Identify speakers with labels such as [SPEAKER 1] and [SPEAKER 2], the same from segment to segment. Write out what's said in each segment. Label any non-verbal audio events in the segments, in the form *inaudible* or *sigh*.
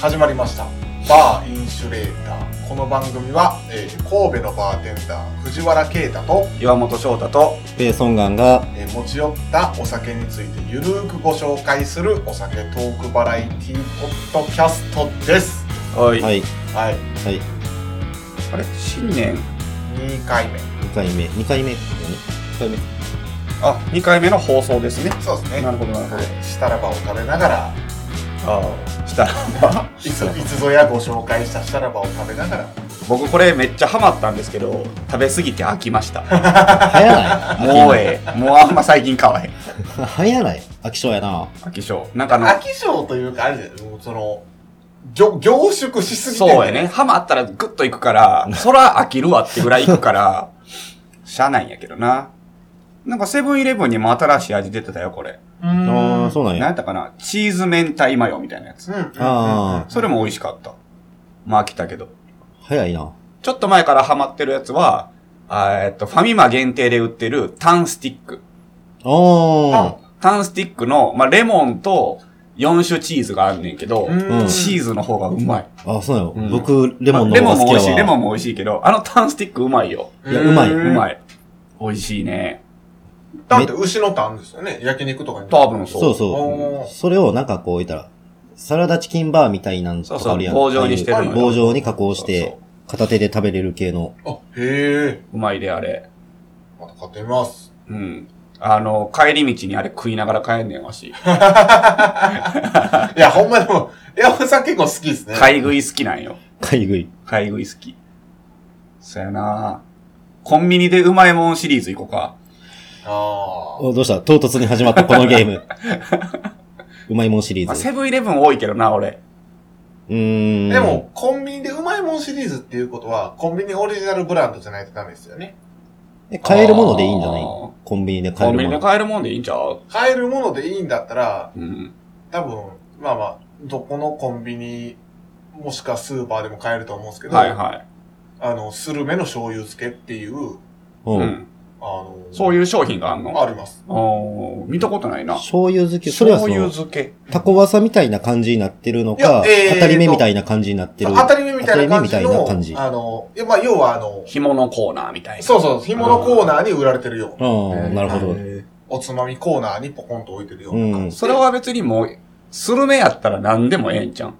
[SPEAKER 1] 始まりましたバーインシュレーターこの番組は、えー神戸のバーテンダー藤原啓太と、
[SPEAKER 2] 岩本翔太と
[SPEAKER 3] ペーソンガンが
[SPEAKER 1] えー持ち寄ったお酒についてゆるーくご紹介するお酒トークバラエティポッドキャストです
[SPEAKER 2] は
[SPEAKER 3] はい
[SPEAKER 1] はい
[SPEAKER 3] はい
[SPEAKER 2] あれ新年
[SPEAKER 1] 2回目
[SPEAKER 3] 2回目2回目ですよね2回目
[SPEAKER 2] あ2回目の放送ですね
[SPEAKER 1] そうですね
[SPEAKER 2] なるほどなるほ
[SPEAKER 1] は
[SPEAKER 2] ど
[SPEAKER 1] い、したらばを食べながら
[SPEAKER 2] ああした
[SPEAKER 1] いついつぞやご紹介したしたらばを食べながら
[SPEAKER 2] *laughs* 僕これめっちゃハマったんですけど食べ過ぎて飽きました
[SPEAKER 1] *laughs*
[SPEAKER 3] 早ない
[SPEAKER 2] もうええもうあんま最近買わへん
[SPEAKER 3] 早ない飽き性やな
[SPEAKER 2] 飽き性なんかあの
[SPEAKER 1] 飽き性というかあれでもうそのぎょ凝縮しすぎてん
[SPEAKER 2] そうやねハマったらグッといくからそら飽きるわってぐらいい
[SPEAKER 1] *laughs*
[SPEAKER 2] くからしゃあないんやけどななんかセブンイレブンにも新しい味出てたよこれ
[SPEAKER 1] うーん
[SPEAKER 3] ああそうなん
[SPEAKER 2] 何や
[SPEAKER 3] や
[SPEAKER 2] ったかなチーズ明太マヨみたいなや
[SPEAKER 1] う
[SPEAKER 2] つ
[SPEAKER 1] んうんうん
[SPEAKER 3] あ
[SPEAKER 2] それも美味しかったまあ飽きたけど
[SPEAKER 3] 早いな
[SPEAKER 2] ちょっと前からハマってるやつは、あーえっと、ファミマ限定で売ってるタンスティック。
[SPEAKER 3] あ
[SPEAKER 2] タンスティックの、まあ、レモンと4種チーズがあんねんけど、
[SPEAKER 1] うん
[SPEAKER 2] チーズの方がうまい。
[SPEAKER 3] ーあそうなんや、
[SPEAKER 2] うん
[SPEAKER 3] 僕レモン
[SPEAKER 2] ま
[SPEAKER 3] の
[SPEAKER 2] あレ
[SPEAKER 3] 方
[SPEAKER 2] モンも
[SPEAKER 3] が好
[SPEAKER 2] 美
[SPEAKER 3] きや
[SPEAKER 2] 味しい、レモ
[SPEAKER 3] わ
[SPEAKER 2] ンも美味しいけど、あのタンスティックうまいよ。
[SPEAKER 3] いやうまい
[SPEAKER 2] うんうまい。美味しいね。
[SPEAKER 1] だって牛のタンですよね。焼肉とかに。
[SPEAKER 2] 多分そう。
[SPEAKER 3] そう
[SPEAKER 1] お
[SPEAKER 3] そ
[SPEAKER 1] ー
[SPEAKER 3] うそれをなんかこう言ったらサラダチキンバーみたいなん
[SPEAKER 2] そ
[SPEAKER 3] と
[SPEAKER 2] うそ
[SPEAKER 3] か
[SPEAKER 2] う
[SPEAKER 3] あるやん
[SPEAKER 2] 棒状にしてるのよ
[SPEAKER 3] ああいう棒状に加工して
[SPEAKER 2] そうそ
[SPEAKER 3] 片手で食べれる系の *laughs*
[SPEAKER 1] あ、へえ。
[SPEAKER 2] うまいであれ。
[SPEAKER 1] また買ってみます。
[SPEAKER 2] うん。あの、帰り道にあれ食いながら帰んねんわし。
[SPEAKER 1] いや、ほんまでも、 *laughs* エアさん結構好きですね。
[SPEAKER 2] 買い食い好きなんよ。
[SPEAKER 3] 買い食い
[SPEAKER 2] 買い食い好き。そやなコンビニでうまいもんシリーズ行こうか。
[SPEAKER 1] ああ。
[SPEAKER 3] おどうした唐突に始まったこのゲ
[SPEAKER 2] *laughs*
[SPEAKER 3] ームうまいもんシリ
[SPEAKER 2] ま
[SPEAKER 3] ー
[SPEAKER 2] あ、
[SPEAKER 3] ズ
[SPEAKER 2] セブンイレブン多いけどな、俺。
[SPEAKER 3] うーん
[SPEAKER 1] でも、コンビニでうまいもんシリーズっていうことは、コンビニオリジナルブランドじゃないとダメですよね。
[SPEAKER 3] え買えるものでいいんじゃない
[SPEAKER 2] あー
[SPEAKER 3] コンビニで
[SPEAKER 2] コ
[SPEAKER 3] 買え
[SPEAKER 2] ンビニ
[SPEAKER 3] るも
[SPEAKER 2] で
[SPEAKER 3] の
[SPEAKER 2] 買えるもんでいいんちゃう
[SPEAKER 1] 買えるものでいいんだったら、
[SPEAKER 2] うん。
[SPEAKER 1] 多分、まあまあ、どこのコンビニ、もしくはスーパーでも買えると思うんですけど、
[SPEAKER 2] はいはい。
[SPEAKER 1] あの、スルメの醤油漬けっていう、
[SPEAKER 3] う
[SPEAKER 2] うんん。
[SPEAKER 1] あの、
[SPEAKER 2] そういう商品があんの
[SPEAKER 1] あります。
[SPEAKER 2] おー見たことないな。
[SPEAKER 3] 醤油漬け、それは
[SPEAKER 2] 醤
[SPEAKER 3] そ
[SPEAKER 2] 油
[SPEAKER 3] の、
[SPEAKER 2] 漬け。
[SPEAKER 3] タコワサみたいな感じになってるの
[SPEAKER 1] いや
[SPEAKER 3] か、
[SPEAKER 1] えーと
[SPEAKER 3] 当たり目みたいな感じになってる。
[SPEAKER 1] 当たり目みたいな感じ
[SPEAKER 3] 当たり目みたい
[SPEAKER 1] の、
[SPEAKER 3] な感じ
[SPEAKER 1] あの、いやまあ、要はあの、
[SPEAKER 2] 紐のコーナーみたいな。
[SPEAKER 1] そうそう、紐のコーナーに売られてるような。
[SPEAKER 3] ああ、なるほど。
[SPEAKER 2] へ
[SPEAKER 1] おつまみコーナーにポコンと置いてるよう
[SPEAKER 3] う
[SPEAKER 1] な。
[SPEAKER 3] ん
[SPEAKER 2] ー。それは別にもう、スルメやったら何でもええんじゃん。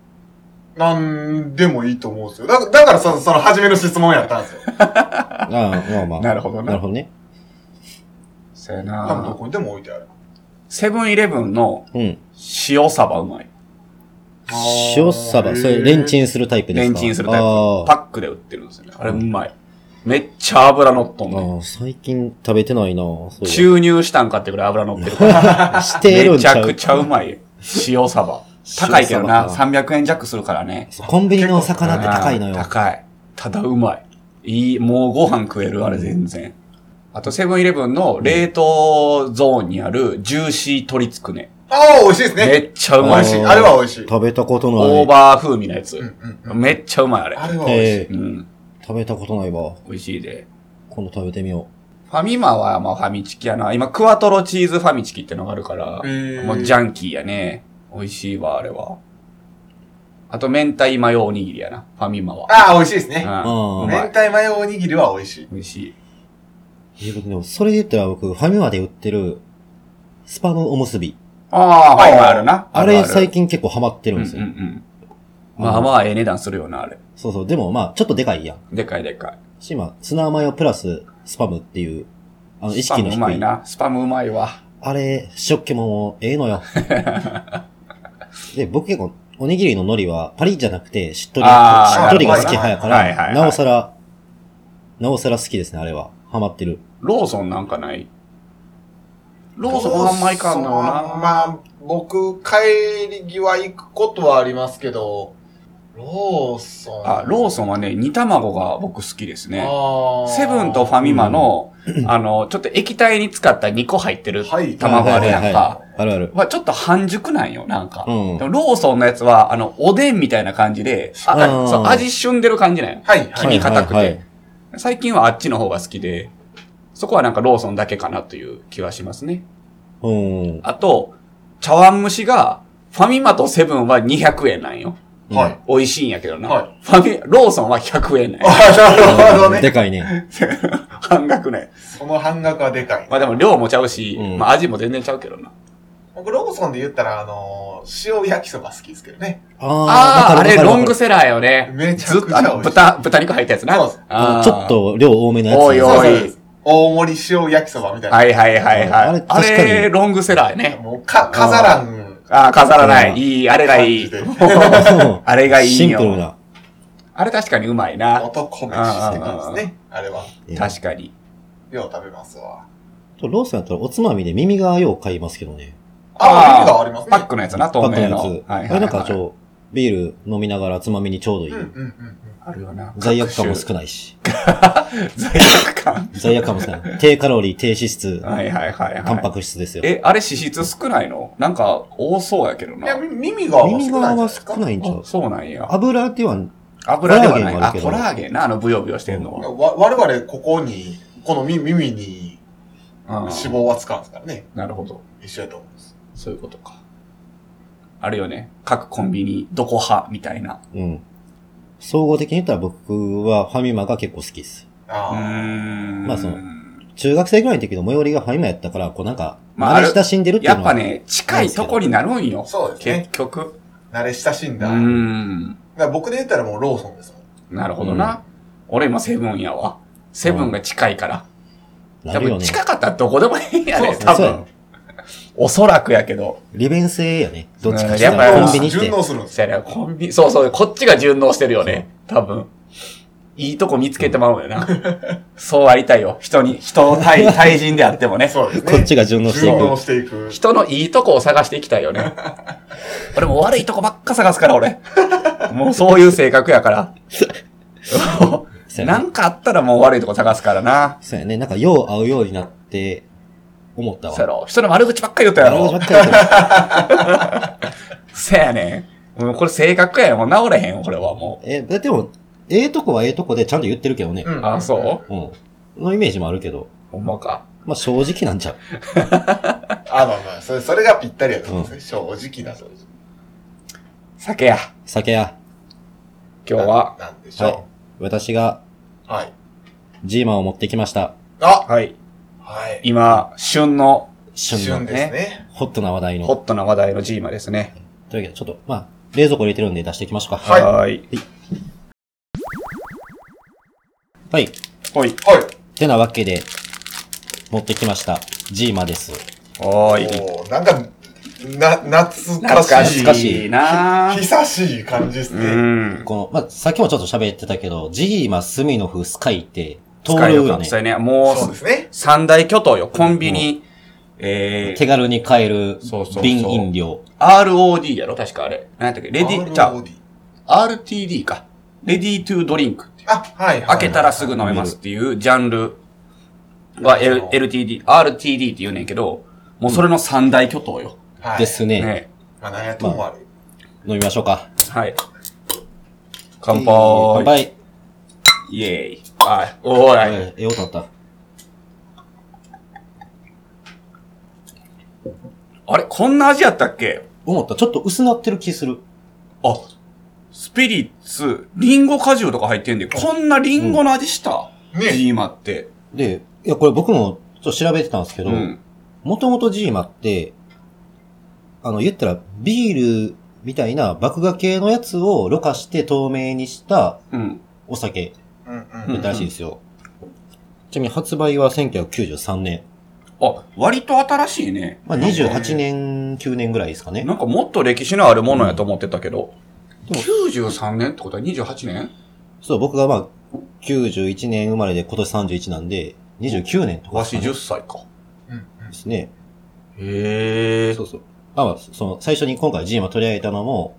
[SPEAKER 1] なんでもいいと思うんですよ。だだからその、その、初めの質問やったんですよ。
[SPEAKER 3] ああ、まあまあ。
[SPEAKER 2] *laughs* なるほど
[SPEAKER 3] なる
[SPEAKER 2] な。
[SPEAKER 3] ほどね。
[SPEAKER 2] そうや
[SPEAKER 1] 多分ど
[SPEAKER 2] な
[SPEAKER 1] こにでも置いてある。
[SPEAKER 2] セブンイレブンの
[SPEAKER 3] うん。
[SPEAKER 2] 塩サバうまい。
[SPEAKER 3] 塩サバ、それレンチ
[SPEAKER 1] ン。
[SPEAKER 3] ンするタイプですか
[SPEAKER 2] レンチンするタイプ。
[SPEAKER 3] あ
[SPEAKER 2] パックで売ってるんですよね。あれうまい。めっちゃ油乗っとん
[SPEAKER 3] ー
[SPEAKER 2] ねん。
[SPEAKER 3] あー、最近食べてないなそう
[SPEAKER 2] *laughs*
[SPEAKER 3] いえ
[SPEAKER 2] 注入したんかってぐらい油乗ってる
[SPEAKER 3] *laughs*
[SPEAKER 2] から。
[SPEAKER 3] ばしてる
[SPEAKER 2] め
[SPEAKER 3] んち
[SPEAKER 2] ち
[SPEAKER 3] ゃ
[SPEAKER 2] ゃ
[SPEAKER 3] う
[SPEAKER 2] くちゃうまい。塩サバ。高いけど
[SPEAKER 3] 塩
[SPEAKER 2] な。
[SPEAKER 3] サバ
[SPEAKER 2] 300円弱するからね。
[SPEAKER 3] そうコンビニのお魚って
[SPEAKER 1] あ
[SPEAKER 3] 高いのよ。
[SPEAKER 2] 高い。ただうまい。いい、もうご飯食える、あれ全然。あと、セブンイレブンの冷凍ゾーンにあるジューシー鶏つくね。
[SPEAKER 1] ああ、美味しいです
[SPEAKER 2] め
[SPEAKER 1] ね。
[SPEAKER 2] っちゃう
[SPEAKER 1] 美
[SPEAKER 2] まい
[SPEAKER 1] 味
[SPEAKER 3] ー
[SPEAKER 1] し
[SPEAKER 2] し。
[SPEAKER 1] い。あれは美味しい。
[SPEAKER 3] 食べたこと
[SPEAKER 2] オー
[SPEAKER 3] ない。
[SPEAKER 2] バー風味のや
[SPEAKER 1] うん
[SPEAKER 2] つ。
[SPEAKER 1] うんうん。
[SPEAKER 2] めっちゃうまい、あれ。
[SPEAKER 1] あれは美味しい。
[SPEAKER 3] ええ
[SPEAKER 2] うん。
[SPEAKER 3] 食べたことないわ。
[SPEAKER 2] 美味しいで。
[SPEAKER 3] 今度食べてみよ
[SPEAKER 2] ファミマは、まあ、ファミチキやな。今、クワトロチーズファミチキってのがあるから。
[SPEAKER 1] ええ
[SPEAKER 2] もうジャンキーやね。美味しいわ、あれは。あと、明太マヨおにぎりやな。ファミマは。
[SPEAKER 1] ああ、美味しいですね。
[SPEAKER 2] うん。
[SPEAKER 3] あ
[SPEAKER 2] う
[SPEAKER 1] 明
[SPEAKER 2] まい。
[SPEAKER 1] 太マヨおにぎりは美味しい。
[SPEAKER 2] 美味しい。
[SPEAKER 3] う。え僕でもそれで言ったら僕、ファミマで売ってる、スパムおむすび。
[SPEAKER 2] ああ、はい、あるな。
[SPEAKER 3] あれ最
[SPEAKER 2] 近
[SPEAKER 3] 近結構ハマってる
[SPEAKER 2] うんんう
[SPEAKER 3] ですよ。
[SPEAKER 2] んうん。まあまあ、ええ値段するよな、あれ。
[SPEAKER 3] そうそう。でもまあ、ちょっとでかいやん。
[SPEAKER 2] でかいでかい。
[SPEAKER 3] し、今、ツナマヨプラススパムっていう、あの、意
[SPEAKER 2] スパ
[SPEAKER 3] 識
[SPEAKER 2] ム
[SPEAKER 3] の
[SPEAKER 2] うま
[SPEAKER 3] 低
[SPEAKER 2] い
[SPEAKER 3] い。
[SPEAKER 2] な。スパムうまいわ。
[SPEAKER 3] あれ、食気もええ
[SPEAKER 2] *laughs*
[SPEAKER 3] のよ。で、僕結構、おにぎりの海苔はパリじゃなくて、しっとり、し
[SPEAKER 2] あ
[SPEAKER 1] ー
[SPEAKER 3] っとりが好き派やか
[SPEAKER 2] はいはいは
[SPEAKER 3] ら、
[SPEAKER 2] い
[SPEAKER 3] なおさら、なおさら好きですね、あれは。ハマってる。
[SPEAKER 2] ローソンなんかないローソンあんまいかんのよ
[SPEAKER 1] ローソンはま
[SPEAKER 2] な。
[SPEAKER 1] あ、僕、帰り際行くことはありますけど、ローソン。
[SPEAKER 2] あ、ローソンはね、煮卵が僕好きですね。
[SPEAKER 1] あー
[SPEAKER 2] セブンとファミマの、あの、ちょっと液体に使った2個入ってる
[SPEAKER 1] はい
[SPEAKER 2] 卵あるやん
[SPEAKER 3] はいはい
[SPEAKER 2] か。
[SPEAKER 3] あるある。
[SPEAKER 2] まあちょっと半熟なんよ、なんか。
[SPEAKER 3] うん
[SPEAKER 2] でもローソンのやつは、あの、おでんみたいな感じで、あ
[SPEAKER 3] うん
[SPEAKER 2] そう味しゅんでる感じなんよ。
[SPEAKER 1] はい、は
[SPEAKER 2] 黄
[SPEAKER 1] い。
[SPEAKER 2] 身硬くて
[SPEAKER 3] はいはいはい
[SPEAKER 2] 最近はあっちの方が好きで、そこはなんかローソンだけかなという気はしますね。
[SPEAKER 3] うん。
[SPEAKER 2] あと、茶碗蒸しが、ファミマとセブンは200円なんよ。
[SPEAKER 3] ううん
[SPEAKER 1] はい。
[SPEAKER 2] 美味しいんやけどな。
[SPEAKER 1] は
[SPEAKER 2] ファミ、ローソンは100円ね。
[SPEAKER 1] あ、なるほど
[SPEAKER 3] で
[SPEAKER 1] ね。
[SPEAKER 3] かいね。
[SPEAKER 2] 半額ね。
[SPEAKER 1] その半額はでかい。
[SPEAKER 2] まあでも量もちゃうし、
[SPEAKER 3] うん
[SPEAKER 2] まあ味も全然ちゃうけどな。
[SPEAKER 1] 僕、ローソンで言ったら、あのー塩焼きそば好きですけどね。
[SPEAKER 2] ああー、あれロング
[SPEAKER 3] ス
[SPEAKER 2] セラーよね。
[SPEAKER 1] めちゃ
[SPEAKER 2] ずっ
[SPEAKER 1] くち
[SPEAKER 2] と、あ
[SPEAKER 1] ゃ美
[SPEAKER 2] の、
[SPEAKER 1] 味しい。
[SPEAKER 2] 豚、豚肉入ったやつな。
[SPEAKER 1] そうです
[SPEAKER 2] あー
[SPEAKER 3] ちょっ。と量多めのやつ。
[SPEAKER 2] 多い
[SPEAKER 1] そう
[SPEAKER 3] *laughs*
[SPEAKER 2] 多
[SPEAKER 1] そう
[SPEAKER 2] い
[SPEAKER 1] で。す大盛り塩焼きそばみたいな。
[SPEAKER 2] はいはいはいはい。あ
[SPEAKER 3] あ
[SPEAKER 2] れ
[SPEAKER 3] れ確かに
[SPEAKER 2] ロングセラーやね。
[SPEAKER 1] もう、か、飾らん。
[SPEAKER 2] ああ、飾らな
[SPEAKER 3] うん
[SPEAKER 2] い。いい、あれがいい
[SPEAKER 1] 感。
[SPEAKER 3] そう
[SPEAKER 2] あれがいいよ
[SPEAKER 3] シンプルな。
[SPEAKER 2] あれ確かにうまいな。
[SPEAKER 1] 男飯って感じですね。あれは。
[SPEAKER 3] えー
[SPEAKER 2] 確かに。
[SPEAKER 1] よう食べますわ。
[SPEAKER 3] ローソンやったらおつまみで耳がよう買いますけどね。
[SPEAKER 1] あ、耳があります
[SPEAKER 2] パッ
[SPEAKER 1] ね。
[SPEAKER 2] クのやつな、
[SPEAKER 3] パ
[SPEAKER 2] 透
[SPEAKER 3] ックの
[SPEAKER 2] 明
[SPEAKER 3] や
[SPEAKER 2] の。
[SPEAKER 3] つ。
[SPEAKER 2] はいはいはい
[SPEAKER 3] あれなんかちょ、ビール飲みながらつまみにちょうどいい。
[SPEAKER 1] うんうんうんうん。
[SPEAKER 2] あるよな。
[SPEAKER 3] 罪悪感も
[SPEAKER 2] ない。
[SPEAKER 3] 少ないし。
[SPEAKER 2] *laughs* 罪悪感。
[SPEAKER 3] 罪悪感も少
[SPEAKER 2] *laughs*
[SPEAKER 3] ない。低カロリー、低脂質、
[SPEAKER 2] はいはいはいはい。
[SPEAKER 3] タンパク質ですよ。
[SPEAKER 2] え、あれ脂質少ないのなんか多そうやけど
[SPEAKER 1] いや、
[SPEAKER 2] な。
[SPEAKER 1] み耳が
[SPEAKER 3] 耳側は少
[SPEAKER 1] い。
[SPEAKER 3] ないんちゃ
[SPEAKER 2] あ
[SPEAKER 3] う
[SPEAKER 2] そうなんや。
[SPEAKER 3] 油では、
[SPEAKER 2] 油ではない。
[SPEAKER 3] コラーゲンもあ
[SPEAKER 2] あ、
[SPEAKER 3] るけど
[SPEAKER 2] コラーゲンな、あのブヨブヨしてんのは。
[SPEAKER 1] わ我々、ここに、この耳耳に
[SPEAKER 2] うん
[SPEAKER 1] 脂肪は使うんですからね。
[SPEAKER 2] なるほど。
[SPEAKER 1] 一緒やと思うんです。
[SPEAKER 2] そういうことか。あるよね。各コンビニ、どこ派みたいな。
[SPEAKER 3] うん。総合的に言ったら僕はファミマが結構好きです。
[SPEAKER 2] う
[SPEAKER 1] あ
[SPEAKER 2] ん
[SPEAKER 3] まあその中学生ぐらいの時の最寄りがファミマやったから、こうなんか、
[SPEAKER 2] まああ
[SPEAKER 3] 慣
[SPEAKER 2] る
[SPEAKER 3] れ親しんでるっていう
[SPEAKER 2] や
[SPEAKER 3] の
[SPEAKER 2] っ
[SPEAKER 3] は。
[SPEAKER 2] ぱね、近いとこになるん
[SPEAKER 1] あ。
[SPEAKER 2] よ。
[SPEAKER 1] そうですね
[SPEAKER 2] 結。局。
[SPEAKER 1] 慣れ親しん
[SPEAKER 2] う
[SPEAKER 1] だ。だか
[SPEAKER 2] ん。
[SPEAKER 1] ら僕で言ったらもうローソンですもん。
[SPEAKER 2] なるほどな。俺今セブンやわ。セブンが近いから。
[SPEAKER 3] な
[SPEAKER 2] 多
[SPEAKER 3] るよ
[SPEAKER 2] 分
[SPEAKER 3] ね。
[SPEAKER 2] 近かったらどこでもいいんや
[SPEAKER 1] そう
[SPEAKER 2] で、
[SPEAKER 1] そう
[SPEAKER 2] 多
[SPEAKER 3] そうや
[SPEAKER 2] 分。おそらくやけど。
[SPEAKER 3] 利便性やね。どっちかし
[SPEAKER 2] や
[SPEAKER 3] た
[SPEAKER 2] っぱり
[SPEAKER 3] ら
[SPEAKER 2] り
[SPEAKER 3] コンビニっ
[SPEAKER 1] 順
[SPEAKER 3] て。
[SPEAKER 1] 応するんです
[SPEAKER 2] そやね、コンビ、そうそう、こっちが順応してるよね。多分。いいとこ見つけてまうよな。 *laughs* そうありたいよ。人に、人の対、対人であってもね。
[SPEAKER 1] そうですね。
[SPEAKER 3] こっちが順応してい
[SPEAKER 1] 順
[SPEAKER 3] く。
[SPEAKER 1] 応していく。
[SPEAKER 2] 人のいいとこを探していきたいよね。俺も悪いとこばっか探すから、俺。もうそういう性格やから。
[SPEAKER 3] そう
[SPEAKER 2] *laughs*
[SPEAKER 3] や
[SPEAKER 2] な
[SPEAKER 3] ね。
[SPEAKER 2] んかあったらもう悪いとこ探すからな。
[SPEAKER 3] そうやね。なんか、よう会うようになって、思っ
[SPEAKER 2] そ
[SPEAKER 3] たわ。
[SPEAKER 2] うやろ。人の悪口ばっかり言ったや
[SPEAKER 3] なるほど
[SPEAKER 2] ろ。
[SPEAKER 3] ばっかりやってる
[SPEAKER 2] そやねん。もうこれ性格やよ。もう治れへん、これはも
[SPEAKER 3] え、ででも、ええとこはええとこでちゃんと言ってるけどね。
[SPEAKER 2] う。あ、そう
[SPEAKER 3] うん。のイメージもあるけど、
[SPEAKER 2] ほんまか。
[SPEAKER 3] まあ正直なんちゃう。
[SPEAKER 1] うん。あ、まあまあ、それ、それがぴったりやと思うんですね。正直な、正直。
[SPEAKER 2] 酒や。
[SPEAKER 3] 酒屋。
[SPEAKER 2] 今日は。
[SPEAKER 1] な。なんでし
[SPEAKER 3] はい
[SPEAKER 1] ょ。
[SPEAKER 3] 私が
[SPEAKER 1] う。はい。
[SPEAKER 3] ジーマンを持ってきました。
[SPEAKER 1] あ
[SPEAKER 2] はい。
[SPEAKER 1] はい。
[SPEAKER 2] 今、旬の、
[SPEAKER 3] 旬の
[SPEAKER 1] 旬ですね。
[SPEAKER 3] ホットな話題
[SPEAKER 2] ホ
[SPEAKER 3] の。
[SPEAKER 2] ットな話題のジーマですね。
[SPEAKER 3] というわけで、ちょっと、まあ、冷蔵庫入れてるんで出していきましょうか。
[SPEAKER 1] はい
[SPEAKER 2] はーい。
[SPEAKER 3] はい。
[SPEAKER 2] ほ
[SPEAKER 1] は
[SPEAKER 2] い。
[SPEAKER 1] い。
[SPEAKER 3] てなわけで、持ってきました。ジーマです。
[SPEAKER 2] はーい。
[SPEAKER 1] おーなんか、な、懐か
[SPEAKER 2] 懐か
[SPEAKER 1] しい。
[SPEAKER 2] しい。
[SPEAKER 3] 懐かしい
[SPEAKER 2] なぁ。
[SPEAKER 1] 久しい感じです
[SPEAKER 2] う
[SPEAKER 1] ね。
[SPEAKER 2] ん。
[SPEAKER 3] この、まあ、さっきもちょっと喋ってたけど、ジーマ、スミノフ、スカイって、通
[SPEAKER 2] 使え
[SPEAKER 3] る
[SPEAKER 2] る
[SPEAKER 3] よ
[SPEAKER 2] か
[SPEAKER 3] ね
[SPEAKER 2] そ。れね、も
[SPEAKER 1] そう
[SPEAKER 2] う
[SPEAKER 1] で、すね。
[SPEAKER 2] 三大巨頭よ。コンビニ、えー、
[SPEAKER 3] 手軽に買える
[SPEAKER 2] そうそうそう
[SPEAKER 3] 瓶飲料。
[SPEAKER 2] ROD やろ確かあれ。何やったっけレディ、じゃ
[SPEAKER 1] ROD
[SPEAKER 2] あ、RTD か。レディートゥードリンクっていう。
[SPEAKER 1] あ、はい、はい。
[SPEAKER 2] 開けたらすぐ飲めますっていうジャンルは L- LTD、RTD って言うねんけど、もうそれの三大巨頭よ。
[SPEAKER 1] はい。
[SPEAKER 3] で。すね。
[SPEAKER 2] ね。
[SPEAKER 1] まあ、何やともある。
[SPEAKER 3] 飲みましょうか。
[SPEAKER 2] はい。乾
[SPEAKER 3] 乾
[SPEAKER 2] 杯。
[SPEAKER 3] 杯。
[SPEAKER 2] イェーイ。はい。お
[SPEAKER 3] は
[SPEAKER 2] ーい。
[SPEAKER 3] い。え、よかった。
[SPEAKER 2] あれこんな味やったっけ
[SPEAKER 3] 思った。ちょっと薄なってる気する。
[SPEAKER 2] あ、スピリッツ、リンゴ果汁とか入ってんで、こんなリンゴの味した
[SPEAKER 1] ね
[SPEAKER 2] ジーマって。
[SPEAKER 3] で、いや、これ僕もちょっと調べてたんですけど、
[SPEAKER 2] うん。
[SPEAKER 3] もともとジーマって、あの、言ったらビールみたいな麦芽系のやつをろ過して透明にした
[SPEAKER 2] うん。
[SPEAKER 3] お酒
[SPEAKER 1] うんう
[SPEAKER 3] だ
[SPEAKER 1] ん。
[SPEAKER 3] ったらしいですよ。ちなみに発売は1993年。
[SPEAKER 2] あ、割と新しいね。
[SPEAKER 3] まあ、28年、9年ぐらいですかね。
[SPEAKER 2] なんかもっと歴史のあるものやと思ってたけど、93年ってことは28年
[SPEAKER 3] そう、僕がまあ、91年生まれで今年31なんで、29年とか
[SPEAKER 2] わ
[SPEAKER 3] で
[SPEAKER 2] し
[SPEAKER 3] すかね、
[SPEAKER 2] 10歳か。
[SPEAKER 1] うんうん
[SPEAKER 3] ですね。
[SPEAKER 2] へえ
[SPEAKER 3] そうそう。まあまあ、その、最初に今回ジーマ取り上げたのも、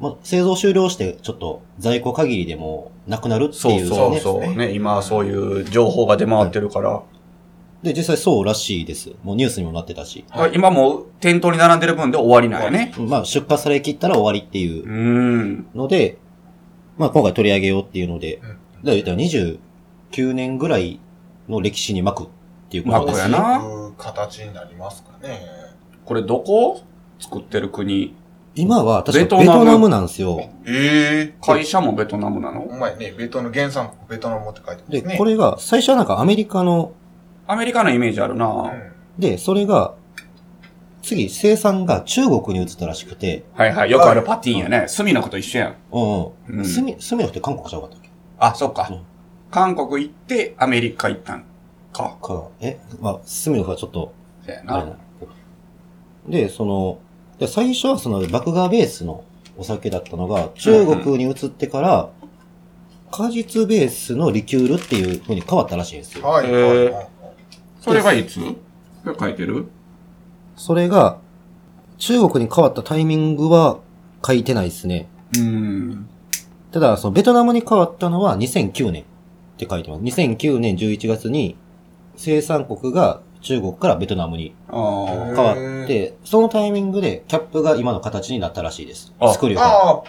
[SPEAKER 3] まあ、製造終了して、ちょっと、在庫限りでも、なくなるって
[SPEAKER 2] そ
[SPEAKER 3] いうう、ね。
[SPEAKER 2] そうそう。ね、今はそういう情報が出回ってるから。
[SPEAKER 3] で、実際そうらしいです。もうニュースにもなってたし。
[SPEAKER 1] はい
[SPEAKER 2] あ今もう店頭に並んでる分で終わりなんやね。
[SPEAKER 3] まあ、出荷されきったら終わりっていうう
[SPEAKER 2] ーん。
[SPEAKER 3] ので、まあ、今回取り上げようっていうので、だから言ったら29年ぐらいの歴史に巻くっていうこと
[SPEAKER 2] こ
[SPEAKER 3] で
[SPEAKER 2] れ
[SPEAKER 3] す。
[SPEAKER 2] やな
[SPEAKER 1] そういう形になりますかね。
[SPEAKER 2] これどこ作ってる国。
[SPEAKER 3] 今は確か
[SPEAKER 2] ベ
[SPEAKER 3] ベ
[SPEAKER 2] ト
[SPEAKER 3] ト
[SPEAKER 2] ナ
[SPEAKER 3] ナ
[SPEAKER 2] ム
[SPEAKER 3] ムなんですよ。
[SPEAKER 1] ええ
[SPEAKER 2] 会社もベトナムなの
[SPEAKER 1] お前ね、ベトナム、原産国ベトナムって書いてま、
[SPEAKER 3] です
[SPEAKER 1] ね。
[SPEAKER 3] これが、最初はなんかアメリカの、
[SPEAKER 2] アメリカのイメージあるな、
[SPEAKER 1] うん、
[SPEAKER 3] で、それが、次、生産が中国に移ったらしくて、
[SPEAKER 2] はいはい。よくあるパティンやね。隅のこと一緒やん。
[SPEAKER 3] うん
[SPEAKER 2] う
[SPEAKER 3] うんん。すみ、すみなくて韓国じゃなかったっけ
[SPEAKER 2] あ、そっか
[SPEAKER 3] うん。
[SPEAKER 2] 韓国行って、アメリカ行ったんか。
[SPEAKER 3] か、え、まあ、スミノフはちょっと、
[SPEAKER 2] そや
[SPEAKER 3] あれ
[SPEAKER 2] な
[SPEAKER 3] な。。で、その、で最初はその、麦芽ベースのお酒だったのが、中国に移ってから、果実ベースのリキュールっていう風に変わったらしいんですよ。
[SPEAKER 1] はい、
[SPEAKER 2] へー
[SPEAKER 1] はい
[SPEAKER 2] それはいつそれ書いてる
[SPEAKER 3] それが、中国に変わったタイミングは書いてないですね。
[SPEAKER 2] うーん。
[SPEAKER 3] ただ、そのベトナムに変わったのは2009年って書いてます。2009年11月に生産国が中国からベトナムに
[SPEAKER 2] あー
[SPEAKER 3] 変わって、そのタイミングでキャップが今の形になったらしいです
[SPEAKER 2] あ。
[SPEAKER 3] 作りが。っ
[SPEAKER 1] あ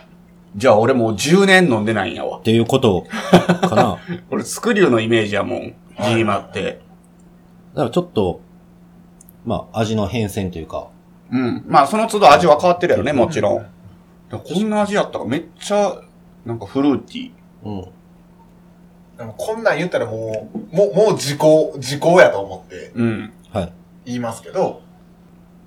[SPEAKER 2] じゃあ俺もう10年飲んでないんやわ。
[SPEAKER 3] ていうことか
[SPEAKER 2] *laughs*
[SPEAKER 3] な。だか
[SPEAKER 2] 俺、スクリューのイメージやもん。ジーマって。
[SPEAKER 3] らちょっと、まあ、味の変遷というか、
[SPEAKER 2] うん。まあ、その都度味は変わってるやろね、もちろん。いやこんな味やったからめっちゃ、なんかフルーティー。
[SPEAKER 3] うん。
[SPEAKER 1] あ。でもこんなん言ったらもう、もう、もう時効、時効やと思って
[SPEAKER 2] うん。
[SPEAKER 3] はい。
[SPEAKER 1] 言いますけど、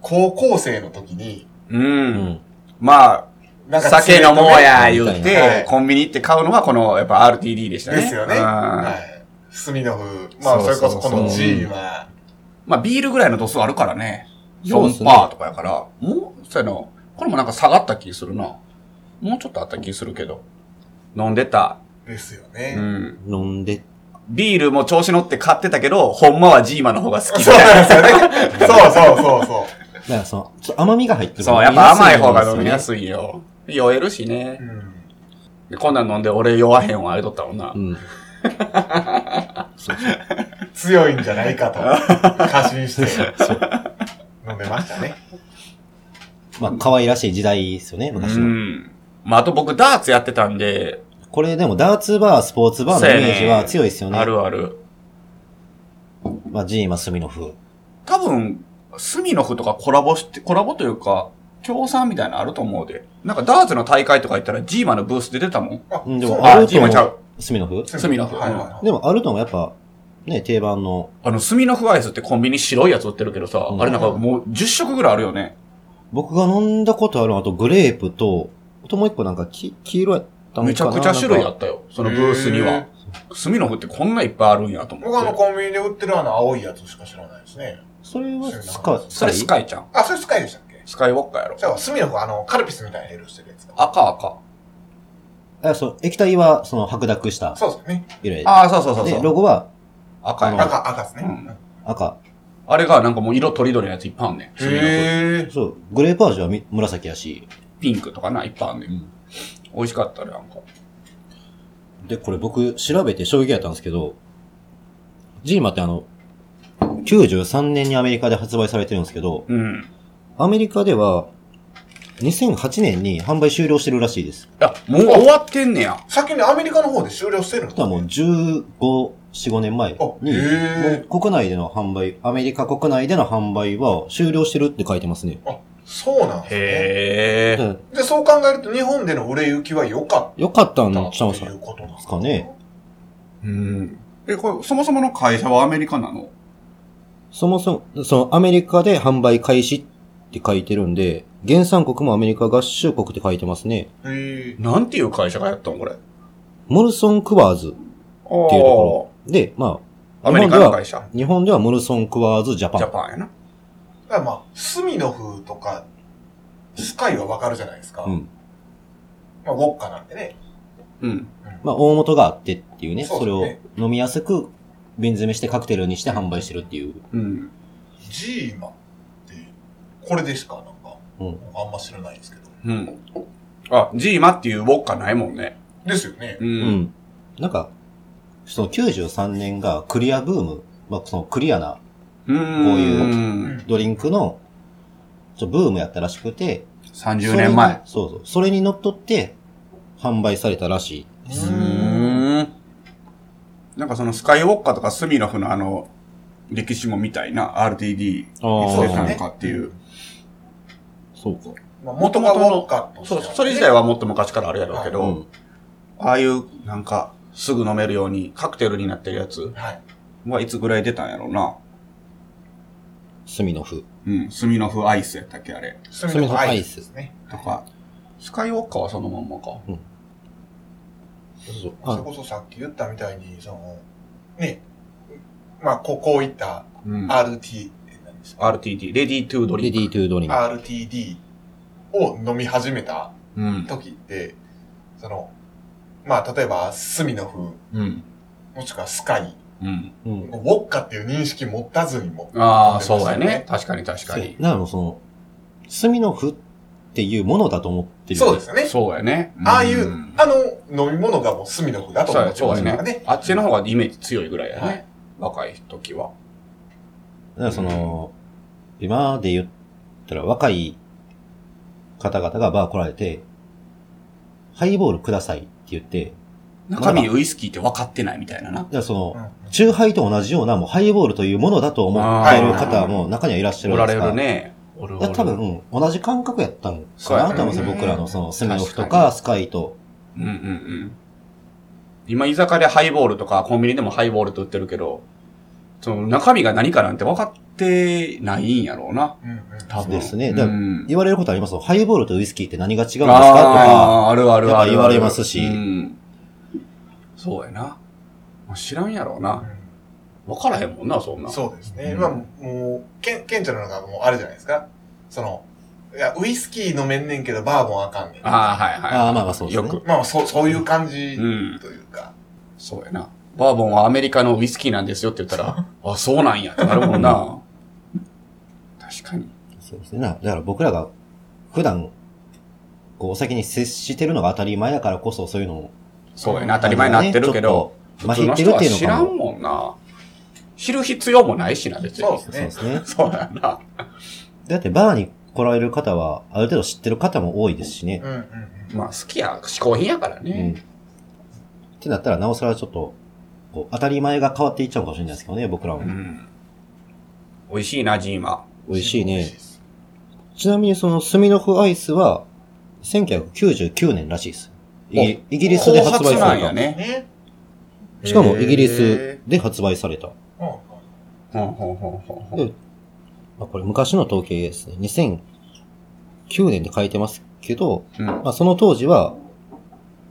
[SPEAKER 1] 高校生の時に、
[SPEAKER 2] う。
[SPEAKER 3] うんん。
[SPEAKER 2] まあ、
[SPEAKER 1] なんか
[SPEAKER 2] 酒飲もう *laughs* や、言う
[SPEAKER 3] みた
[SPEAKER 1] いな
[SPEAKER 2] て、コンビニ行って買うのがこの、やっぱ RTD でしたね。
[SPEAKER 1] ですよね。
[SPEAKER 2] うん
[SPEAKER 1] はい。スミノフ、まあ、そ
[SPEAKER 2] そう
[SPEAKER 1] れ
[SPEAKER 2] そ
[SPEAKER 1] こ
[SPEAKER 2] う
[SPEAKER 1] そ
[SPEAKER 2] そう
[SPEAKER 1] この G は、
[SPEAKER 2] まあ、ビールぐらいの度数あるからね。
[SPEAKER 3] そうっす
[SPEAKER 2] 4%
[SPEAKER 3] ね
[SPEAKER 2] パーとかやから、もう、そうやな。これもなんか下がった気するな。もうちょっとあった気するけど。飲んでた。
[SPEAKER 1] ですよ
[SPEAKER 2] う
[SPEAKER 1] ね。
[SPEAKER 2] ん。
[SPEAKER 3] 飲んで、
[SPEAKER 2] ビールも調子乗って買ってたけど、ほんまはジーマの方が好
[SPEAKER 1] *laughs*
[SPEAKER 2] き
[SPEAKER 1] そう
[SPEAKER 2] だ。
[SPEAKER 1] なんですよね。そうそうそうそ
[SPEAKER 3] だからその、ちょっと甘みが入ってる。
[SPEAKER 2] そう、やっぱ甘い方が飲みや
[SPEAKER 3] い。
[SPEAKER 2] すいよ。酔えるしね
[SPEAKER 1] う。う。ん。
[SPEAKER 2] でこんなん飲んで俺酔わへんわ、あれとったもんな
[SPEAKER 3] う。ん。そうそう。
[SPEAKER 1] 強いんじゃないかと、過信して、飲んでましたね。
[SPEAKER 3] まあ、可愛らしい時代ですよね、
[SPEAKER 2] う
[SPEAKER 3] 昔の。
[SPEAKER 2] ん。まあ、あと僕ダーツやってたんで、
[SPEAKER 3] これでもダーツバー、スポーツバーのイメージは強いですよね。
[SPEAKER 2] あるある。
[SPEAKER 3] まあ、ジーマスミノフ。
[SPEAKER 2] 多分、スミノフとかコラボして、コラボというか、協賛みたいなのあると思うで。なんかダーツの大会とか行ったらジーマのブースで出たもん。
[SPEAKER 1] あ
[SPEAKER 3] うんで
[SPEAKER 1] そう
[SPEAKER 3] も、
[SPEAKER 1] あ
[SPEAKER 3] あ
[SPEAKER 2] あ、
[SPEAKER 3] る
[SPEAKER 2] ジ
[SPEAKER 3] と
[SPEAKER 2] ー
[SPEAKER 3] も
[SPEAKER 2] マちゃう。
[SPEAKER 3] スミノフ
[SPEAKER 2] スミノフ
[SPEAKER 1] はいはいはい
[SPEAKER 3] でも、あるともやっぱ、ね、定番の、
[SPEAKER 2] あの、スミノフアイスってコンビニ白いやつ売ってるけどさ、
[SPEAKER 3] うん
[SPEAKER 2] あれなんかもう10色ぐらいあるよね。
[SPEAKER 3] 僕が飲んだことあるのあと、グレープと、あともう一個なんか、き、黄色やったのかな
[SPEAKER 2] めちゃくちゃ種類あ
[SPEAKER 3] なんか
[SPEAKER 2] ったよ。そのブースに
[SPEAKER 1] へ
[SPEAKER 2] は
[SPEAKER 1] ー。
[SPEAKER 2] スミノフってこんないっぱいあるんやと思
[SPEAKER 1] 僕はあの
[SPEAKER 2] って。
[SPEAKER 1] コンビニで売ってるあの青いやつしか知らないですね。
[SPEAKER 3] それはスカイ、
[SPEAKER 2] それスカイちゃん。
[SPEAKER 1] あ、それスカイでしたっけ
[SPEAKER 2] スカイウォッカやろ
[SPEAKER 1] じ。ゃあ、スミノフあの、カルピスみたいな色してるやつか。
[SPEAKER 2] 赤赤。
[SPEAKER 3] あ、そう、液体は、その、白濁した
[SPEAKER 1] そうですね。
[SPEAKER 3] 色や
[SPEAKER 2] ああ、そうそうそうそ
[SPEAKER 3] で、
[SPEAKER 2] う。
[SPEAKER 3] ロゴは
[SPEAKER 2] 赤や
[SPEAKER 3] あの
[SPEAKER 2] ろ。
[SPEAKER 1] 赤、赤ですね。
[SPEAKER 2] うん
[SPEAKER 3] 赤。
[SPEAKER 2] あれがなんかもう色とりどりのやついっぱいあんねん。
[SPEAKER 3] ミノフ
[SPEAKER 1] へー
[SPEAKER 3] そう、グレープ味はみ紫やし。
[SPEAKER 2] ピンクとかないっぱいあんねん。美味しかったね、なんか。
[SPEAKER 3] で、これ僕、調べて衝撃やったんですけど、ジーマってあの、93年にアメリカで発売されてるんですけど、
[SPEAKER 2] うん。
[SPEAKER 3] アメリカでは、2008年に販売終了してるらしいです。
[SPEAKER 2] あ、もう終わってんねや。
[SPEAKER 1] 先にアメリカの方で終了してるの
[SPEAKER 3] だからもう15、4、5年前に、
[SPEAKER 1] あ
[SPEAKER 3] も
[SPEAKER 1] へー
[SPEAKER 3] う国内での販売、アメリカ国内での販売は終了してるって書いてますね。
[SPEAKER 1] そうなんですね。
[SPEAKER 2] へ
[SPEAKER 3] だ
[SPEAKER 2] え。
[SPEAKER 3] か
[SPEAKER 1] で、そう考えると日本での売れ行きは良かっ
[SPEAKER 3] らよかったん
[SPEAKER 1] た
[SPEAKER 3] ちゃうん
[SPEAKER 1] と
[SPEAKER 3] す
[SPEAKER 1] い
[SPEAKER 3] か
[SPEAKER 1] うことなんです
[SPEAKER 3] かね。
[SPEAKER 2] うん。え、これ、そもそもの会社はアメリカなの
[SPEAKER 3] そもそも、そのアメリカで販売開始って書いてるんで、原産国もアメリカ合衆国って書いてますね。
[SPEAKER 1] へえ。
[SPEAKER 2] なんていう会社がやったんこれ。っていう
[SPEAKER 3] モルソン・クワーズ
[SPEAKER 2] と
[SPEAKER 3] っていうところ。で、まあ、
[SPEAKER 2] アメリカの会社。
[SPEAKER 3] 日本ではモルソン・クワーズ・ジャパ
[SPEAKER 2] ジャ
[SPEAKER 3] ン。
[SPEAKER 2] パンやな。
[SPEAKER 1] だからまあ、スミノフとか、スカイはわかるじゃないですか。
[SPEAKER 3] うん。
[SPEAKER 1] まあ、ウォッカなんでね。
[SPEAKER 2] うん。
[SPEAKER 3] まあ、大元があってっていうね、
[SPEAKER 1] そうで
[SPEAKER 3] そ
[SPEAKER 1] す
[SPEAKER 3] れを
[SPEAKER 1] ね
[SPEAKER 3] 飲みやすく、瓶詰めしてカクテルにして販売してるっていう。
[SPEAKER 2] うん。
[SPEAKER 1] ジーマって、これでしかなんか、
[SPEAKER 3] うん。
[SPEAKER 1] あんま知らないですけど。
[SPEAKER 2] うん。あ、ジーマっていうウォッカないもんね。
[SPEAKER 1] ですよね。
[SPEAKER 2] う。
[SPEAKER 3] うんん。なんか、その93年がクリアブーム、まあ、そのクリアな
[SPEAKER 2] うん。
[SPEAKER 3] こういう
[SPEAKER 2] うん。
[SPEAKER 3] ドリンクの、ちょブームやったらしくて、
[SPEAKER 2] 30年前。
[SPEAKER 3] それにそうそう。それに乗っ取って、販売されたらしい。
[SPEAKER 1] う
[SPEAKER 2] う。ん。なんかそのスカイウォッカとかスミノフのあの、歴史もみたいな RTD いつ
[SPEAKER 3] あ
[SPEAKER 2] 出たのかっていう。
[SPEAKER 3] そうか。
[SPEAKER 1] まあ、元がウォッカとして
[SPEAKER 2] そ
[SPEAKER 1] は
[SPEAKER 2] う
[SPEAKER 1] ね、
[SPEAKER 2] それ自体はもっと昔からあるやろうけど、
[SPEAKER 3] うん。
[SPEAKER 2] ああいう、なんか、すぐ飲めるようにカクテルになってるやつ
[SPEAKER 1] はい。
[SPEAKER 2] はいつぐらい出たんやろうな。
[SPEAKER 3] 炭の風。
[SPEAKER 2] うん、スミノフアイスやったっけ、あれ。
[SPEAKER 1] そ
[SPEAKER 3] れもアイス
[SPEAKER 1] ですね。
[SPEAKER 2] とか、スカイウォッカーはそのまんまか。
[SPEAKER 3] そうそう。
[SPEAKER 1] それ
[SPEAKER 3] あ
[SPEAKER 1] こそさっき言ったみたいに、その、ね、まあ、ここういった
[SPEAKER 2] うん。
[SPEAKER 1] RT、何でした
[SPEAKER 2] RTT、レディートゥードリ
[SPEAKER 3] レ
[SPEAKER 2] ン
[SPEAKER 3] デ
[SPEAKER 2] ク。
[SPEAKER 3] ィートゥードリンク。
[SPEAKER 1] RTD を飲み始めた
[SPEAKER 2] うん。
[SPEAKER 1] 時って、その、まあ、例えば、スミノフ、
[SPEAKER 2] うん。
[SPEAKER 1] もしくはスカイ、
[SPEAKER 2] うん。
[SPEAKER 3] うん
[SPEAKER 1] ウ。ォッカっていう認識持ったずにも、
[SPEAKER 2] ああ、そうやね。確かに確かに。
[SPEAKER 3] だからもうその、炭の符っていうものだと思ってるよ
[SPEAKER 1] そう
[SPEAKER 3] ね
[SPEAKER 1] ですよね。
[SPEAKER 2] そうやね。、
[SPEAKER 1] ああいうんあの、飲み物がもうスミノフだと
[SPEAKER 2] そう
[SPEAKER 1] 思っ
[SPEAKER 2] や、
[SPEAKER 1] てま
[SPEAKER 2] そう
[SPEAKER 1] す
[SPEAKER 2] や
[SPEAKER 1] から
[SPEAKER 2] ね
[SPEAKER 1] ね。。
[SPEAKER 2] あっちの方がイメージ強いぐらいや
[SPEAKER 1] は
[SPEAKER 2] ね。若い時は。
[SPEAKER 3] だからその、今で言ったら若い方々がバー来られて、ハイボールくださいって言って、
[SPEAKER 2] 中身ウイスキーって分かってないみたいなな
[SPEAKER 3] だ。からその
[SPEAKER 1] う、ん
[SPEAKER 3] チューハイと同じようなもうハイボールというものだと思ってる方も中にはいらっしゃる
[SPEAKER 2] お
[SPEAKER 3] ん
[SPEAKER 2] ら
[SPEAKER 3] です
[SPEAKER 2] れ
[SPEAKER 3] が
[SPEAKER 2] るね。おるお
[SPEAKER 3] だから
[SPEAKER 2] る
[SPEAKER 3] 多分、うん同じ感覚やったん
[SPEAKER 2] そう
[SPEAKER 3] か
[SPEAKER 2] や
[SPEAKER 3] な
[SPEAKER 2] ね
[SPEAKER 3] と思うんですよ、
[SPEAKER 1] うん
[SPEAKER 3] 僕らのその、スミノフと
[SPEAKER 2] 確か
[SPEAKER 3] か、スカイと。
[SPEAKER 2] うんうんうん。今、居酒屋でハイボールとか、コンビニでもハイボールと売ってるけど、その中身が何かなんて分かってないんやろうな。
[SPEAKER 1] うんうん
[SPEAKER 2] 多分。
[SPEAKER 3] ですね
[SPEAKER 2] うん
[SPEAKER 3] だから言われることありますよハイボールとウイスキーって何が違うんですかとか、
[SPEAKER 2] ああ、あるあるあるある。
[SPEAKER 3] やっぱ言われますし
[SPEAKER 2] うんそうやな。まあ知らんやろう
[SPEAKER 1] う
[SPEAKER 2] な。
[SPEAKER 1] ん
[SPEAKER 2] 分からへんもんな、そんな。
[SPEAKER 1] そうですね。
[SPEAKER 2] うん
[SPEAKER 1] まあ、もう、けん、顕著なのがもうあるじゃないですか。その、いや、ウイスキー飲めんねんけど、バーボンあかんねん。
[SPEAKER 2] ああ、はいはい。
[SPEAKER 3] ああまあまあそうですね
[SPEAKER 2] よく。
[SPEAKER 1] まあ、そう、そういう感じ
[SPEAKER 2] うん。
[SPEAKER 1] というか。
[SPEAKER 2] そうやな。バーボンはアメリカのウイスキーなんですよって言ったら、あ、そうなんやってなるもんな。確かに。
[SPEAKER 3] そうですね。なだから僕らが普段、こう、お酒に接してるのが当たり前だからこそ、そういうのを。
[SPEAKER 2] そうやな。当たり前になってるけど、
[SPEAKER 3] ちょっと、ま
[SPEAKER 2] 普通
[SPEAKER 3] ひ
[SPEAKER 2] の
[SPEAKER 3] っ
[SPEAKER 2] 人は
[SPEAKER 3] てるっていうの
[SPEAKER 2] 知ら
[SPEAKER 3] か
[SPEAKER 2] ん
[SPEAKER 3] も。
[SPEAKER 2] もんな。知る必要もないしな、別に。
[SPEAKER 1] そうで
[SPEAKER 3] そう
[SPEAKER 1] す
[SPEAKER 3] で
[SPEAKER 1] ね。
[SPEAKER 3] すね。
[SPEAKER 2] そうやな。
[SPEAKER 3] だってバーに来られる方は、ある程度知ってる方も多いですしね。
[SPEAKER 1] うんうん
[SPEAKER 2] まあ、好きや、嗜好品やから
[SPEAKER 3] うん。っ
[SPEAKER 2] ね。
[SPEAKER 3] てなったら、なおさらちょっと、こう、当たり前が変わっていっちゃうかもしれないですけどね、僕ら
[SPEAKER 2] う
[SPEAKER 3] も。
[SPEAKER 2] ん。美味しいな、ジーマ。
[SPEAKER 1] うん。
[SPEAKER 3] 美味しい
[SPEAKER 1] 美味
[SPEAKER 3] ね。
[SPEAKER 1] です
[SPEAKER 3] ちなみにその、スミノフアイスは、1999年らしいです。イギイギリスで発売
[SPEAKER 2] 後
[SPEAKER 3] さ
[SPEAKER 2] 発
[SPEAKER 3] れ
[SPEAKER 2] なんや
[SPEAKER 3] た。
[SPEAKER 2] ね。
[SPEAKER 1] ね。
[SPEAKER 3] しかもイギリ
[SPEAKER 2] へ
[SPEAKER 3] スで発売された。
[SPEAKER 1] うんうん
[SPEAKER 2] ー。ほんほんほんほんほん。
[SPEAKER 3] まあ、これ昔の統計ですね。2009年で書いてますけど、
[SPEAKER 2] うん
[SPEAKER 3] まあ、その当時は、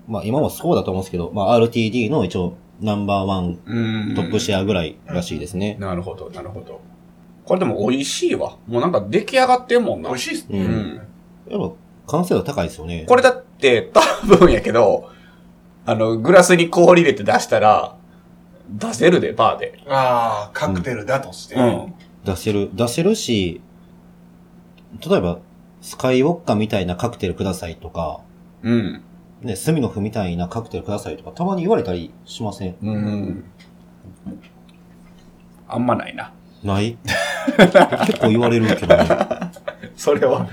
[SPEAKER 3] まあ、今もそうだと思うんですけど、まあ、RTD の一応ナンバーワン
[SPEAKER 2] うん
[SPEAKER 3] トップシェアぐらいらしいですね。
[SPEAKER 2] なるほど、なるほど。これでも美味しいわ。もうなんか出来上がってんもんな。
[SPEAKER 1] 美味しいっす
[SPEAKER 3] う
[SPEAKER 1] ね。
[SPEAKER 3] ん。
[SPEAKER 2] うん
[SPEAKER 3] やっぱ完成度高いですよね。
[SPEAKER 2] これだって多分やけど、あの、グラスに氷入れて出したら、出せるで、バーで。
[SPEAKER 1] ああ、カクテルだとして。
[SPEAKER 2] うん。
[SPEAKER 3] 出せる、出せるし、例えば、スカイウォッカみたいなカクテルくださいとか、
[SPEAKER 2] うん。
[SPEAKER 3] ね、スミノフみたいなカクテルくださいとか、たまに言われたりしません。
[SPEAKER 2] うん。あんまないな。
[SPEAKER 3] ない *laughs* 結構言われるけどね。
[SPEAKER 2] それは。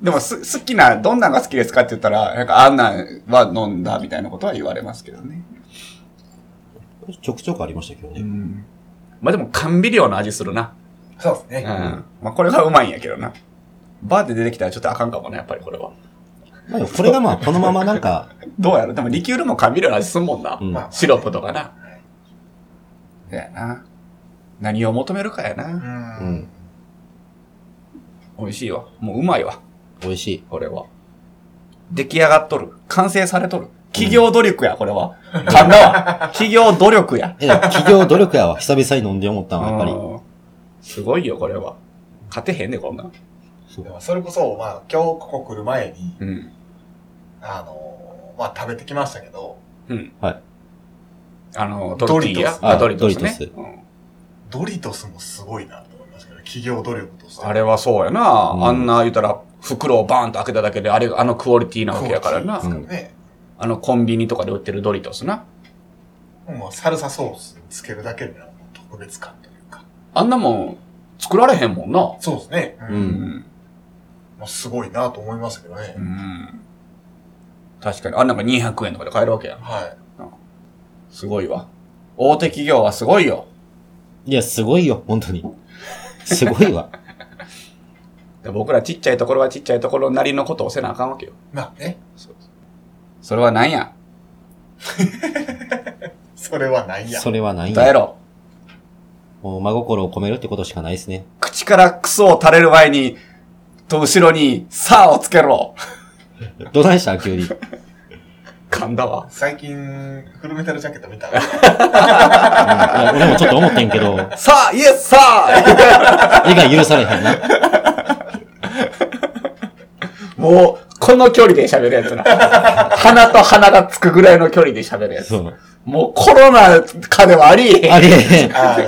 [SPEAKER 2] でもす、好きな、どんなんが好きですかって言ったら、なんか、あんなんは飲んだみたいなことは言われますけどね。
[SPEAKER 3] ちょくちょくありましたけどね。
[SPEAKER 2] ん。まあでも、甘味料の味するな。
[SPEAKER 1] そうです
[SPEAKER 2] うん。
[SPEAKER 1] ね。
[SPEAKER 2] まあこれがうまいんやけどな。バーで出てきたらちょっとあかんかもね、やっぱりこれは。
[SPEAKER 3] まあでもこれがまあ、このままなんか、
[SPEAKER 2] どうやろでもリキュールも甘味料の味すんもんな。
[SPEAKER 3] うん
[SPEAKER 1] まあ
[SPEAKER 2] シロップとかな。だやな。何を求めるかや
[SPEAKER 1] う
[SPEAKER 2] な。
[SPEAKER 3] うんん。
[SPEAKER 2] 美味しいわ。もううまいわ。
[SPEAKER 3] 美味しい。
[SPEAKER 2] これは。出来上がっとる。完成されとる。企業努力や、これは。噛んだ *laughs* わ。企業努力や。
[SPEAKER 3] え、だから企業努力やわ。久々に飲んで思ったのは、やっぱり。
[SPEAKER 2] うんすごいよ、これは。勝てへんね、こんなん。
[SPEAKER 1] でもそれこそ、まあ、今日ここ来る前に、
[SPEAKER 2] うん。
[SPEAKER 1] あのー、まあ、食べてきましたけど、
[SPEAKER 2] あの、トルティーヤ。あ
[SPEAKER 3] ド
[SPEAKER 2] ド
[SPEAKER 3] リ
[SPEAKER 2] リ
[SPEAKER 3] ト
[SPEAKER 2] ト
[SPEAKER 3] ス
[SPEAKER 2] スね。
[SPEAKER 3] ドリ
[SPEAKER 2] うん
[SPEAKER 1] ドリトスもすごいなと思いましたけど、企業努力として。
[SPEAKER 2] あれはそうやな。
[SPEAKER 3] うん
[SPEAKER 2] あんな言うたら、袋をバーンと開けただけで、あれがあのクオリティなわけやからな。
[SPEAKER 1] クオリティですからね。
[SPEAKER 2] あのコンビニとかで売ってるドリトスな。
[SPEAKER 1] もうサルサソースにつけるだけでもう特別感というか。
[SPEAKER 2] あんなもん作られへんもんな。
[SPEAKER 1] そうですね。う。
[SPEAKER 3] うん
[SPEAKER 2] ん。
[SPEAKER 1] もうすごいなと思いましたけどね。
[SPEAKER 2] うん。確かに。あんなんか200円とかで買えるわけやん。
[SPEAKER 1] は
[SPEAKER 2] すごいわ。大手企業はすごいよ。
[SPEAKER 3] いや、すごいよ、本当に。すごいわ。
[SPEAKER 2] で僕らちっちゃいところはちっちゃいところなりのことをせなあかんわけよ。
[SPEAKER 1] まあね。
[SPEAKER 2] それはなんや
[SPEAKER 1] それはないや。
[SPEAKER 3] それはないん
[SPEAKER 2] 答え
[SPEAKER 3] や。
[SPEAKER 2] ろ。
[SPEAKER 3] もう真心を込めるってことしかないですね。
[SPEAKER 2] 口からクソを垂れる前に、と後ろに、さあをつけろ。
[SPEAKER 3] どないした急に。
[SPEAKER 2] 噛んだわ。
[SPEAKER 1] 最近、フルメタルジャケット見た
[SPEAKER 3] いや俺もちょっと思ってんけど、
[SPEAKER 2] さあ、イエスさあ
[SPEAKER 3] 絵が許されへんな。
[SPEAKER 2] *laughs* もう、この距離で喋るやつな。鼻と鼻がつくぐらいの距離で喋るやつ
[SPEAKER 3] そ。う。
[SPEAKER 2] もうコロナ禍ではありえへん
[SPEAKER 3] ありえへん。
[SPEAKER 1] あの、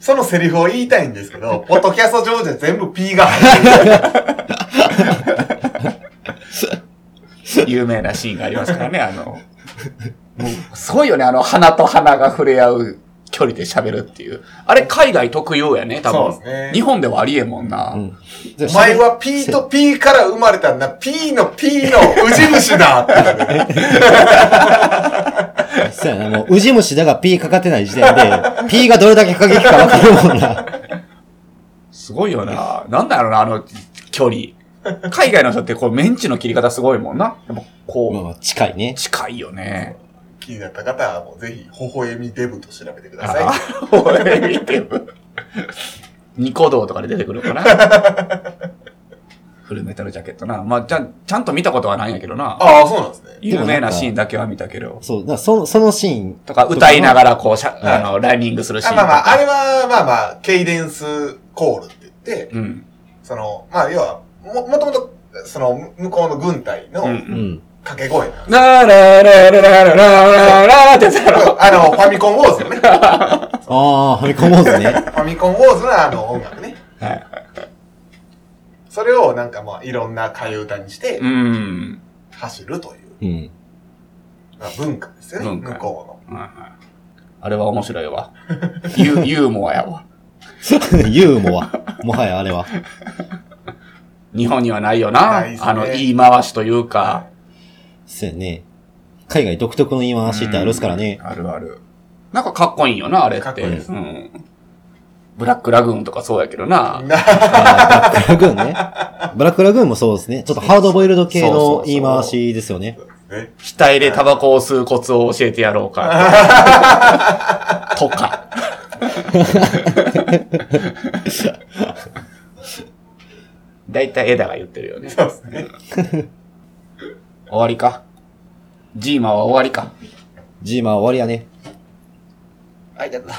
[SPEAKER 1] そのセリフを言いたいんですけど、
[SPEAKER 2] *laughs*
[SPEAKER 1] ポッドキャスト上で全部 P が入ってる。
[SPEAKER 2] 有名なシーンがありますからね、あの、もう、すごいよね、あの、鼻と鼻が触れ合う距離で喋るっていう。あれ、海外特有やね、多分。
[SPEAKER 1] そうですね
[SPEAKER 2] 日本ではありえもんな。
[SPEAKER 3] うん
[SPEAKER 1] お前は P と P から生まれたんだ。P の P のウジ虫だっていうね
[SPEAKER 3] そうやな、もう、ウジ虫だが P かかってない時点で、P がどれだけ過激かわかるもんな。
[SPEAKER 2] すごいよな。なんだろうな、あの、距離。海外の人って、こう、メンチの切り方すごいもんな。やっぱ
[SPEAKER 3] まあ
[SPEAKER 2] こ
[SPEAKER 3] まあ、近いね
[SPEAKER 2] う、。近いよね。
[SPEAKER 1] 気になった方は、もうぜひ、微笑みデブと調べてくだ
[SPEAKER 2] あ
[SPEAKER 1] さ
[SPEAKER 2] あ、俺見てる。ニコ動とかで出てくるのかな。 *laughs* フルメタルジャケットな。まあ、じゃ、ちゃんと見たことはないんやけどな。
[SPEAKER 1] ああ、そうなんですね。
[SPEAKER 2] 有名なシーンだけは見たけど。
[SPEAKER 3] そう、だからそそのシーン
[SPEAKER 2] とか、歌いな
[SPEAKER 3] ら。
[SPEAKER 2] がら、こう、しゃあの、ランニングするシー
[SPEAKER 1] あ
[SPEAKER 2] ンと
[SPEAKER 1] まあ
[SPEAKER 2] か。
[SPEAKER 1] まあ、あれは、まあまあ、ケイデンスコールって言って、
[SPEAKER 2] うん。
[SPEAKER 1] その、まあ、要は、も、もともと、その、向こうの軍隊の
[SPEAKER 2] う。
[SPEAKER 3] うんん。
[SPEAKER 1] 掛け声なんです
[SPEAKER 2] ラララララララララってやつやろ。
[SPEAKER 1] あの、ファミコンウォーズのね。フ
[SPEAKER 3] ああ、はみ込もうぜね。
[SPEAKER 1] ァミコンウォーズのあの音楽ね。
[SPEAKER 2] はい。
[SPEAKER 1] それをなんかまあ、いろんな替え歌にして
[SPEAKER 2] う、ん。
[SPEAKER 1] 走るという、
[SPEAKER 3] うん。
[SPEAKER 1] まあ、文化ですよね。
[SPEAKER 2] 文化
[SPEAKER 1] 向こ
[SPEAKER 2] はいはいあれは面白いわ。ユユーモアやわ。
[SPEAKER 3] *laughs* ユーモア。もはやあれは。
[SPEAKER 2] 日本にはないよな
[SPEAKER 1] ないで。すね
[SPEAKER 2] あの、言い回しというか。
[SPEAKER 3] そうやね。海外独特の言い回しってあるっすからね
[SPEAKER 2] う。んあるある。なんかかっこいいよな、あれって。
[SPEAKER 1] かっこいいです
[SPEAKER 2] うん。ブラックラグーンとかそうやけどな
[SPEAKER 1] の。。な、
[SPEAKER 3] あーブラックラグーンね。ブラックラグーンもそうですね。ちょっとハードボイルド系
[SPEAKER 2] そうそうそ
[SPEAKER 3] の
[SPEAKER 2] う
[SPEAKER 3] 言い回しですよね。
[SPEAKER 1] ね、
[SPEAKER 2] 額でタバコを吸うコツを教えてやろうか。とか。だいたい枝が言ってるよね。
[SPEAKER 1] そうですね。
[SPEAKER 2] 終わりか。ジーマは終わりか。
[SPEAKER 3] ジーマー終わりやね。
[SPEAKER 2] あいただ。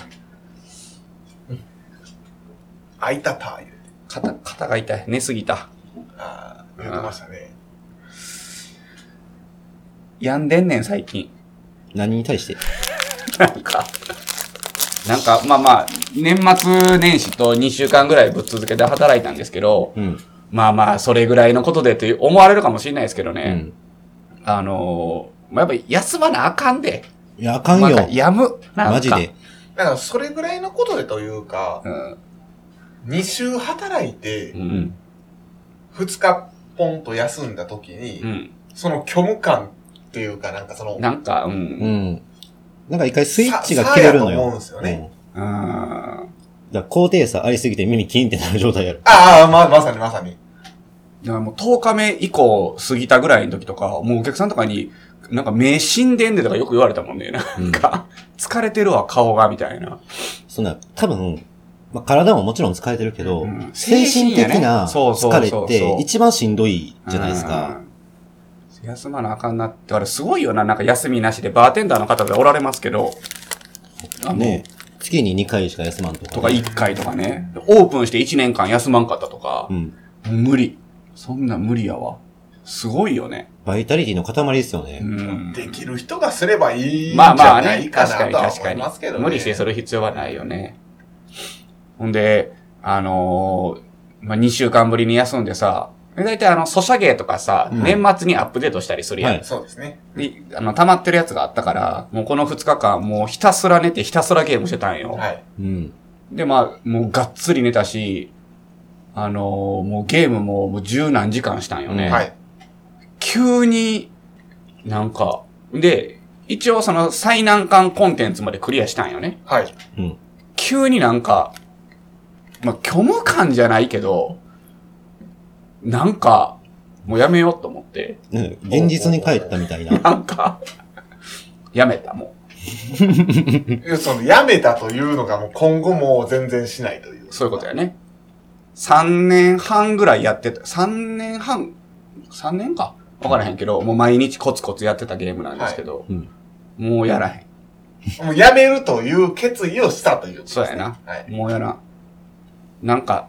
[SPEAKER 1] あいたた言うて。
[SPEAKER 2] 肩、肩が痛い。寝すぎた。
[SPEAKER 1] ああ、言ってましたね。
[SPEAKER 2] 病んでんねん、最近。
[SPEAKER 3] 何に対して。
[SPEAKER 2] なんか、なんか、まあまあ、年末年始と2週間ぐらいぶっ続けて働いたんですけど、
[SPEAKER 3] うん。
[SPEAKER 2] まあまあ、それぐらいのことでって思われるかもしれないですけど
[SPEAKER 3] う
[SPEAKER 2] ね。
[SPEAKER 3] ん。
[SPEAKER 2] あのー、まあやっぱり休まなあかんで。
[SPEAKER 3] いや、あかん
[SPEAKER 2] なんか
[SPEAKER 3] よ。
[SPEAKER 2] やむ。なんか
[SPEAKER 3] マジで。。
[SPEAKER 1] だから、それぐらいのことでというか、
[SPEAKER 2] うん。
[SPEAKER 1] 2週働いて
[SPEAKER 2] う、。
[SPEAKER 3] うんん。
[SPEAKER 1] 2日ポンと休んだ時
[SPEAKER 2] う
[SPEAKER 1] に、
[SPEAKER 2] ん。
[SPEAKER 1] その虚無感っていうか、なんかその、
[SPEAKER 2] なんか、う。
[SPEAKER 3] うんん。なんか一回スイッチが切れるの
[SPEAKER 1] ささやと思うん
[SPEAKER 3] よ。
[SPEAKER 1] ですよね。
[SPEAKER 3] うん
[SPEAKER 2] うん。
[SPEAKER 3] だから高低差ありすぎて耳キーンってなる状態やる。
[SPEAKER 1] ああ、ま、まさにまさに。
[SPEAKER 2] だからもう10日目以降過ぎたぐらいの時とか、もうお客さんとかに、なんか目死んでんでとかよく言われたもんね。なんか、疲れてるわ、顔が、みたいな。
[SPEAKER 3] そんな、多分、まあ、体ももちろん疲れてるけど、
[SPEAKER 2] うん
[SPEAKER 3] 精神
[SPEAKER 2] 精
[SPEAKER 3] 的な
[SPEAKER 2] 神やねそうそう
[SPEAKER 3] 疲れ
[SPEAKER 2] そう
[SPEAKER 3] って
[SPEAKER 2] そう
[SPEAKER 3] 一番しんどいじゃないですか。
[SPEAKER 2] うん。休まなあかんなって。だからすごいよな、なんか休みなしで、バーテンダーの方でおられますけど、あの
[SPEAKER 3] ね月に2回しか休まんとか。
[SPEAKER 2] とか1回とかね、オープンして1年間休まんかったとか
[SPEAKER 3] う、ん。
[SPEAKER 2] 無理。そんなん無理やわ。すごいよね。
[SPEAKER 3] バイタリティの塊ですよね。
[SPEAKER 2] うん。
[SPEAKER 1] できる人がすればいいんじ
[SPEAKER 2] まあ
[SPEAKER 1] ゃ
[SPEAKER 2] まあ
[SPEAKER 1] ない
[SPEAKER 2] ね、
[SPEAKER 1] か
[SPEAKER 2] 確か
[SPEAKER 1] な
[SPEAKER 2] に
[SPEAKER 1] とは
[SPEAKER 2] 確
[SPEAKER 1] 思
[SPEAKER 2] か
[SPEAKER 1] い
[SPEAKER 2] に
[SPEAKER 1] ますけど、。ね。
[SPEAKER 2] 無理してする必要はないよね。ほんで、あのーまあ、2週間ぶりに休んでさ、だいたいあの、ソシャゲとかさ、
[SPEAKER 3] うん
[SPEAKER 2] 年末にアップデートしたりするやん。
[SPEAKER 3] はい
[SPEAKER 1] そうですね。
[SPEAKER 2] であの、溜まってるやつがあったから、もうこの2日間、もうひたすら寝てひたすらゲームしてたんよ。
[SPEAKER 1] はい。
[SPEAKER 3] うん。
[SPEAKER 2] で、まあ、もうがっつり寝たし、あのーもうゲームももう十何時間したんよね。
[SPEAKER 3] うん
[SPEAKER 1] はい。
[SPEAKER 2] 急に、なんか、で、一応その最難関コンテンツまでクリアしたんよね。 *laughs*
[SPEAKER 1] はい。
[SPEAKER 3] うん。
[SPEAKER 2] 急になんか、まあ、虚無感じゃないけど、なんか、もうやめようと思って、
[SPEAKER 3] ね現実に帰ったみたいな。
[SPEAKER 2] なんか、やめたも
[SPEAKER 1] えその、やめたというのがもう今後も全然しないという。
[SPEAKER 2] う。そういうことやね。3年半ぐらいやってた。3年半 ?3 年かわからへんけど、もう毎日コツコツやってたゲームなんですけど、
[SPEAKER 3] うん
[SPEAKER 2] もうやらへ
[SPEAKER 1] もうやめるという決意をしたということですね
[SPEAKER 2] そうやな
[SPEAKER 1] はい。
[SPEAKER 2] ん。もうやらん。なんか、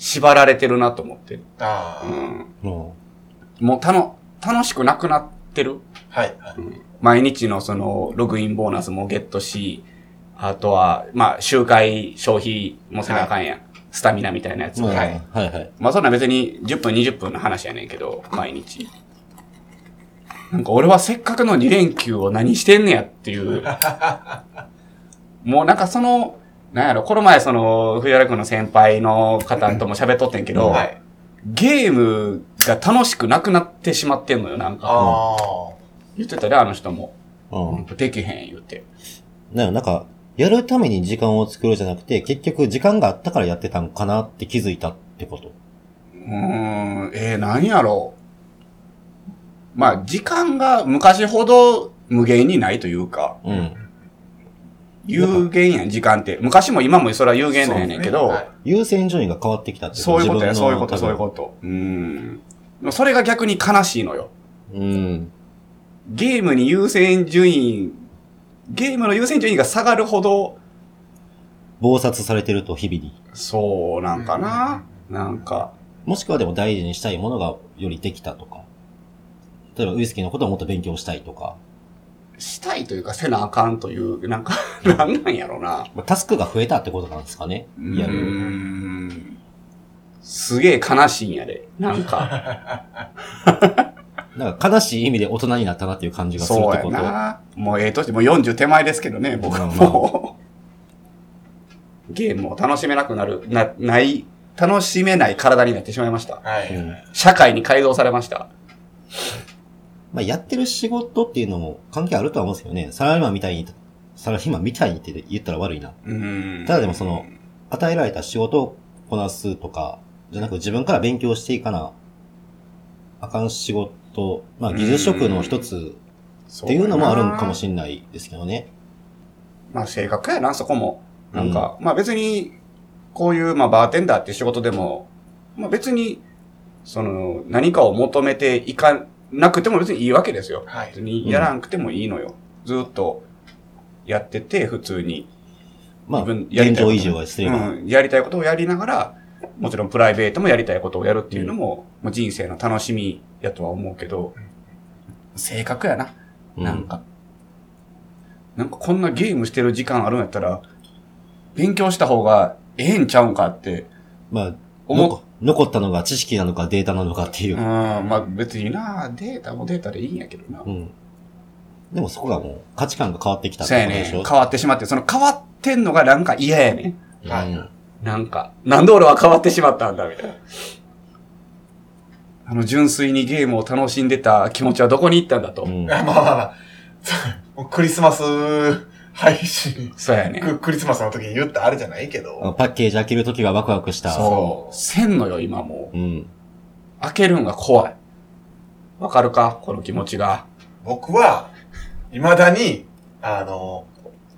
[SPEAKER 2] 縛られてるなと思って。
[SPEAKER 1] ああ、
[SPEAKER 2] うん。
[SPEAKER 3] も
[SPEAKER 2] もうたの、楽しくなくなってる。
[SPEAKER 1] はい。はい
[SPEAKER 2] 毎日のその、ログインボーナスもゲットし、あとは、まあ、周回消費もせなあかんやん。スタミナみたいなやつ
[SPEAKER 3] う、まあ
[SPEAKER 2] も。
[SPEAKER 1] はい
[SPEAKER 3] はいはい。
[SPEAKER 2] まあ、そんな別に10分20分の話やねんけど、毎日。なんか俺はせっかくの2連休を何してんねやっていう。もうなんかその、なんやろ、この前その、藤原くんの先輩の方とも喋っとってんけど、
[SPEAKER 1] はい。
[SPEAKER 2] ゲームが楽しくなくなってしまってんのよ、なんか。
[SPEAKER 1] あ
[SPEAKER 2] 言ってたで、あの人も。
[SPEAKER 3] うん。
[SPEAKER 2] できへん言うて。
[SPEAKER 3] だよなんか、やるために時間を作るじゃなくて、結局時間があったからやってたんかなって気づいたってこと。
[SPEAKER 2] うーん、えー、何やろう。まあ、時間が昔ほど無限にないというか、
[SPEAKER 3] うん。
[SPEAKER 2] 有限やん、時間って。昔も今もそれは有限なんやねんけど、
[SPEAKER 1] そうですね
[SPEAKER 3] 優先順位が変わってきたって
[SPEAKER 2] そういうことや、そういうこと、
[SPEAKER 3] 自
[SPEAKER 2] そういう
[SPEAKER 3] 分の
[SPEAKER 2] こと。うーん。でもそれが逆に悲しいのよ。
[SPEAKER 3] 多分うん。
[SPEAKER 2] ゲームに優先順位、ゲームの優先順位が下がるほど、
[SPEAKER 3] 暴殺されてると日々に。
[SPEAKER 2] そうなんかな。
[SPEAKER 1] うん
[SPEAKER 2] なんか、
[SPEAKER 3] もしくはでも大事にしたいものがよりできたとか。例えばウイスキーのことをもっと勉強したいとか。
[SPEAKER 2] したいというか、せなあかんという、なんか、 *laughs* なんなんやろな。
[SPEAKER 3] まあタスクが増えたってことなんですかね。や
[SPEAKER 2] うー
[SPEAKER 3] る。
[SPEAKER 2] んすげえ悲しいんやで。なんか、
[SPEAKER 3] なんか悲しい意味で大人になったなっていう感じがする
[SPEAKER 2] そ
[SPEAKER 3] っ
[SPEAKER 2] う
[SPEAKER 3] て
[SPEAKER 2] や
[SPEAKER 3] こと。
[SPEAKER 2] な。もうええ年、もう40手前ですけどね、僕は
[SPEAKER 3] まあまあ
[SPEAKER 2] もう。ゲームを楽しめなくなる、な、ない、楽しめない体になってしまいました。
[SPEAKER 1] は
[SPEAKER 3] う
[SPEAKER 1] い。
[SPEAKER 3] ん
[SPEAKER 2] 社会に改造されました。
[SPEAKER 3] まあ、やってる仕事っていうのも関係あるとは思うんですけどね。サラリーマンみたいに、サラリーマンみたいにって言ったら悪いな。
[SPEAKER 2] うーん
[SPEAKER 3] ただでもその、与えられた仕事をこなすとか、じゃなく自分から勉強していかな、あかん仕事、まあ、技術職の一つっていうのもあるんかも
[SPEAKER 2] れ
[SPEAKER 3] しれないですけどね。
[SPEAKER 2] ない。まあ性格やな、そこも。なんか、まあ別に、こういう、まあバーテンダーって仕事でも、まあ別に、その、何かを求めていかなくても別にいいわけですよ。
[SPEAKER 1] はい
[SPEAKER 2] 別。にやらなくてもいいのよ。ずっとやってて、普通に。
[SPEAKER 3] まあ、
[SPEAKER 2] 自分やり
[SPEAKER 3] 現
[SPEAKER 2] たいこと
[SPEAKER 3] 状維持をすれば。
[SPEAKER 2] うん。やりたいことをやりながら、もちろんプライベートもやりたいことをやるっていうのも、もう人生の楽しみやとは思うけど、性格やな。
[SPEAKER 3] うん
[SPEAKER 2] なんか。なんかこんなゲームしてる時間あるんやったら、勉強した方がええんちゃうんかって。
[SPEAKER 3] まあ、
[SPEAKER 2] 思っ
[SPEAKER 3] 残残ったのが知識なのかデータなのかっていうう。
[SPEAKER 2] ん、まあ別にな、データもデータでいいんやけどな
[SPEAKER 3] う。ん。でもそこがもう価値観が変わってきたって
[SPEAKER 2] そうや
[SPEAKER 3] ことで
[SPEAKER 2] ね
[SPEAKER 3] し
[SPEAKER 2] 変
[SPEAKER 3] ょ。
[SPEAKER 2] わってしまって、その変わってんのがなんか嫌やねん。
[SPEAKER 1] 変わっ
[SPEAKER 3] うん
[SPEAKER 2] なんか、なんで俺は変わってしまったんだ、みたいな。あの、純粋にゲームを楽しんでた気持ちはどこに行ったんだと。
[SPEAKER 3] うん
[SPEAKER 1] まあまあまあ *laughs* そう、クリスマス配信、
[SPEAKER 2] そうやね。
[SPEAKER 1] ククリスマスの時に言ったあれじゃないけど、
[SPEAKER 3] パッケージ開けるときがワクワクした。
[SPEAKER 2] そう。せんのよ、今もう。
[SPEAKER 3] うん。
[SPEAKER 2] 開けるんが怖い。わかるかこの気持ちが。
[SPEAKER 1] 僕は、未だに、あの、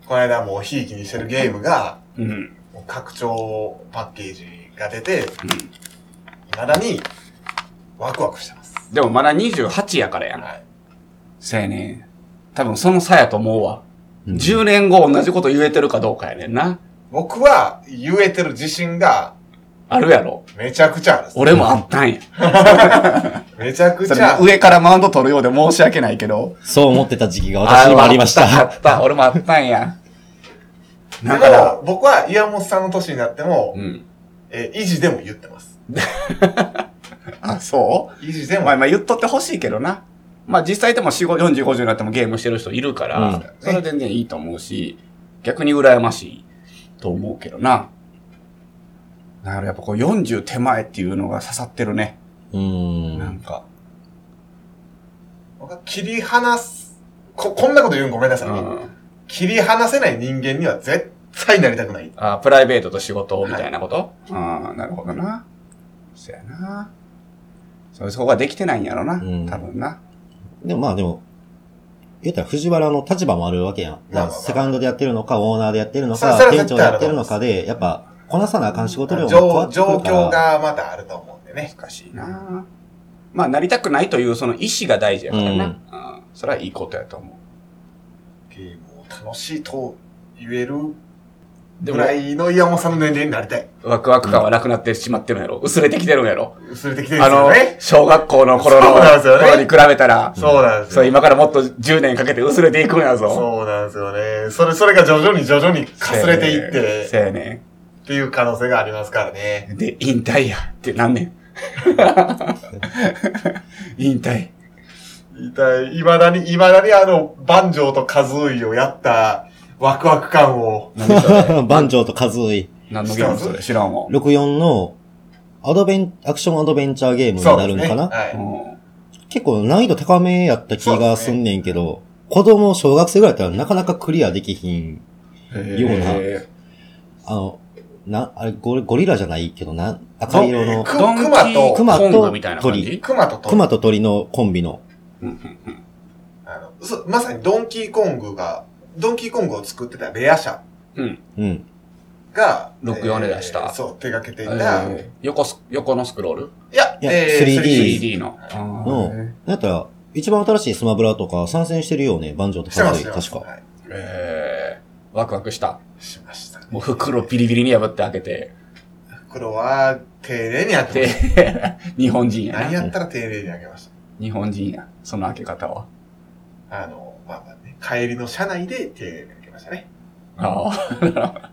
[SPEAKER 1] この間もうひいきにしてるゲームが、
[SPEAKER 2] うん。
[SPEAKER 1] もう拡張パッケージが出て、未だにワクワクしてます。
[SPEAKER 2] でもまだ28やからやん。
[SPEAKER 1] はい。
[SPEAKER 2] そうやね。多分その差やと思うわ。
[SPEAKER 3] うん
[SPEAKER 2] 10年後同じこと言えてるかどうかやねんな。
[SPEAKER 1] 僕は言えてる自信が
[SPEAKER 2] あるやろ。
[SPEAKER 1] めちゃくちゃあるんです。
[SPEAKER 2] 俺もあったんや。
[SPEAKER 1] めちゃく
[SPEAKER 2] そ
[SPEAKER 1] ち
[SPEAKER 2] れ
[SPEAKER 1] ゃ、
[SPEAKER 2] 上からマウント取るようで申し訳ないけど。
[SPEAKER 3] そう思ってた時期が私にもありまし
[SPEAKER 2] あ
[SPEAKER 3] た。
[SPEAKER 2] った、あった俺もあったんや。
[SPEAKER 1] だ
[SPEAKER 2] だ
[SPEAKER 1] か
[SPEAKER 2] から、
[SPEAKER 1] ら僕は岩本さんの年になっても、
[SPEAKER 2] うん。
[SPEAKER 1] えー維持でも言ってます。
[SPEAKER 2] あ、そ
[SPEAKER 1] 維持で
[SPEAKER 2] う
[SPEAKER 1] も、
[SPEAKER 2] まあ、まあ言っとってほしいけどな。まあ実際でも4 40、50になってもゲームしてる人いるから、
[SPEAKER 3] うん
[SPEAKER 2] それは全然いいと思うし、逆に羨ましいと思うけどな。だからやっぱこう40手前っていうのが刺さってるね。
[SPEAKER 3] うー
[SPEAKER 2] なん
[SPEAKER 3] ん。
[SPEAKER 2] か。
[SPEAKER 1] 僕は切り離す、こ、こんなこと言うんごめんなさい、ね
[SPEAKER 2] うん。
[SPEAKER 1] 切り離せない人間には絶対なりたくない。
[SPEAKER 2] あ、プライベートと仕事みたいなこと、ああ、なるほどな。そやな。それそこができてないんやろな、
[SPEAKER 3] うん
[SPEAKER 2] 多分な。
[SPEAKER 3] でもまあでも、言ったら藤原の立場もあるわけやん。だ
[SPEAKER 1] まあ
[SPEAKER 3] か
[SPEAKER 1] まあ
[SPEAKER 3] ら
[SPEAKER 1] まあ
[SPEAKER 3] セカンドでやってるのか、オーナーでやってるの
[SPEAKER 1] そ
[SPEAKER 3] か、
[SPEAKER 1] それは
[SPEAKER 3] 店
[SPEAKER 1] 絶
[SPEAKER 3] 長
[SPEAKER 1] 対
[SPEAKER 3] でやってるのかで、やっぱ、こなさなあかん仕事量も変わ
[SPEAKER 1] 状
[SPEAKER 3] って
[SPEAKER 1] 状
[SPEAKER 3] くるから
[SPEAKER 1] 況。がまだあると思うんでね。
[SPEAKER 2] 難しいな。まあ、なりたくないというその意思が大事やからな。
[SPEAKER 3] う
[SPEAKER 2] うんそれはいいことやと思
[SPEAKER 1] ゲームを楽しいと言える
[SPEAKER 2] う。で
[SPEAKER 1] ぐ
[SPEAKER 2] も、
[SPEAKER 1] らいの山本さんの年齢になりたい。
[SPEAKER 2] ワクワク感はなくなってしまってるんやろ。薄れてきてるんやろ。
[SPEAKER 1] 薄れてきてるんで
[SPEAKER 2] あ
[SPEAKER 1] すよ
[SPEAKER 2] の
[SPEAKER 1] ね、。
[SPEAKER 2] 小学校の頃の
[SPEAKER 1] そうなんですよね
[SPEAKER 2] 頃に比べたら、
[SPEAKER 1] そうなんです
[SPEAKER 2] そう、
[SPEAKER 1] よ。
[SPEAKER 2] 今からもっと10年かけて薄れていくんやぞ。
[SPEAKER 1] そうなんですよね。それ、それが徐々に徐々にかすれていって、
[SPEAKER 2] せやね
[SPEAKER 1] っていう可能性がありますからね。
[SPEAKER 2] ん。で、引退やってなん
[SPEAKER 1] *laughs*
[SPEAKER 2] ねん。引退。
[SPEAKER 1] 痛い、未だに、未だにあの、万丈とカズーイをやったワクワク感を、
[SPEAKER 2] 何それ
[SPEAKER 3] *laughs* 番長と数ズイ。
[SPEAKER 2] 何のゲームそれ知らんわ。
[SPEAKER 3] 64の、アドベン、アクションアドベンチャーゲームになるのかな、
[SPEAKER 1] は
[SPEAKER 2] う
[SPEAKER 1] い。
[SPEAKER 2] ん
[SPEAKER 3] 結構難易度高めやった気がすんねんけど、子供、小学生ぐらいだったらなかなかクリアできひん。ような
[SPEAKER 2] へ
[SPEAKER 3] あの、な、あれ、ゴリゴリラじゃないけどな、赤色の、
[SPEAKER 1] く
[SPEAKER 2] ードンキー
[SPEAKER 1] 熊
[SPEAKER 2] コング
[SPEAKER 3] と
[SPEAKER 2] みたいな感
[SPEAKER 3] 鳥
[SPEAKER 2] じ
[SPEAKER 1] 熊とと、
[SPEAKER 3] 熊と鳥のコンビの。
[SPEAKER 2] うんうんうん
[SPEAKER 1] あのそうまさにドンキーコングが、ドンキーコングを作ってたレア社
[SPEAKER 3] うん。
[SPEAKER 1] が、
[SPEAKER 2] 64で出した
[SPEAKER 1] ーそう、手掛けてい
[SPEAKER 2] え
[SPEAKER 1] た、
[SPEAKER 2] ー横す、横のスクロール
[SPEAKER 1] いや、
[SPEAKER 3] いや
[SPEAKER 1] えー
[SPEAKER 3] 3D
[SPEAKER 2] 3D の。あー
[SPEAKER 3] の、だったら、一番新しいスマブラとか参戦してるよね、バンジョーと
[SPEAKER 1] して
[SPEAKER 3] か
[SPEAKER 1] ま
[SPEAKER 3] で、
[SPEAKER 1] すよ。
[SPEAKER 3] 確か。
[SPEAKER 1] はい
[SPEAKER 2] えー、ワクワクした。
[SPEAKER 1] しましたね。
[SPEAKER 2] もう袋ビリビリに破って開けて。
[SPEAKER 1] 黒は丁寧にやってました。
[SPEAKER 2] で、 *laughs* 日本人や
[SPEAKER 1] 何
[SPEAKER 2] な。
[SPEAKER 1] やったら丁寧にあげまし
[SPEAKER 2] 日本人や。その開け方は。
[SPEAKER 1] た。あの、まあまあね、帰りの車内で丁寧にあげましたね。
[SPEAKER 2] あ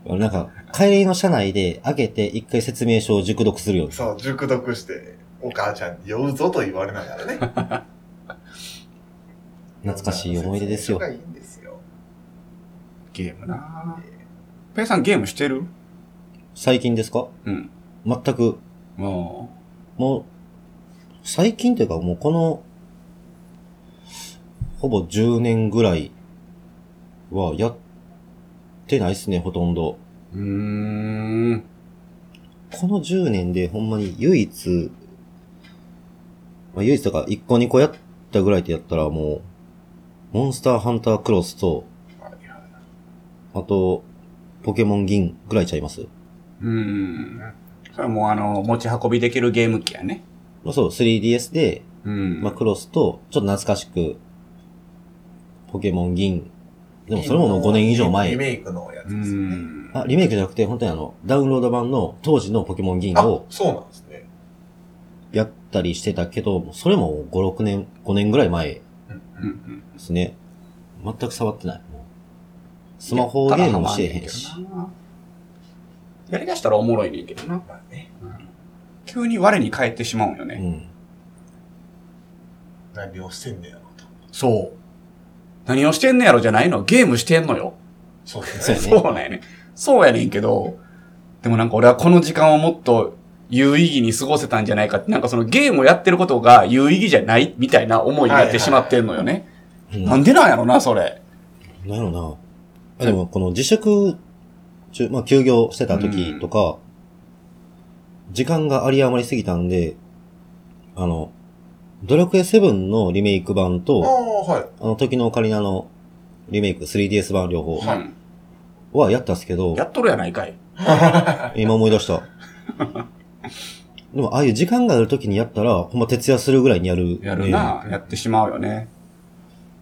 [SPEAKER 2] あ。
[SPEAKER 3] なんか、帰りの車内で開けて一回説明書を熟読するよね。
[SPEAKER 1] そう、熟読して、お母ちゃんに酔うぞと言われながらね。
[SPEAKER 3] *laughs* 懐かしい思い出ですよ
[SPEAKER 1] 説。明書がいいんですよ。
[SPEAKER 2] ゲームなペイさんゲームしてる
[SPEAKER 3] 最近ですか
[SPEAKER 2] うん。
[SPEAKER 3] 全く、
[SPEAKER 2] も
[SPEAKER 3] もう、最近というかもうこの、ほぼ10年ぐらいはやってないっすね、ほとんど。
[SPEAKER 2] う。うーん。
[SPEAKER 3] この10年でほんまに唯一、まあ、唯一とか1個2個やったぐらいでやったらもう、モンスターハンタークロスと、あと、ポケモン銀ぐらいちゃいます
[SPEAKER 2] うーん。それはもうあの、持ち運びできるゲーム機やね。
[SPEAKER 3] まあそう、3DS で、
[SPEAKER 2] うん。
[SPEAKER 3] まあクロスと、ちょっと懐かしく、ポケモン銀。でもそれももう5年以上
[SPEAKER 1] リ
[SPEAKER 3] 前。
[SPEAKER 1] メイクのや
[SPEAKER 2] う
[SPEAKER 1] つですよね。
[SPEAKER 2] ん。
[SPEAKER 3] あ、リメイクじゃなくて、本当にあの、ダウンロード版の当時のポケモン銀
[SPEAKER 1] あ
[SPEAKER 3] を、
[SPEAKER 1] そうなんですね。
[SPEAKER 3] やったりしてたけど、それも5、6年、5年ぐらい前
[SPEAKER 2] うんうん
[SPEAKER 3] ですね。全く触ってない。もうスマホゲームもしてへんし。。
[SPEAKER 2] やりだしたらおもろいねんけどな。
[SPEAKER 1] まあね、
[SPEAKER 2] 急に我に返ってしまうんよ
[SPEAKER 3] う
[SPEAKER 2] ね。
[SPEAKER 3] ん。
[SPEAKER 1] 何をしてんねやろと。
[SPEAKER 2] そう。何をしてんのやろじゃないのゲームしてんのよ。
[SPEAKER 1] そうで
[SPEAKER 3] そう
[SPEAKER 1] す
[SPEAKER 3] ね
[SPEAKER 1] ね。
[SPEAKER 2] そうなんやね。そうやねんけど、でもなんか俺はこの時間をもっと有意義に過ごせたんじゃないかって、なんかそのゲームをやってることが有意義じゃないみたいな思いになってしまってんのよね。
[SPEAKER 3] うん、
[SPEAKER 2] なんでなんやろな、それ。
[SPEAKER 3] なんやろな。あでも、この自粛中、まあ、休業してた時とか、時間があり余りすぎたんで、あの、ドラクエ7のリメイク版
[SPEAKER 1] ああ、
[SPEAKER 3] と、
[SPEAKER 1] はい。
[SPEAKER 3] あの、時のオカリナのリメイク、3DS 版両方
[SPEAKER 1] はい
[SPEAKER 2] うん
[SPEAKER 3] はやったんですけど
[SPEAKER 2] や、っとるやないかい。
[SPEAKER 3] 今思い出した。でも、ああいう時間がある時にやったら、ほんま徹夜するぐらいにやる、
[SPEAKER 2] やるな、やってしまうよね。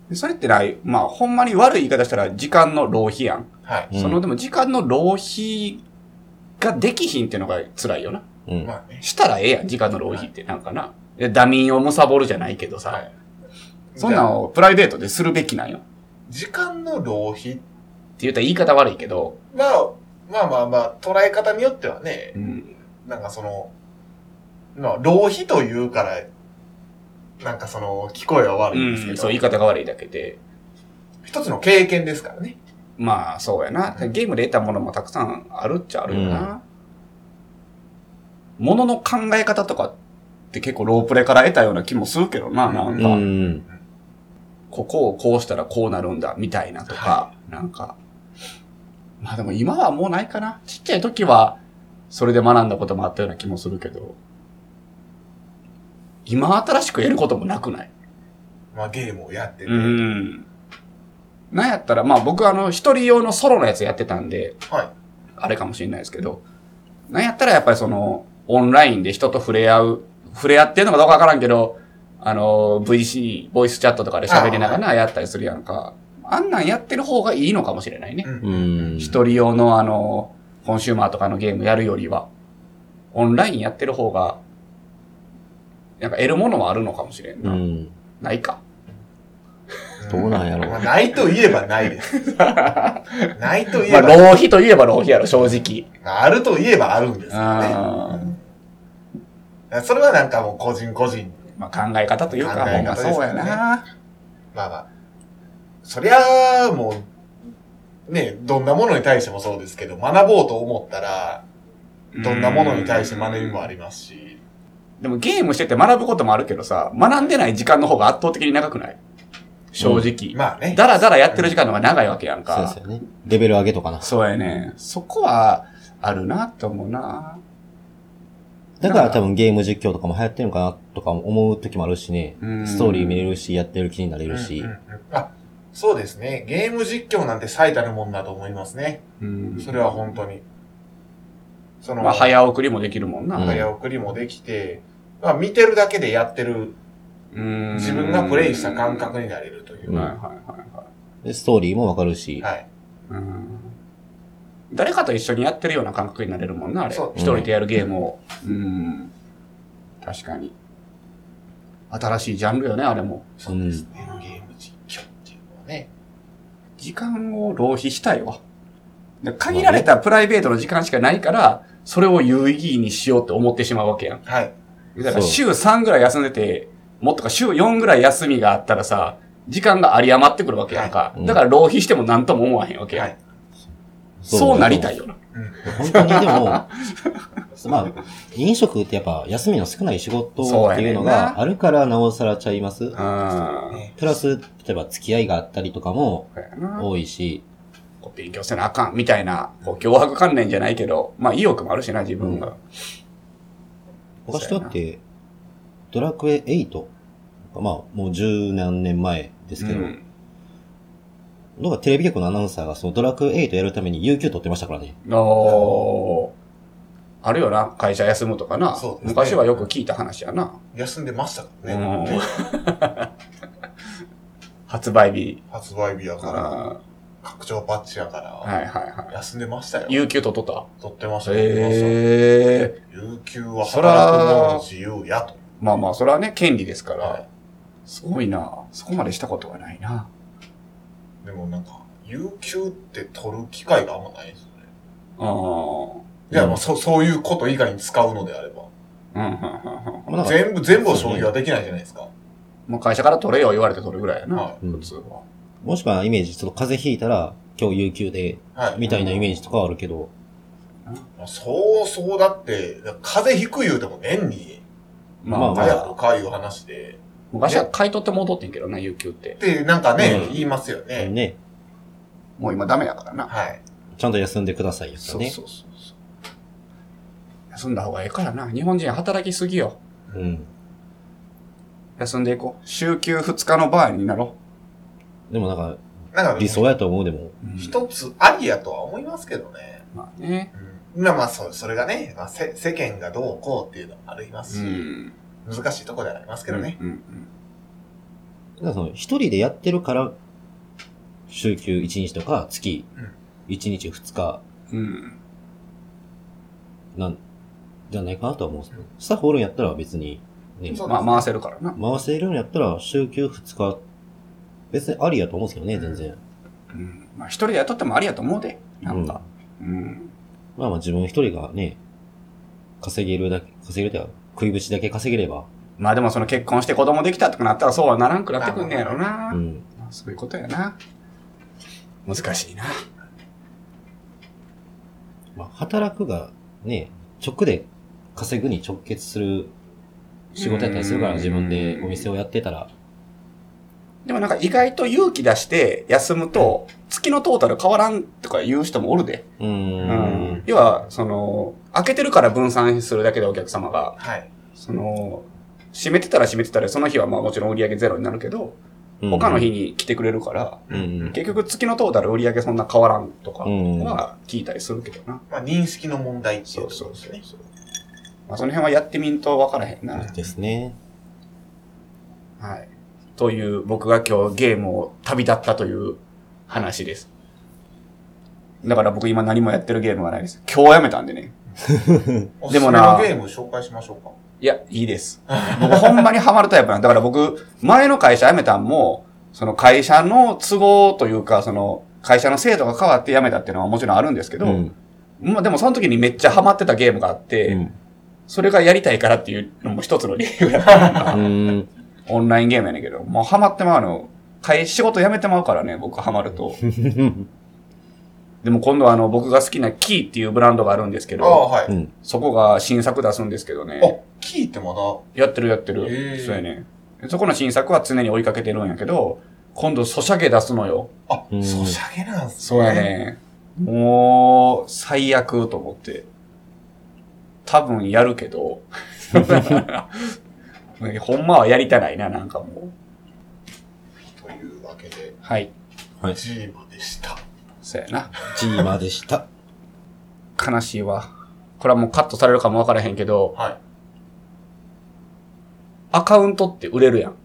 [SPEAKER 2] でそれってない、まあ、ほんまに悪い言い方したら時間の浪費やん。
[SPEAKER 1] はい。
[SPEAKER 3] うん
[SPEAKER 2] その、でも時間の浪費ができひんっていうのが辛いよな。
[SPEAKER 3] うん。
[SPEAKER 1] まあね。
[SPEAKER 2] したらええやん、時間の浪費ってなんかな。でダミーを貪るじゃないけどさ。
[SPEAKER 1] はい。
[SPEAKER 2] そんなんをプライベートでするべきなんよ。って
[SPEAKER 1] 時間の浪費
[SPEAKER 2] 言ったら言い方悪いけど、
[SPEAKER 1] まあ、まあまあまあ、捉え方によってはね、
[SPEAKER 2] うん。
[SPEAKER 1] なんかその、まあ、浪費というから、なんかその、聞こえは悪いんですけど、
[SPEAKER 2] そう、言い方が悪いだけで。
[SPEAKER 1] 一つの経験ですからね。
[SPEAKER 2] まあ、そうやな。ゲームで得たものもたくさんあるっちゃあるよな。も、の、の考え方とかって結構ロープレから得たような気もするけどな、なん
[SPEAKER 3] う
[SPEAKER 2] か。
[SPEAKER 3] ん。
[SPEAKER 2] ここをこうしたらこうなるんだ、みたいなとか、
[SPEAKER 1] は
[SPEAKER 2] なんか。まあでも今はもうないかな。ちっちゃい時は、それで学んだこともあったような気もするけど。今新しく得ることもなくない
[SPEAKER 1] まあゲームをやってて。
[SPEAKER 2] うん。なんやったら、まあ僕あの、一人用のソロのやつやってたんで、
[SPEAKER 1] はい。
[SPEAKER 2] あれかもしれないですけど、なんやったらやっぱりその、オンラインで人と触れ合う、触れ合ってるのかどうかわからんけど、あの、VC、ボイスチャットとかで喋りながらやったりするやんか。あんなんやってる方がいいのかもしれないね。
[SPEAKER 1] うん。
[SPEAKER 3] うん。
[SPEAKER 2] 一人用のあの、コンシューマーとかのゲームやるよりは、オンラインやってる方が、なんか得るものはあるのかもしれん
[SPEAKER 3] う
[SPEAKER 2] な。
[SPEAKER 3] ん。
[SPEAKER 2] ないか。
[SPEAKER 3] どうなんやろ
[SPEAKER 1] まあないと言えばない
[SPEAKER 3] *laughs*
[SPEAKER 1] です。ないと言え
[SPEAKER 2] まあ、
[SPEAKER 1] ば、
[SPEAKER 2] 浪費といえば浪費やろ、正直。
[SPEAKER 1] あると言えばあるんですよ
[SPEAKER 2] あー
[SPEAKER 1] ね。それはなんかもう個人個人。
[SPEAKER 2] まあ、考え方というか、
[SPEAKER 1] 考え
[SPEAKER 2] ほ
[SPEAKER 1] 方
[SPEAKER 2] んまそうや
[SPEAKER 1] ですよ
[SPEAKER 2] な。
[SPEAKER 1] まあまあ。そりゃあ、もう、ね、どんなものに対してもそうですけど、学ぼうと思ったら、どんなものに対して学びもありますし。
[SPEAKER 2] でもゲームしてて学ぶこともあるけどさ、学んでない時間の方が圧倒的に長くない正直。
[SPEAKER 1] まあね。
[SPEAKER 2] だらだらやってる時間の方が長いわけやん
[SPEAKER 3] そうです
[SPEAKER 2] か。
[SPEAKER 3] よね。レベル上げとかな。
[SPEAKER 2] そうやね。そこは、あるなと思うな。
[SPEAKER 3] だから多分ゲーム実況とかも流行ってるのかなとか思う時もあるしね。
[SPEAKER 2] うん
[SPEAKER 3] ストーリー見れるし、やってる気になれ
[SPEAKER 1] うん
[SPEAKER 3] るし
[SPEAKER 1] うんう。んあ、そうですね。ゲーム実況なんて最たるもんだと思いますね。
[SPEAKER 2] うん。
[SPEAKER 1] それは本当に。その、
[SPEAKER 2] まあ、早送りもできるもんな。
[SPEAKER 1] 早送りもできて、まあ見てるだけでやってる、
[SPEAKER 2] うん
[SPEAKER 1] 自分がプレイした感。覚になれるという
[SPEAKER 2] はいはい
[SPEAKER 1] か。
[SPEAKER 2] はいはい。
[SPEAKER 3] でストーリーもわかるし。
[SPEAKER 1] はい。
[SPEAKER 2] うん誰かと一緒にやってるような感覚になれるもんな、あれ。
[SPEAKER 1] そう
[SPEAKER 2] 一人でやるゲームを。うん。確かに。新しいジャンルよね、あれも。
[SPEAKER 1] そうですね。ゲーム実況っていうのはね。
[SPEAKER 2] 時間を浪費したいわ。で限られたプライベートの時間しかないから、それを有意義にしようって思ってしまうわけやん。
[SPEAKER 1] はい。
[SPEAKER 2] だから
[SPEAKER 3] そう
[SPEAKER 2] 週3ぐらい休んでて、もっとか週4ぐらい休みがあったらさ、時間が有り余ってくるわけやんか
[SPEAKER 3] は。い
[SPEAKER 2] だから浪費しても何とも思わへんわけやん。
[SPEAKER 1] はい
[SPEAKER 2] そうなりたいよな。
[SPEAKER 3] 本当にでも、 *laughs* まあ、飲食ってやっぱ休みの少ない仕事っていうの
[SPEAKER 2] そうやねんな
[SPEAKER 3] があるからなおさらちゃいます。
[SPEAKER 2] うん。
[SPEAKER 1] ね
[SPEAKER 3] プラス、例えば付き合いがあったりとかも
[SPEAKER 2] そうやな
[SPEAKER 3] 多いし、
[SPEAKER 2] こう勉強せなあかんみたいな、こう脅迫観念じゃないけど、まあ意欲もあるしな、自分が。
[SPEAKER 3] 昔だって、ドラクエ8、まあもう十何年前ですけど、
[SPEAKER 2] うん
[SPEAKER 3] なんかテレビ局のアナウンサーがそのドラクエ8やるために有給取ってましたからね。
[SPEAKER 2] おーあるよな、会社休むとかな。
[SPEAKER 1] そうですね
[SPEAKER 2] 昔はよく聞いた話やな。
[SPEAKER 1] 休んでましたから
[SPEAKER 2] う
[SPEAKER 1] ね。
[SPEAKER 2] ん発売日
[SPEAKER 1] 発売日や
[SPEAKER 2] か
[SPEAKER 1] から、
[SPEAKER 2] ら。
[SPEAKER 1] 拡張パッチやから、
[SPEAKER 2] はいはいは
[SPEAKER 1] 休んでました
[SPEAKER 2] い。
[SPEAKER 1] よ。
[SPEAKER 2] 有給取っとっ
[SPEAKER 1] 取ってましたたよ。取って
[SPEAKER 2] ええ
[SPEAKER 1] ました有給は
[SPEAKER 2] そら
[SPEAKER 1] 働くもの自由やと。
[SPEAKER 2] まあまあ、それはね、権利ですから
[SPEAKER 1] は。
[SPEAKER 2] すごいな。そこまでしたことがないな。
[SPEAKER 1] でもなんか、有給って取る機会があんまないですよね。
[SPEAKER 2] あー
[SPEAKER 1] いや、まあ、そ、そういうこと以外に使うのであれば。
[SPEAKER 2] うんうんうんうん
[SPEAKER 3] まあなんか
[SPEAKER 1] 全部、全部を消費はできないじゃないですか。
[SPEAKER 2] まあ会社から取れよ言われて取るぐらいやな
[SPEAKER 1] は。
[SPEAKER 3] い
[SPEAKER 2] 普通は。
[SPEAKER 3] もしくはイメージ、ちょっと風邪ひいたら今日有給で、
[SPEAKER 1] はい。
[SPEAKER 3] みたいなイメージとかはあるけど、
[SPEAKER 1] そうそうだって、風邪ひく言うても年に、
[SPEAKER 2] ま
[SPEAKER 3] ま
[SPEAKER 2] あ
[SPEAKER 3] あ
[SPEAKER 2] ま
[SPEAKER 3] ま
[SPEAKER 1] 早く、
[SPEAKER 2] あ
[SPEAKER 1] かいう話で。
[SPEAKER 2] 昔は買い取って戻ってんけどな、有給って
[SPEAKER 1] っ。て、なんかね、
[SPEAKER 3] うん
[SPEAKER 1] 言いますよね。
[SPEAKER 3] ね、
[SPEAKER 2] もう今ダメやからな。
[SPEAKER 1] はい。
[SPEAKER 3] ちゃんと休んでくださいよ、ね。
[SPEAKER 2] そうそうそうそう。休んだ方がええからな。日本人働きすぎよ。
[SPEAKER 3] うん。
[SPEAKER 2] 休んでいこう。週休2日の場合になろ
[SPEAKER 3] でもなんか、
[SPEAKER 1] なんか、
[SPEAKER 3] 理想やと思うでも、
[SPEAKER 2] う。うん
[SPEAKER 1] 一つありやとは思いますけどね。
[SPEAKER 2] まあね。
[SPEAKER 1] うん。まあまあ、そそれがね、まあ、せ世間がどうこうっていうのもあります
[SPEAKER 2] う
[SPEAKER 1] し、
[SPEAKER 2] ん。
[SPEAKER 1] 難しいとこではありますけどね。
[SPEAKER 2] うんうん
[SPEAKER 3] なんかその一人でやってるから、週休1日とか月
[SPEAKER 1] うん
[SPEAKER 3] 1日2日
[SPEAKER 2] うん。うん。
[SPEAKER 3] なん、じゃないかなとは思うんですけど、スタッフおるんやったら別に、ね、
[SPEAKER 1] そう
[SPEAKER 2] まあ回せるからな。
[SPEAKER 3] 回せるんやったら週休2日、別にありやと思うんですけどね、全然。
[SPEAKER 2] うん。まあ一人で雇ってもありやと思うで。なんか。うん。
[SPEAKER 3] うんまあまあ自分一人がね、稼げるだけ、稼げるというか、食いぶちだけ稼げれば、
[SPEAKER 2] まあでもその結婚して子供できたとかなったらそうはならんくなってくんねやろな
[SPEAKER 3] う。ん。
[SPEAKER 2] まあそういうことやな。難しいな。
[SPEAKER 3] まあ働くがね、直で稼ぐに直結する仕事やったりするから、
[SPEAKER 2] うん
[SPEAKER 3] 自分でお店をやってたら、
[SPEAKER 2] でもなんか意外と勇気出して休むと、月のトータル変わらんとか言う人もおるで。
[SPEAKER 3] うー。
[SPEAKER 2] うんん。要は、その、開けてるから分散するだけでお客様が、
[SPEAKER 1] はい。
[SPEAKER 2] その、閉めてたら閉めてたら、その日はまあもちろん売り上げゼロになるけど、
[SPEAKER 3] うん
[SPEAKER 2] 他の日に来てくれるから、
[SPEAKER 3] うんうん。
[SPEAKER 2] 結局月のトータル売り上げそんな変わらんとか
[SPEAKER 3] うん
[SPEAKER 2] は聞いたりするけどな。
[SPEAKER 1] まあ、認識の問題ってい
[SPEAKER 2] そうう
[SPEAKER 1] とこ
[SPEAKER 2] そ
[SPEAKER 1] ろ
[SPEAKER 2] う
[SPEAKER 1] です
[SPEAKER 2] そう
[SPEAKER 1] ね。
[SPEAKER 2] そう。まあその辺はやってみんと分からへんな。
[SPEAKER 3] ですね。
[SPEAKER 2] はい。という、僕が今日ゲームを旅立ったという話です。だから僕今何もやってるゲームはないです。今日やめたんでね。
[SPEAKER 1] おすめ
[SPEAKER 2] ですもな
[SPEAKER 1] のゲーム紹介しましょうか。
[SPEAKER 2] いや、いいです。僕ほんまにハマるタイプなんだから僕、前の会社辞めたんも、その会社の都合というか、その会社の制度が変わって辞めたっていうのはもちろんあるんですけど、
[SPEAKER 3] うん。
[SPEAKER 2] まあでもその時にめっちゃハマってたゲームがあって、
[SPEAKER 3] うん
[SPEAKER 2] それがやりたいからっていうのも一つの理 *laughs* 由やったの
[SPEAKER 3] う
[SPEAKER 2] が
[SPEAKER 3] ん。
[SPEAKER 2] オンラインゲームやねんけど、もうハマってまうの。会仕事辞めてまうからね、僕ハマると。でも今度はあの、僕が好きなキーっていうブランドがあるんですけ
[SPEAKER 1] ああ、
[SPEAKER 2] ど、
[SPEAKER 1] はい。
[SPEAKER 3] うん。
[SPEAKER 2] そこが新作出すんですけどね。
[SPEAKER 1] あ、聞いてまだ。
[SPEAKER 2] やってるやってる。
[SPEAKER 1] へー
[SPEAKER 2] そうやね。そこの新作は常に追いかけてるんやけど、今度、ソシャゲ出すのよ。
[SPEAKER 1] あ、
[SPEAKER 3] うん
[SPEAKER 1] ソシャゲなんすね。
[SPEAKER 2] そうや。ね。もう、最悪と思って。多分やるけど。 *laughs* ほんまはやりたないな、なんかもう。
[SPEAKER 1] というわけで、
[SPEAKER 2] はい。
[SPEAKER 1] ジーマでした。
[SPEAKER 2] そうやな。
[SPEAKER 3] ジーマでした。
[SPEAKER 2] 悲しいわ。これはもうカットされるかもわからへんけど、
[SPEAKER 1] はい。
[SPEAKER 2] アカウントって売れるやん。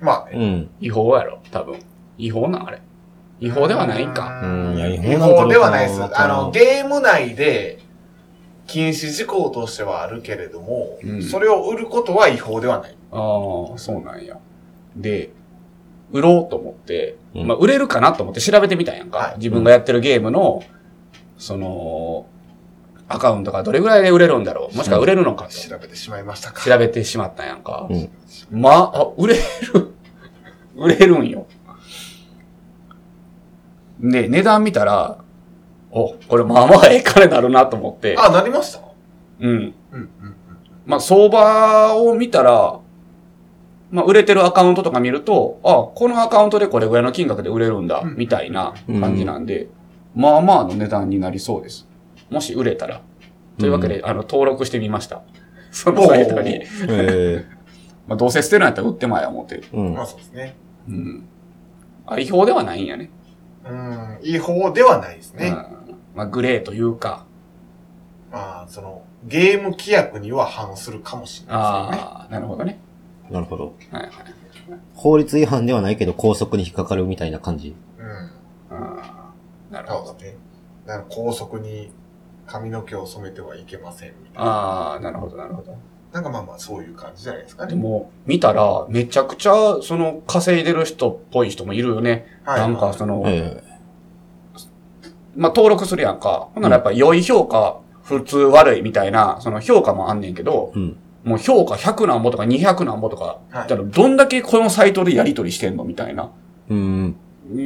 [SPEAKER 1] まあ、
[SPEAKER 3] うん。
[SPEAKER 2] 違法やろ、多分。違法なんあれ。違法ではないんか。
[SPEAKER 3] うんいや違法
[SPEAKER 1] 違
[SPEAKER 3] なんかどうか
[SPEAKER 1] 法ではないです
[SPEAKER 3] わ。か
[SPEAKER 1] あ
[SPEAKER 3] らん
[SPEAKER 1] の、ゲーム内で、禁止事項としてはあるけれども、
[SPEAKER 2] うん
[SPEAKER 1] それを売ることは違法ではない。
[SPEAKER 2] ああ、そうなんや。で、売ろうと思って、
[SPEAKER 3] うん
[SPEAKER 2] まあ、売れるかなと思って調べてみたんやんか。
[SPEAKER 1] はい
[SPEAKER 2] 自分がやってるゲームの、その、アカウントがどれぐらいで売れるんだろう。もしくは売れるのかと
[SPEAKER 1] 調べてしまいましたか。
[SPEAKER 2] 調べてしまったんやんか。
[SPEAKER 3] うん
[SPEAKER 2] まあ、あ売れる。売れるんよ。で、値段見たら、お、これまあまあええ金なるなと思って、
[SPEAKER 1] あ、なりました
[SPEAKER 2] うん。
[SPEAKER 1] うんうん
[SPEAKER 2] まあ、相場を見たら、まあ、売れてるアカウントとか見ると、あ、このアカウントでこれぐらいの金額で売れるんだ
[SPEAKER 1] う、ん
[SPEAKER 2] みたいな感じなんで、まあまあの値段になりそうです。もし売れたら。というわけで、あの、登録してみました。そのサイトに。
[SPEAKER 3] え
[SPEAKER 2] まあ、どうせ捨てるんやったら売ってまえや思って。
[SPEAKER 3] ーう
[SPEAKER 1] うんん。まあそうですね。
[SPEAKER 2] うん。あ、違法ではないんやね。
[SPEAKER 1] うん、違法ではないですね。
[SPEAKER 2] うん。まあ、グレーというか、
[SPEAKER 1] まあ、その、ゲーム規約には反するかもしれないです
[SPEAKER 2] ああ、なるほどね。
[SPEAKER 3] なるほど。
[SPEAKER 2] はいはい。
[SPEAKER 3] 法律違反ではないけど、拘束に引っかかるみたいな感じ。
[SPEAKER 1] けどね。うん。
[SPEAKER 2] あーなるほ
[SPEAKER 1] そう
[SPEAKER 2] ど。
[SPEAKER 1] ですね。だから高速に髪の毛を染めてはいけませんみたいな。
[SPEAKER 2] ああ、なるほど、なるほど。
[SPEAKER 1] なんかまあまあそういう感じじゃないですか
[SPEAKER 2] で
[SPEAKER 1] ね。
[SPEAKER 2] も、見たら、めちゃくちゃ、その、稼いでる人っぽい人もいるよね。
[SPEAKER 1] はい。
[SPEAKER 2] なんか、その、
[SPEAKER 3] え
[SPEAKER 2] まあ、登録するやんか。ほんならやっぱ、良い評価、普通悪いみたいな、その評価もあんねんけど、
[SPEAKER 3] うん
[SPEAKER 2] もう評価100なんぼとか200なんぼとか、
[SPEAKER 1] はい
[SPEAKER 2] だからどんだけこのサイトでやり取りしてんのみたいな、
[SPEAKER 3] えうん。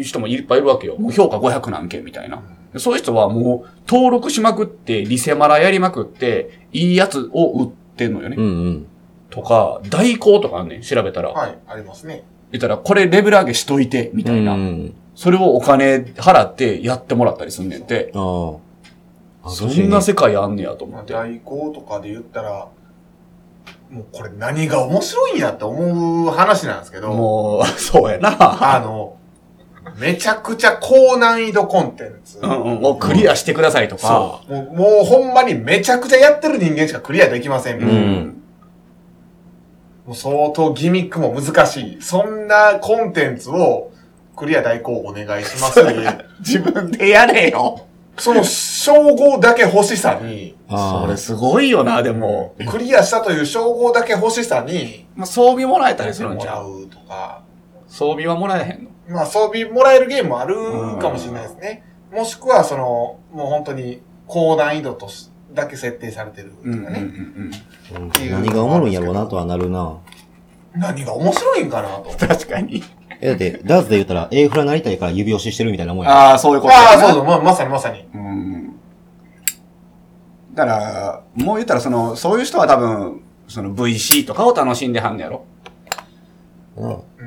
[SPEAKER 2] 人もいっぱいいるわけよ。もう評価500なんけみたいな。そういう人はもう、登録しまくって、リセマラやりまくって、いいやつを売ってんのよね。
[SPEAKER 3] うんうん。
[SPEAKER 2] とか、代行とかあんねん、調べたら。
[SPEAKER 1] はい、ありますね。
[SPEAKER 2] 言ったら、これレベル上げしといて、みたいな。
[SPEAKER 3] うん。
[SPEAKER 2] それをお金払ってやってもらったりすんねんて。
[SPEAKER 3] ああ。
[SPEAKER 2] そんな世界あんねやと思
[SPEAKER 1] まあ、
[SPEAKER 2] って。
[SPEAKER 1] 代行とかで言ったら、もうこれ何が面白いんやって思う話なんですけど、
[SPEAKER 2] もう、そうやな。
[SPEAKER 1] あの、めちゃくちゃ高難易度コンテンツ。
[SPEAKER 2] うんうん、もうクリアしてくださいとか
[SPEAKER 1] そ。う。もう、もうほんまにめちゃくちゃやってる人間しかクリアできません。
[SPEAKER 3] ううん
[SPEAKER 1] もう相当ギミックも難しい。そんなコンテンツをクリア代行お願いしますって
[SPEAKER 2] *laughs*
[SPEAKER 1] いう。
[SPEAKER 2] 自分でやれよ。
[SPEAKER 1] その称号だけ欲しさに、
[SPEAKER 3] ああ
[SPEAKER 2] それすごいよな、でも。
[SPEAKER 1] クリアしたという称号だけ欲しさに、
[SPEAKER 2] まあ、装備もらえたりするん
[SPEAKER 1] も
[SPEAKER 2] ち
[SPEAKER 1] ら
[SPEAKER 2] ゃう
[SPEAKER 1] うとか。
[SPEAKER 2] 装備はもらえへんの。
[SPEAKER 1] まあ装備もらえるゲームもあるかもしれないですね。もしくは、その、もう本当に高難易度としだけ設定されてるとかね。
[SPEAKER 2] ん。
[SPEAKER 3] うん
[SPEAKER 1] ていう
[SPEAKER 3] 何がおもろいんやろうなとはなるな。
[SPEAKER 1] 何が面白いんか
[SPEAKER 2] *laughs*
[SPEAKER 1] なと。
[SPEAKER 2] 確かに。
[SPEAKER 3] え、だって、ダーツで言ったら、A フラなりたいから指押ししてるみたいなもんや。
[SPEAKER 2] ああ、そういうことやな
[SPEAKER 1] ああ、そうそう、ままさにまさに。
[SPEAKER 2] うんだから、もう言ったら、その、そういう人は多分、その VC とかを楽しんではんねやろ。
[SPEAKER 3] うん
[SPEAKER 1] う。
[SPEAKER 2] うん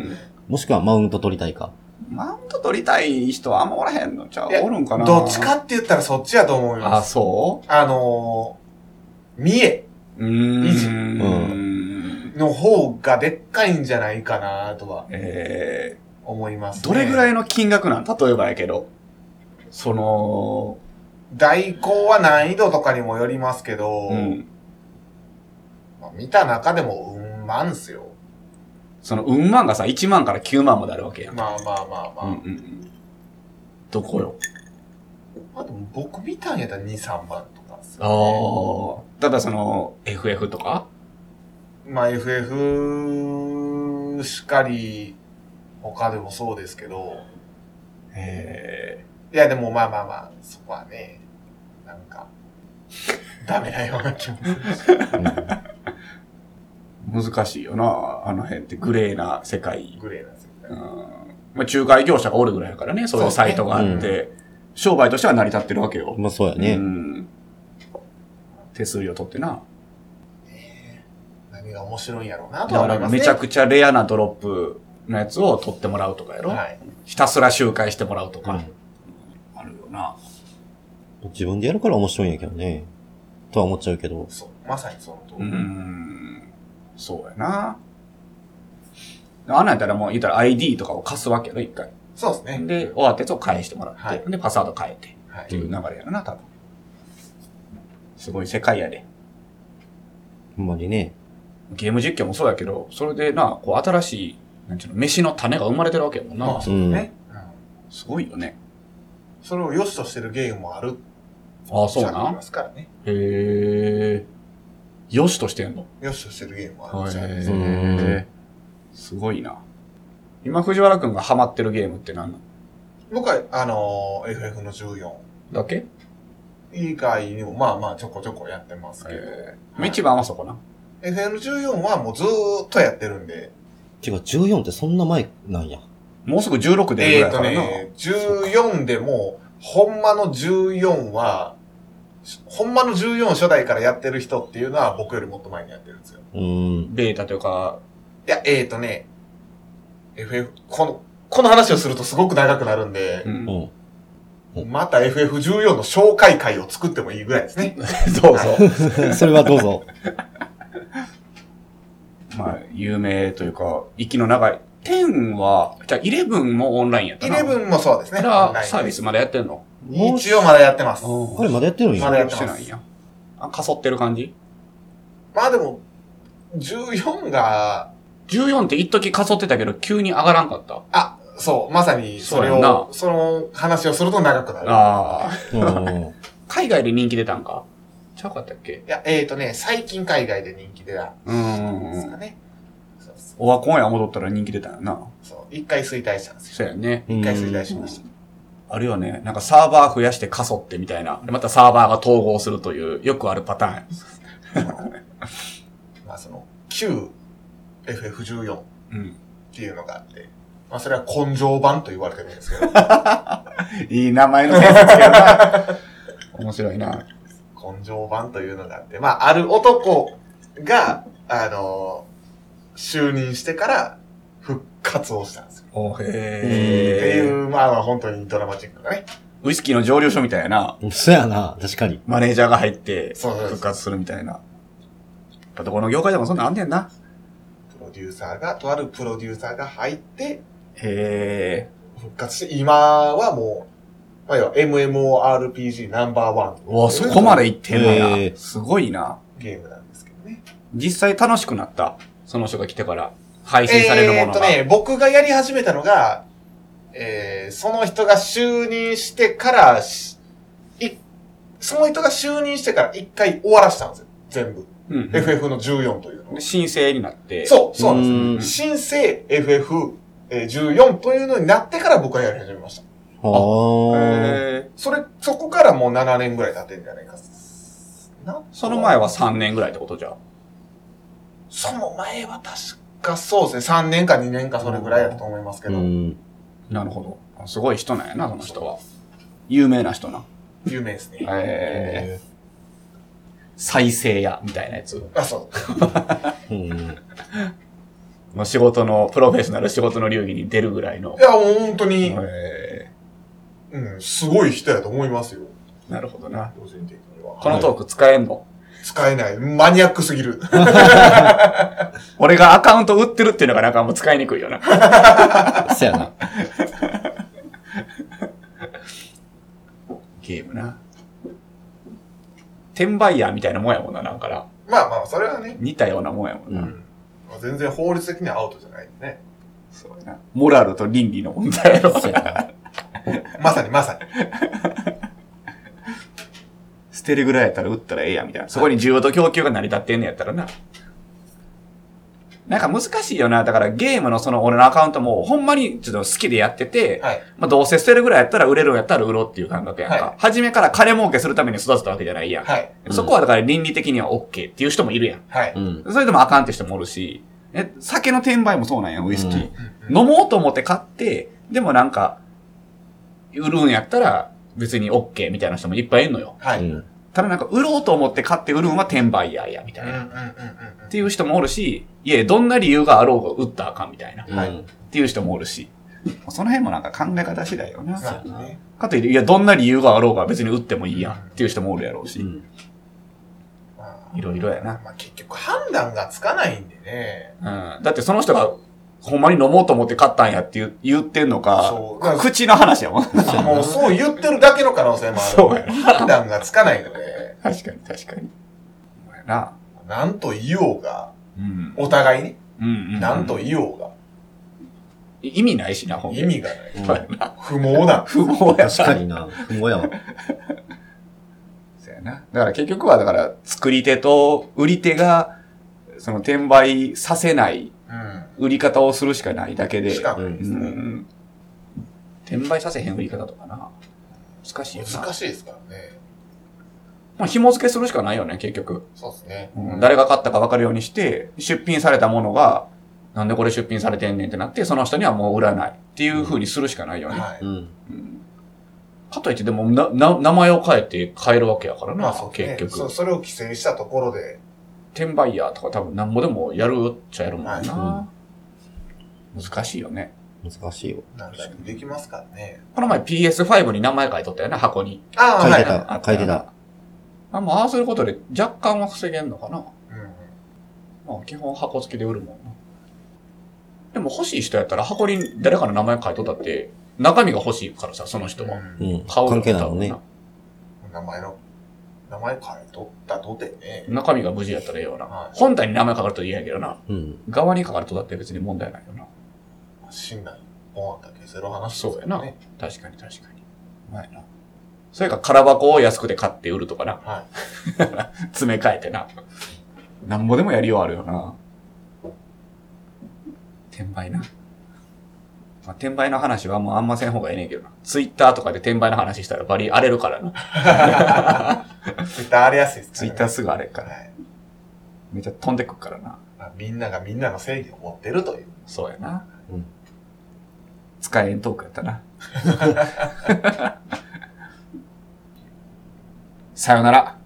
[SPEAKER 2] ん。
[SPEAKER 3] もしくはマウント取りたいか。
[SPEAKER 2] マウント取りたい人はあんまおらへんのちゃう
[SPEAKER 1] いや
[SPEAKER 2] おるんかな
[SPEAKER 1] どっちかって言ったらそっちやと思い
[SPEAKER 2] あ、
[SPEAKER 1] ます。
[SPEAKER 2] そ
[SPEAKER 1] あのー、見え。
[SPEAKER 2] ううーん。
[SPEAKER 1] 維持
[SPEAKER 2] うん。
[SPEAKER 1] の方がでっかいんじゃないかなとは
[SPEAKER 2] え
[SPEAKER 1] 思います、
[SPEAKER 2] ー、どれぐらい
[SPEAKER 1] の
[SPEAKER 2] の金額なん例えばやけど、その、
[SPEAKER 1] 代行は難易度とかにもよりますけど、
[SPEAKER 2] うん、
[SPEAKER 1] まあ見た中でもうんまんっすよ。
[SPEAKER 2] その、うんまんがさ、1万から9万まであるわけやん。
[SPEAKER 1] まあまあまあまあ。
[SPEAKER 2] うんうんうん。どこよ。
[SPEAKER 1] まあでも僕見たんやったら2、3万とかっす
[SPEAKER 2] ああ。ただその、FF とか
[SPEAKER 1] まあ FF しかり、他でもそうですけど、
[SPEAKER 2] え
[SPEAKER 1] いやでもまあまあまあ、そこはね、なんか、ダメなような気もする。
[SPEAKER 2] ー、難しいよな。あの辺ってグレーな世界。
[SPEAKER 1] グレーなんですよ。
[SPEAKER 2] うん。まあ、仲介業者がおるぐらいやからね、そういうサイトがあ
[SPEAKER 3] そ
[SPEAKER 2] っ
[SPEAKER 3] う
[SPEAKER 2] て、商売としては成り立ってるわけよ。
[SPEAKER 3] まあそうや
[SPEAKER 2] う
[SPEAKER 3] ね。
[SPEAKER 2] ん。手数料取ってな。
[SPEAKER 1] 何が面白いんやろうなと
[SPEAKER 2] だ
[SPEAKER 1] は
[SPEAKER 2] か
[SPEAKER 1] 思い
[SPEAKER 2] ら
[SPEAKER 1] ますね。
[SPEAKER 2] めちゃくちゃレアなドロップのやつを取ってもらうとかやろ、
[SPEAKER 1] はい。
[SPEAKER 2] ひたすら周回してもらうとか。
[SPEAKER 3] うん
[SPEAKER 2] あるよな。
[SPEAKER 3] 自分でやるから面白いんやけどね。とは思っちゃうけど。
[SPEAKER 1] そう。まさにその通
[SPEAKER 2] う
[SPEAKER 1] り。
[SPEAKER 2] ん。そうやな。あんなんやったらもう言ったら ID とかを貸すわけやろ、一回。
[SPEAKER 1] そうですね。
[SPEAKER 2] で、終わったやつを返してもらって、
[SPEAKER 1] はい
[SPEAKER 2] で、パスワード変えて
[SPEAKER 1] は
[SPEAKER 2] っていう流
[SPEAKER 1] い。
[SPEAKER 2] れやろな、多分。すごい世界やで。
[SPEAKER 3] ほんまにね。
[SPEAKER 2] ゲーム実況もそうやけど、それでな、こう新しい、なんちゅうの、飯の種が生まれてるわけやもんな。
[SPEAKER 1] まあ
[SPEAKER 3] う
[SPEAKER 1] そ
[SPEAKER 3] ん。
[SPEAKER 1] ね。うん
[SPEAKER 2] すごいよね。
[SPEAKER 1] それを良しとしてるゲームもあるって
[SPEAKER 2] ああ、
[SPEAKER 1] 言
[SPEAKER 2] そう
[SPEAKER 1] い
[SPEAKER 2] な。
[SPEAKER 1] ますからね。
[SPEAKER 2] へえ。よしとしてんの。
[SPEAKER 1] 良しとしてるゲームもあるんですよ
[SPEAKER 3] いうん
[SPEAKER 2] すごいな。今、藤原くんがハマってるゲームって何なの
[SPEAKER 1] 僕は、あのー、FF の14
[SPEAKER 2] だけ
[SPEAKER 1] 以外にも、まあまあ、ちょこちょこやってますけど、
[SPEAKER 2] ええ。一番はそこな。
[SPEAKER 1] FF の14はもうずーっとやってるんで、
[SPEAKER 3] てか14ってそんな前なんや。
[SPEAKER 2] もうすぐ16で
[SPEAKER 1] え
[SPEAKER 2] ぐ
[SPEAKER 1] っ、
[SPEAKER 2] らい
[SPEAKER 1] と
[SPEAKER 2] からな。
[SPEAKER 1] ね、14でもう、ほんまの14は、ほんまの14初代からやってる人っていうのは僕よりもっと前にやってるんですよ。
[SPEAKER 3] うん。 *laughs*
[SPEAKER 2] ベータというか、
[SPEAKER 1] いや、えっ、ー、とね、FF、この、この話をするとすごく長くなるんで
[SPEAKER 2] う、。
[SPEAKER 3] うん
[SPEAKER 2] *laughs*
[SPEAKER 3] ん。ん
[SPEAKER 1] また FF14 の紹介会を作ってもいいぐらいですね。
[SPEAKER 2] どうぞ。
[SPEAKER 3] それはどうぞ。
[SPEAKER 2] まあ、有名というか、息の長い。10は、じゃあ11もオンラインやったな。
[SPEAKER 1] 11もそうですね。
[SPEAKER 2] か
[SPEAKER 1] オンラ
[SPEAKER 2] ら
[SPEAKER 1] イン
[SPEAKER 2] サービスまだやってんの
[SPEAKER 1] 一応まだやってます。
[SPEAKER 3] あれまだやってるん
[SPEAKER 1] まだ
[SPEAKER 3] や。
[SPEAKER 1] やってます
[SPEAKER 2] してないんや。あ、かそってる感じ
[SPEAKER 1] まあでも、14が、
[SPEAKER 2] ?14 って一時かそってたけど、急に上がらんかった。
[SPEAKER 1] あ、そう、まさにそれ
[SPEAKER 2] そうやん
[SPEAKER 1] を、その話をすると長くなる。
[SPEAKER 2] ああ。
[SPEAKER 3] うん。
[SPEAKER 2] 海外で人気出たんかちゃうかったっけ
[SPEAKER 1] いや、えっ、ー、とね、最近海外で人気出た
[SPEAKER 2] うんん
[SPEAKER 1] ですかね。そうそう
[SPEAKER 2] オワコンや戻ったら人気出たよな。
[SPEAKER 1] そう。一回衰退したんです
[SPEAKER 2] そう
[SPEAKER 1] よ。
[SPEAKER 2] やね。
[SPEAKER 1] 一回衰退しました。
[SPEAKER 2] あるよね。なんかサーバー増やしてかそってみたいな。でまたサーバーが統合するという、よくあるパターン。
[SPEAKER 1] まあその、旧 FF14 っ
[SPEAKER 2] うん。
[SPEAKER 1] ていうのがあって、まあそれは根性版と言われてるんですけど、 *laughs*
[SPEAKER 2] いい名前のセンスやな。 *laughs* 面白いな。
[SPEAKER 1] 根性版というのがあって、まあある男が、あの就任してから復活をしたんですよ。
[SPEAKER 2] おへ
[SPEAKER 1] ってい
[SPEAKER 2] え。
[SPEAKER 1] う、まあまあ本当にドラマチックなね。
[SPEAKER 2] ウイスキーの蒸留所みたいな。
[SPEAKER 3] うん。そやな。確かに。
[SPEAKER 2] マネージャーが入って、
[SPEAKER 1] そうそうそう
[SPEAKER 2] 復活するみたいな。やっぱどこの業界でもそんなんあんねんな。
[SPEAKER 1] プロデューサーが、とあるプロデューサーが入って、
[SPEAKER 2] へえ。
[SPEAKER 1] 復活して、今はもう、まあ、要は MMORPG ナンバーワン。
[SPEAKER 2] うわ、そこまで
[SPEAKER 1] い
[SPEAKER 2] いってんの
[SPEAKER 3] へ
[SPEAKER 2] や。
[SPEAKER 3] ー
[SPEAKER 2] すごいな。
[SPEAKER 1] ゲームなんですけどね。
[SPEAKER 2] 実際楽しくなった。その人が来てから、配信されるも
[SPEAKER 1] えーっ
[SPEAKER 2] の
[SPEAKER 1] と
[SPEAKER 2] が。
[SPEAKER 1] ね、僕がやり始めたのが、えー、その人が就任してからし、い、その人が就任してから一回終わらしたんですよ。全部。
[SPEAKER 2] うんうん
[SPEAKER 1] FF の14というのを
[SPEAKER 2] で申請になって。
[SPEAKER 1] そう、そうなん
[SPEAKER 3] うん
[SPEAKER 1] です。新生 FF14 というのになってから僕はやり始めました。
[SPEAKER 3] あ
[SPEAKER 2] へ
[SPEAKER 3] あ。
[SPEAKER 2] ー
[SPEAKER 1] それ、そこからもう7年ぐらい経ってんじゃないか。な
[SPEAKER 2] その前は3年ぐらいってことじゃん。
[SPEAKER 1] その前は確かそうですね。3年か2年かそれぐらいだと思いますけ
[SPEAKER 3] う
[SPEAKER 1] ど、
[SPEAKER 3] ん。
[SPEAKER 2] なるほど。すごい人なんやな、その人は。有名な人な。
[SPEAKER 1] 有名ですね。
[SPEAKER 2] えー、再生や、みたいなやつ。
[SPEAKER 1] あ、そう。
[SPEAKER 3] うん。
[SPEAKER 2] もう仕事の、プロフェッショナル仕事の流儀に出るぐらいの
[SPEAKER 1] い。や、もう本当に、
[SPEAKER 2] え
[SPEAKER 1] うん、すごい人やと思いますよ。
[SPEAKER 2] ー、なるほどな。
[SPEAKER 1] 個人的には。
[SPEAKER 2] このトーク使えんの、
[SPEAKER 1] 使えない。マニアックすぎる。
[SPEAKER 2] 俺がアカウント売ってるっていうのがなんかもう使いにくいよな。
[SPEAKER 3] そやな。
[SPEAKER 2] ゲームな。転売ヤーみたいなもんやもんな、なんかな。
[SPEAKER 1] まあまあ、それはね、
[SPEAKER 2] 似たようなもんやもん
[SPEAKER 3] う
[SPEAKER 2] な。
[SPEAKER 3] ん。
[SPEAKER 1] まあ全然法律的にはアウトじゃないんでね。
[SPEAKER 2] そうやな。モラルと倫理の問題やろ。 *laughs*
[SPEAKER 3] そや
[SPEAKER 1] まさにまさに。
[SPEAKER 2] 捨てるぐらいやったら売ったらええやんみたいな。そこに需要と供給が成り立ってんねやったらな。なんか難しいよな。だからゲームのその俺のアカウントもほんまにちょっと好きでやってて、
[SPEAKER 1] はい。
[SPEAKER 2] まあどうせ捨てるぐらいやったら売れるんやったら売ろうっていう感覚やんか。
[SPEAKER 1] は
[SPEAKER 2] 初めから金儲けするために育てたわけじゃないやん。
[SPEAKER 1] はい。
[SPEAKER 3] うん
[SPEAKER 2] そこはだから倫理的には OK っていう人もいるやん。
[SPEAKER 1] はい。
[SPEAKER 3] な。うん。
[SPEAKER 2] それでもあかんって人もおるし、え、酒の転売もそうなんや、ウイスキー。
[SPEAKER 1] うん
[SPEAKER 2] 飲もうと思って買って、でもなんか、売るんやったら別に OK みたいな人もいっぱいいるのよ。
[SPEAKER 1] は
[SPEAKER 3] う
[SPEAKER 1] い。うん
[SPEAKER 3] ん。
[SPEAKER 2] ただなんか売ろうと思って買って売るんは転売ヤーや、みた
[SPEAKER 1] う
[SPEAKER 2] い
[SPEAKER 1] んうんうん
[SPEAKER 2] な。っ
[SPEAKER 1] うん
[SPEAKER 2] ていう人もおるし、いえ、どんな理由があろうが売ったらあかんみたいな。っ
[SPEAKER 1] は
[SPEAKER 3] はいい。
[SPEAKER 2] ていう人もおるし。その辺もなんか考え方次第よな。
[SPEAKER 1] まあね
[SPEAKER 2] かといって、いや、どんな理由があろうが別に売ってもいいやんっていう人もおるやろう
[SPEAKER 3] う
[SPEAKER 2] し。
[SPEAKER 3] ん。
[SPEAKER 1] ま
[SPEAKER 2] いろいろや
[SPEAKER 1] あまあ結局判断がつかないんでね。
[SPEAKER 2] な。うん。だってその人が、ほんまに飲もうと思って買ったんやって言う言ってんのか、
[SPEAKER 1] そう。だか
[SPEAKER 2] 口の
[SPEAKER 1] *laughs*
[SPEAKER 2] 話やもん。
[SPEAKER 1] らもうそう言ってるだけの可能性もある。
[SPEAKER 2] そうやな
[SPEAKER 1] 判断がつかないので、
[SPEAKER 2] 確かに確かに。ほんまやな。
[SPEAKER 1] なんと言おうが、
[SPEAKER 2] うん。
[SPEAKER 1] お互いに、
[SPEAKER 2] うん、うん。
[SPEAKER 1] なんと言おうが、
[SPEAKER 2] 意味ないしな、ほんま
[SPEAKER 1] 意味がない。
[SPEAKER 2] そうやな。
[SPEAKER 1] 不毛な。
[SPEAKER 2] *laughs* 不毛や
[SPEAKER 3] 確かにな。今後やわ。
[SPEAKER 2] そうやな。だから結局は、だから、作り手と売り手が、その転売させない
[SPEAKER 1] うん。
[SPEAKER 2] 売り方をするしかないだけで。
[SPEAKER 1] しかないで
[SPEAKER 2] う
[SPEAKER 1] す
[SPEAKER 2] んう
[SPEAKER 1] ね。
[SPEAKER 2] ん。転売させへん売り方とかな。難しいよな。
[SPEAKER 1] 難しいですからね。
[SPEAKER 2] まあ、紐付けするしかないよね、結局。
[SPEAKER 1] そうですね。
[SPEAKER 2] うん、誰が買ったか分かるようにして、出品されたものが、なんでこれ出品されてんねんってなって、その人にはもう売らないっていう風にするしかないよね。
[SPEAKER 1] は
[SPEAKER 3] うん。
[SPEAKER 2] かといってでもな、な、名前を変えて変えるわけやから
[SPEAKER 1] い。
[SPEAKER 2] な、
[SPEAKER 1] まあそう
[SPEAKER 2] 結
[SPEAKER 1] 結
[SPEAKER 2] 局。
[SPEAKER 1] 局。そうそれを規制したところで、
[SPEAKER 2] 転売ヤーとか多分なんぼでもやるっちゃやるもんな、
[SPEAKER 3] は
[SPEAKER 2] 難しいよね。
[SPEAKER 3] 難しいよ。
[SPEAKER 1] なんだりできますからね。
[SPEAKER 2] この前 PS5 に名前書いとったよね、箱に。
[SPEAKER 1] ああ、
[SPEAKER 3] 書い
[SPEAKER 1] は
[SPEAKER 3] て
[SPEAKER 1] いはい。
[SPEAKER 3] た。書いてた。
[SPEAKER 2] あ、もうああすることで若干は防げんのかな。
[SPEAKER 1] うん
[SPEAKER 2] まあ基本箱付きで売るもんな。でも欲しい人やったら箱に誰かの名前書いとったって、中身が欲しいからさ、その人は。
[SPEAKER 1] う
[SPEAKER 3] うんん。
[SPEAKER 2] 買うよ
[SPEAKER 3] 関係ないもんね
[SPEAKER 2] 多。
[SPEAKER 1] 名前の、名前変えとったとてね。
[SPEAKER 2] 分な中身が無事やったらええよな。
[SPEAKER 1] はい
[SPEAKER 2] 本体に名前書かれると嫌やけどな。
[SPEAKER 3] うん。
[SPEAKER 2] 側に書かれとだって別に問題ないよな。
[SPEAKER 1] 信頼、ボンだけゼロ話です
[SPEAKER 2] そう
[SPEAKER 1] か
[SPEAKER 2] や
[SPEAKER 1] ら
[SPEAKER 2] な
[SPEAKER 1] ね。。
[SPEAKER 2] 確かに確かに。うまいな。それか空箱を安くで買って売るとかな。
[SPEAKER 1] *laughs* は
[SPEAKER 2] 詰め替えてな。なんぼでもやりようあるよな。転売な。まあ、転売の話はもうあんません方がええねんけどな。ツイッターとかで転売の話したらバリ荒れるからな。
[SPEAKER 1] い。ツイッターありやすいです
[SPEAKER 2] ツイッターすぐ荒れるか。
[SPEAKER 1] かららね。
[SPEAKER 2] めっちゃ飛んでくっからな。
[SPEAKER 1] はい。みんながみんなの正義を持ってるという。
[SPEAKER 2] そうやな。
[SPEAKER 3] うん
[SPEAKER 2] 使えんトークやったな。 *laughs* さよな
[SPEAKER 3] *laughs*
[SPEAKER 2] ら。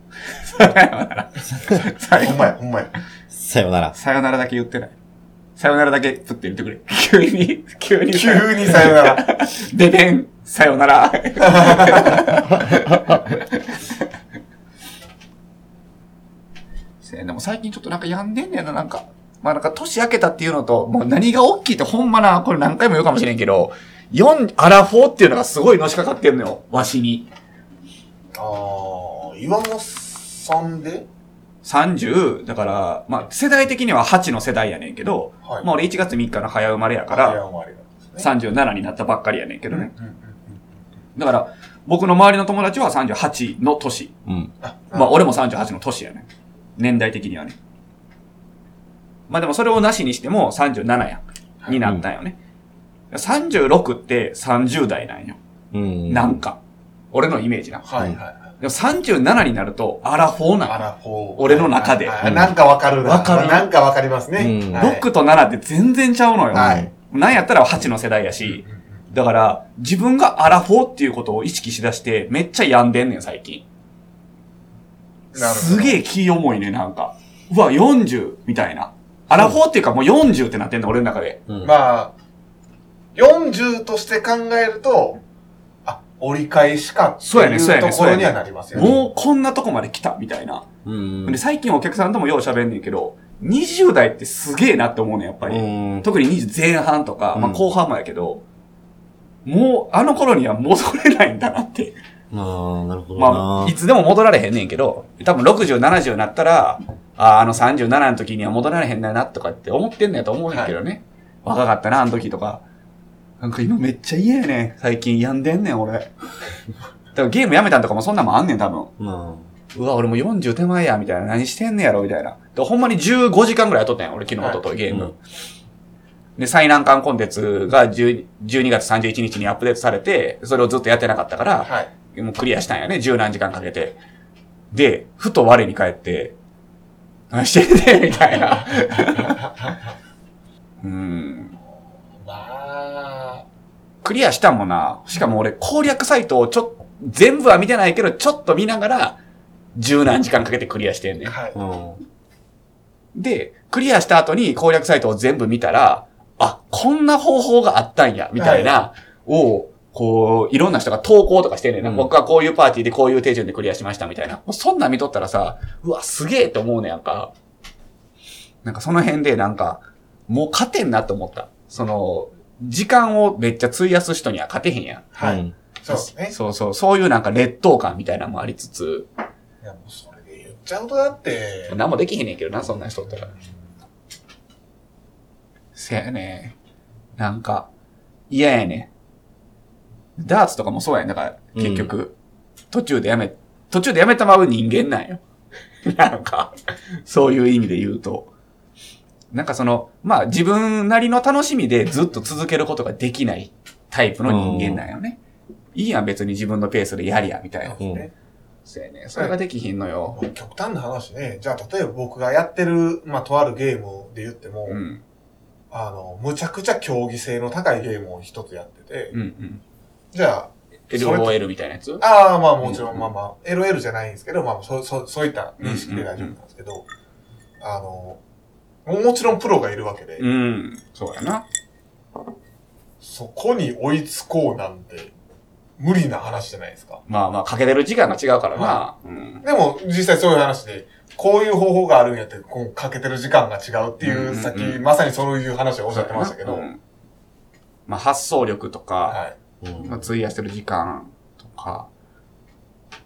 [SPEAKER 2] さよなら。さ
[SPEAKER 1] ほ
[SPEAKER 2] よ
[SPEAKER 1] ん
[SPEAKER 2] な
[SPEAKER 1] ま
[SPEAKER 2] ら
[SPEAKER 1] や、ほんまや。
[SPEAKER 3] さよなら。
[SPEAKER 2] さよならだけ言ってない。さよならだけプッて言ってくれ。急に、 *laughs* 急に。
[SPEAKER 1] 急にさよな *laughs* ら。
[SPEAKER 2] ででん、さよなら。 *laughs* せやでも最近ちょっとなんかやんでんねんな、なんか。まあなんか年明けたっていうのと、もう何が大きいってほんまな、これ何回も言うかもしれんけど、4、アラフォーっていうのがすごいのしかかってんのよ、わしに。
[SPEAKER 1] ああ、岩本さんで
[SPEAKER 2] 30、だから、まあ世代的には8の世代やねんけど、
[SPEAKER 1] はい
[SPEAKER 2] まあ俺1月3日の早生まれやか
[SPEAKER 1] いや
[SPEAKER 2] ら、
[SPEAKER 1] もうありがとうございますね
[SPEAKER 2] 37になったばっかりやねんけどね。
[SPEAKER 1] うんうん
[SPEAKER 2] だから、僕の周りの友達は38の年
[SPEAKER 3] うん。
[SPEAKER 1] うん
[SPEAKER 2] まあ、俺も38の年やね。年代的にはね。まあでもそれをなしにしても37やん。になったんよね。36って30代なんよ。
[SPEAKER 3] うん。
[SPEAKER 2] なんか。俺のイメージな。
[SPEAKER 1] はいはいはい。
[SPEAKER 2] でも37になるとアラフォーな
[SPEAKER 1] あ
[SPEAKER 2] んよ。
[SPEAKER 1] ら、こう。
[SPEAKER 2] 俺の中で
[SPEAKER 1] はいはいなんかわかるな。
[SPEAKER 2] わかる
[SPEAKER 1] なんかわかりますね
[SPEAKER 3] う。ん
[SPEAKER 1] はい
[SPEAKER 2] 6と7って全然ちゃうのよ。
[SPEAKER 1] はい
[SPEAKER 2] なんやったら8の世代
[SPEAKER 1] うん
[SPEAKER 2] や
[SPEAKER 1] う
[SPEAKER 2] し。
[SPEAKER 1] ん
[SPEAKER 2] だから、自分がアラフォーっていうことを意識しだして、めっちゃ病んでんねん、最近。
[SPEAKER 1] うんなるほど
[SPEAKER 2] すげえ気重いね、なんか。うわ、40みたいな。アラフォーっていうかもう40ってなってんの、俺の中で。
[SPEAKER 3] うん。
[SPEAKER 1] まあ、40として考えると、あ、折り返しかって
[SPEAKER 2] そうやねそう
[SPEAKER 1] い
[SPEAKER 2] や
[SPEAKER 1] うと
[SPEAKER 2] ね
[SPEAKER 1] ころにはなりますよね。
[SPEAKER 2] もうこんなとこまで来たみたいな。
[SPEAKER 3] うん。
[SPEAKER 2] で、最近お客さんともよう喋んねんけど、20代ってすげえなって思うねん、やっぱり。
[SPEAKER 3] うん。
[SPEAKER 2] 特に20前半とか、まあ
[SPEAKER 3] うん
[SPEAKER 2] 後半もやけど、もうあの頃には戻れないんだなって。
[SPEAKER 3] ああ、なるほどな。
[SPEAKER 2] まあ、いつでも戻られへんねんけど、多分60、70になったら、ああ、あの37の時には戻られへんだなとかって思ってんのやと思うんやけどね。若かったな、あの時とか。なんか今めっちゃ嫌やねん。最近病んでんねん、俺。だ *laughs* からゲームやめたんとかもそんなんもんあんねん、多分。
[SPEAKER 3] ま
[SPEAKER 2] うわ、俺もう40手前や、みたいな。何してんねやろ、みたいな。でほんまに15時間ぐらいやっとったんや、俺昨日、
[SPEAKER 1] はい
[SPEAKER 2] おととい、ゲーム。
[SPEAKER 3] うん
[SPEAKER 2] で、最難関コンテンツが10 12月31日にアップデートされて、それをずっとやってなかったから、
[SPEAKER 1] はい。
[SPEAKER 2] もうクリアしたんやね、十何時間かけて。で、ふと我に返って、何してんねんみたいな。 *laughs* うん。
[SPEAKER 1] まあ、
[SPEAKER 2] クリアしたもんな。しかも俺、攻略サイトをちょっ、全部は見てないけど、ちょっと見ながら、十何時間かけてクリアしてんねん。
[SPEAKER 1] はい。
[SPEAKER 3] あ。
[SPEAKER 2] で、クリアした後に攻略サイトを全部見たら、あ、こんな方法があったんや、みたいな、を、こう、いろんな人が投稿とかしてんねんな。
[SPEAKER 3] うん
[SPEAKER 2] 僕はこういうパーティーでこういう手順でクリアしました、みたいな。もうそんなん見とったらさ、うわ、すげえと思うねやんか。なんかその辺で、なんか、もう勝てんなと思った。その、時間をめっちゃ費やす人には勝てへんやん。
[SPEAKER 1] はい。
[SPEAKER 3] うん。
[SPEAKER 1] そうですね。
[SPEAKER 2] そうそう、そういうなんか劣等感みたいなのもありつつ、
[SPEAKER 1] いや、もうそれで言っちゃうとだって、
[SPEAKER 2] 何もできへんねんけどな、そんな人ったら。せやね。なんか、嫌やね。ダーツとかもそうやね。だから、結局、途中でやめ、途中でやめたまう人間なんよ。 *laughs* なんか、そういう意味で言うと。なんかその、まあ自分なりの楽しみでずっと続けることができないタイプの人間なんよね。いいやん、別に自分のペースでやりや、みたいな
[SPEAKER 1] そう。ですね。
[SPEAKER 2] そうやね。それができひんのよ。
[SPEAKER 1] もう極端な話ね。じゃあ、例えば僕がやってる、まあ、とあるゲームで言っても、
[SPEAKER 2] うん。
[SPEAKER 1] あの、むちゃくちゃ競技性の高いゲームを一つやってて、
[SPEAKER 2] うんうん。
[SPEAKER 1] じゃ
[SPEAKER 2] LOL みたいなやつ
[SPEAKER 1] あ、ああ、まあもちろ、
[SPEAKER 2] うんん
[SPEAKER 1] まあまあ、LL じゃないんですけど、まあ、そ、そ、そういった認識で大丈夫なんですけど、あの、ももちろんプロがいるわけで、
[SPEAKER 2] うん。そうやな。
[SPEAKER 1] そこに追いつこうなんて、無理な話じゃないですか。
[SPEAKER 2] まあまあ、かけてる時間が違うからな
[SPEAKER 1] は。
[SPEAKER 2] うん。
[SPEAKER 1] でも、実際そういう話で、こういう方法があるんやって、こう、かけてる時間が違うっていう、
[SPEAKER 2] うんうんうん
[SPEAKER 1] さっき、まさにそういう話をおっしゃってましたけど、
[SPEAKER 2] うんまあ、発想力とか、
[SPEAKER 1] はい。
[SPEAKER 3] うん
[SPEAKER 2] まあ、費やしてる時間とか。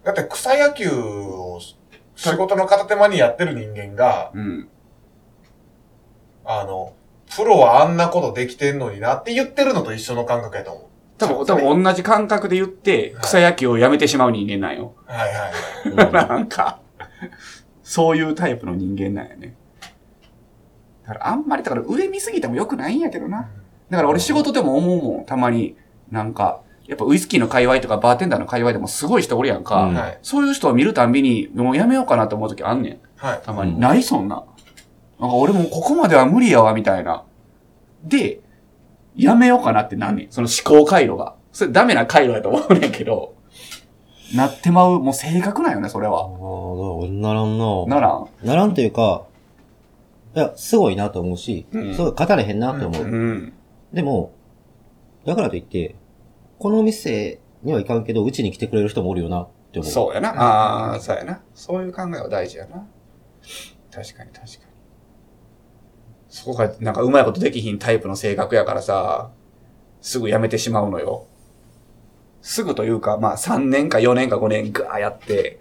[SPEAKER 1] だって、草野球を仕事の片手間にやってる人間が、
[SPEAKER 2] うん。
[SPEAKER 1] あの、プロはあんなことできてんのになって言ってるのと一緒の感覚やと思
[SPEAKER 2] 多分、多分同じ感覚で言って、
[SPEAKER 1] はい
[SPEAKER 2] 草野球をやめてしまう人間
[SPEAKER 1] *laughs*
[SPEAKER 2] なんよ。
[SPEAKER 1] う。はいはいはい。
[SPEAKER 2] なんか、そういうタイプの人間なんやね。だからあんまり、だから上見すぎても良くないんやけどな。だから俺仕事でも思うもん、たまに。なんか、やっぱウイスキーの界隈とかバーテンダーの界隈でもすごい人おるやんか。
[SPEAKER 3] うん
[SPEAKER 1] はい。
[SPEAKER 2] そういう人を見るたんびに、もうやめようかなと思う時あんねん。
[SPEAKER 1] はい。
[SPEAKER 2] たまに。
[SPEAKER 3] うん
[SPEAKER 2] ないそんな。なんか俺もうここまでは無理やわ、みたいな。で、やめようかなってなんねん。その思考回路が。それダメな回路やと思うねんけど、なってまう、もう性格なんよね、それ
[SPEAKER 3] ああ、
[SPEAKER 2] は。
[SPEAKER 3] 俺ならんな。
[SPEAKER 2] ならん。
[SPEAKER 3] ならんというか、いや、すごいなと思うし、
[SPEAKER 2] うん
[SPEAKER 3] すごい語れへんなと思
[SPEAKER 1] う
[SPEAKER 3] う。
[SPEAKER 2] うん。
[SPEAKER 3] でも、だからといって、この店にはいかんけど、うちに来てくれる人もおるよなって思う。
[SPEAKER 2] そうやな。ああ、そうやな。そういう考えは大事やな。確かに確かに。そこが、なんかうまいことできひんタイプの性格やからさ、すぐやめてしまうのよ。すぐというか、まあ3年か4年か5年ガーやって、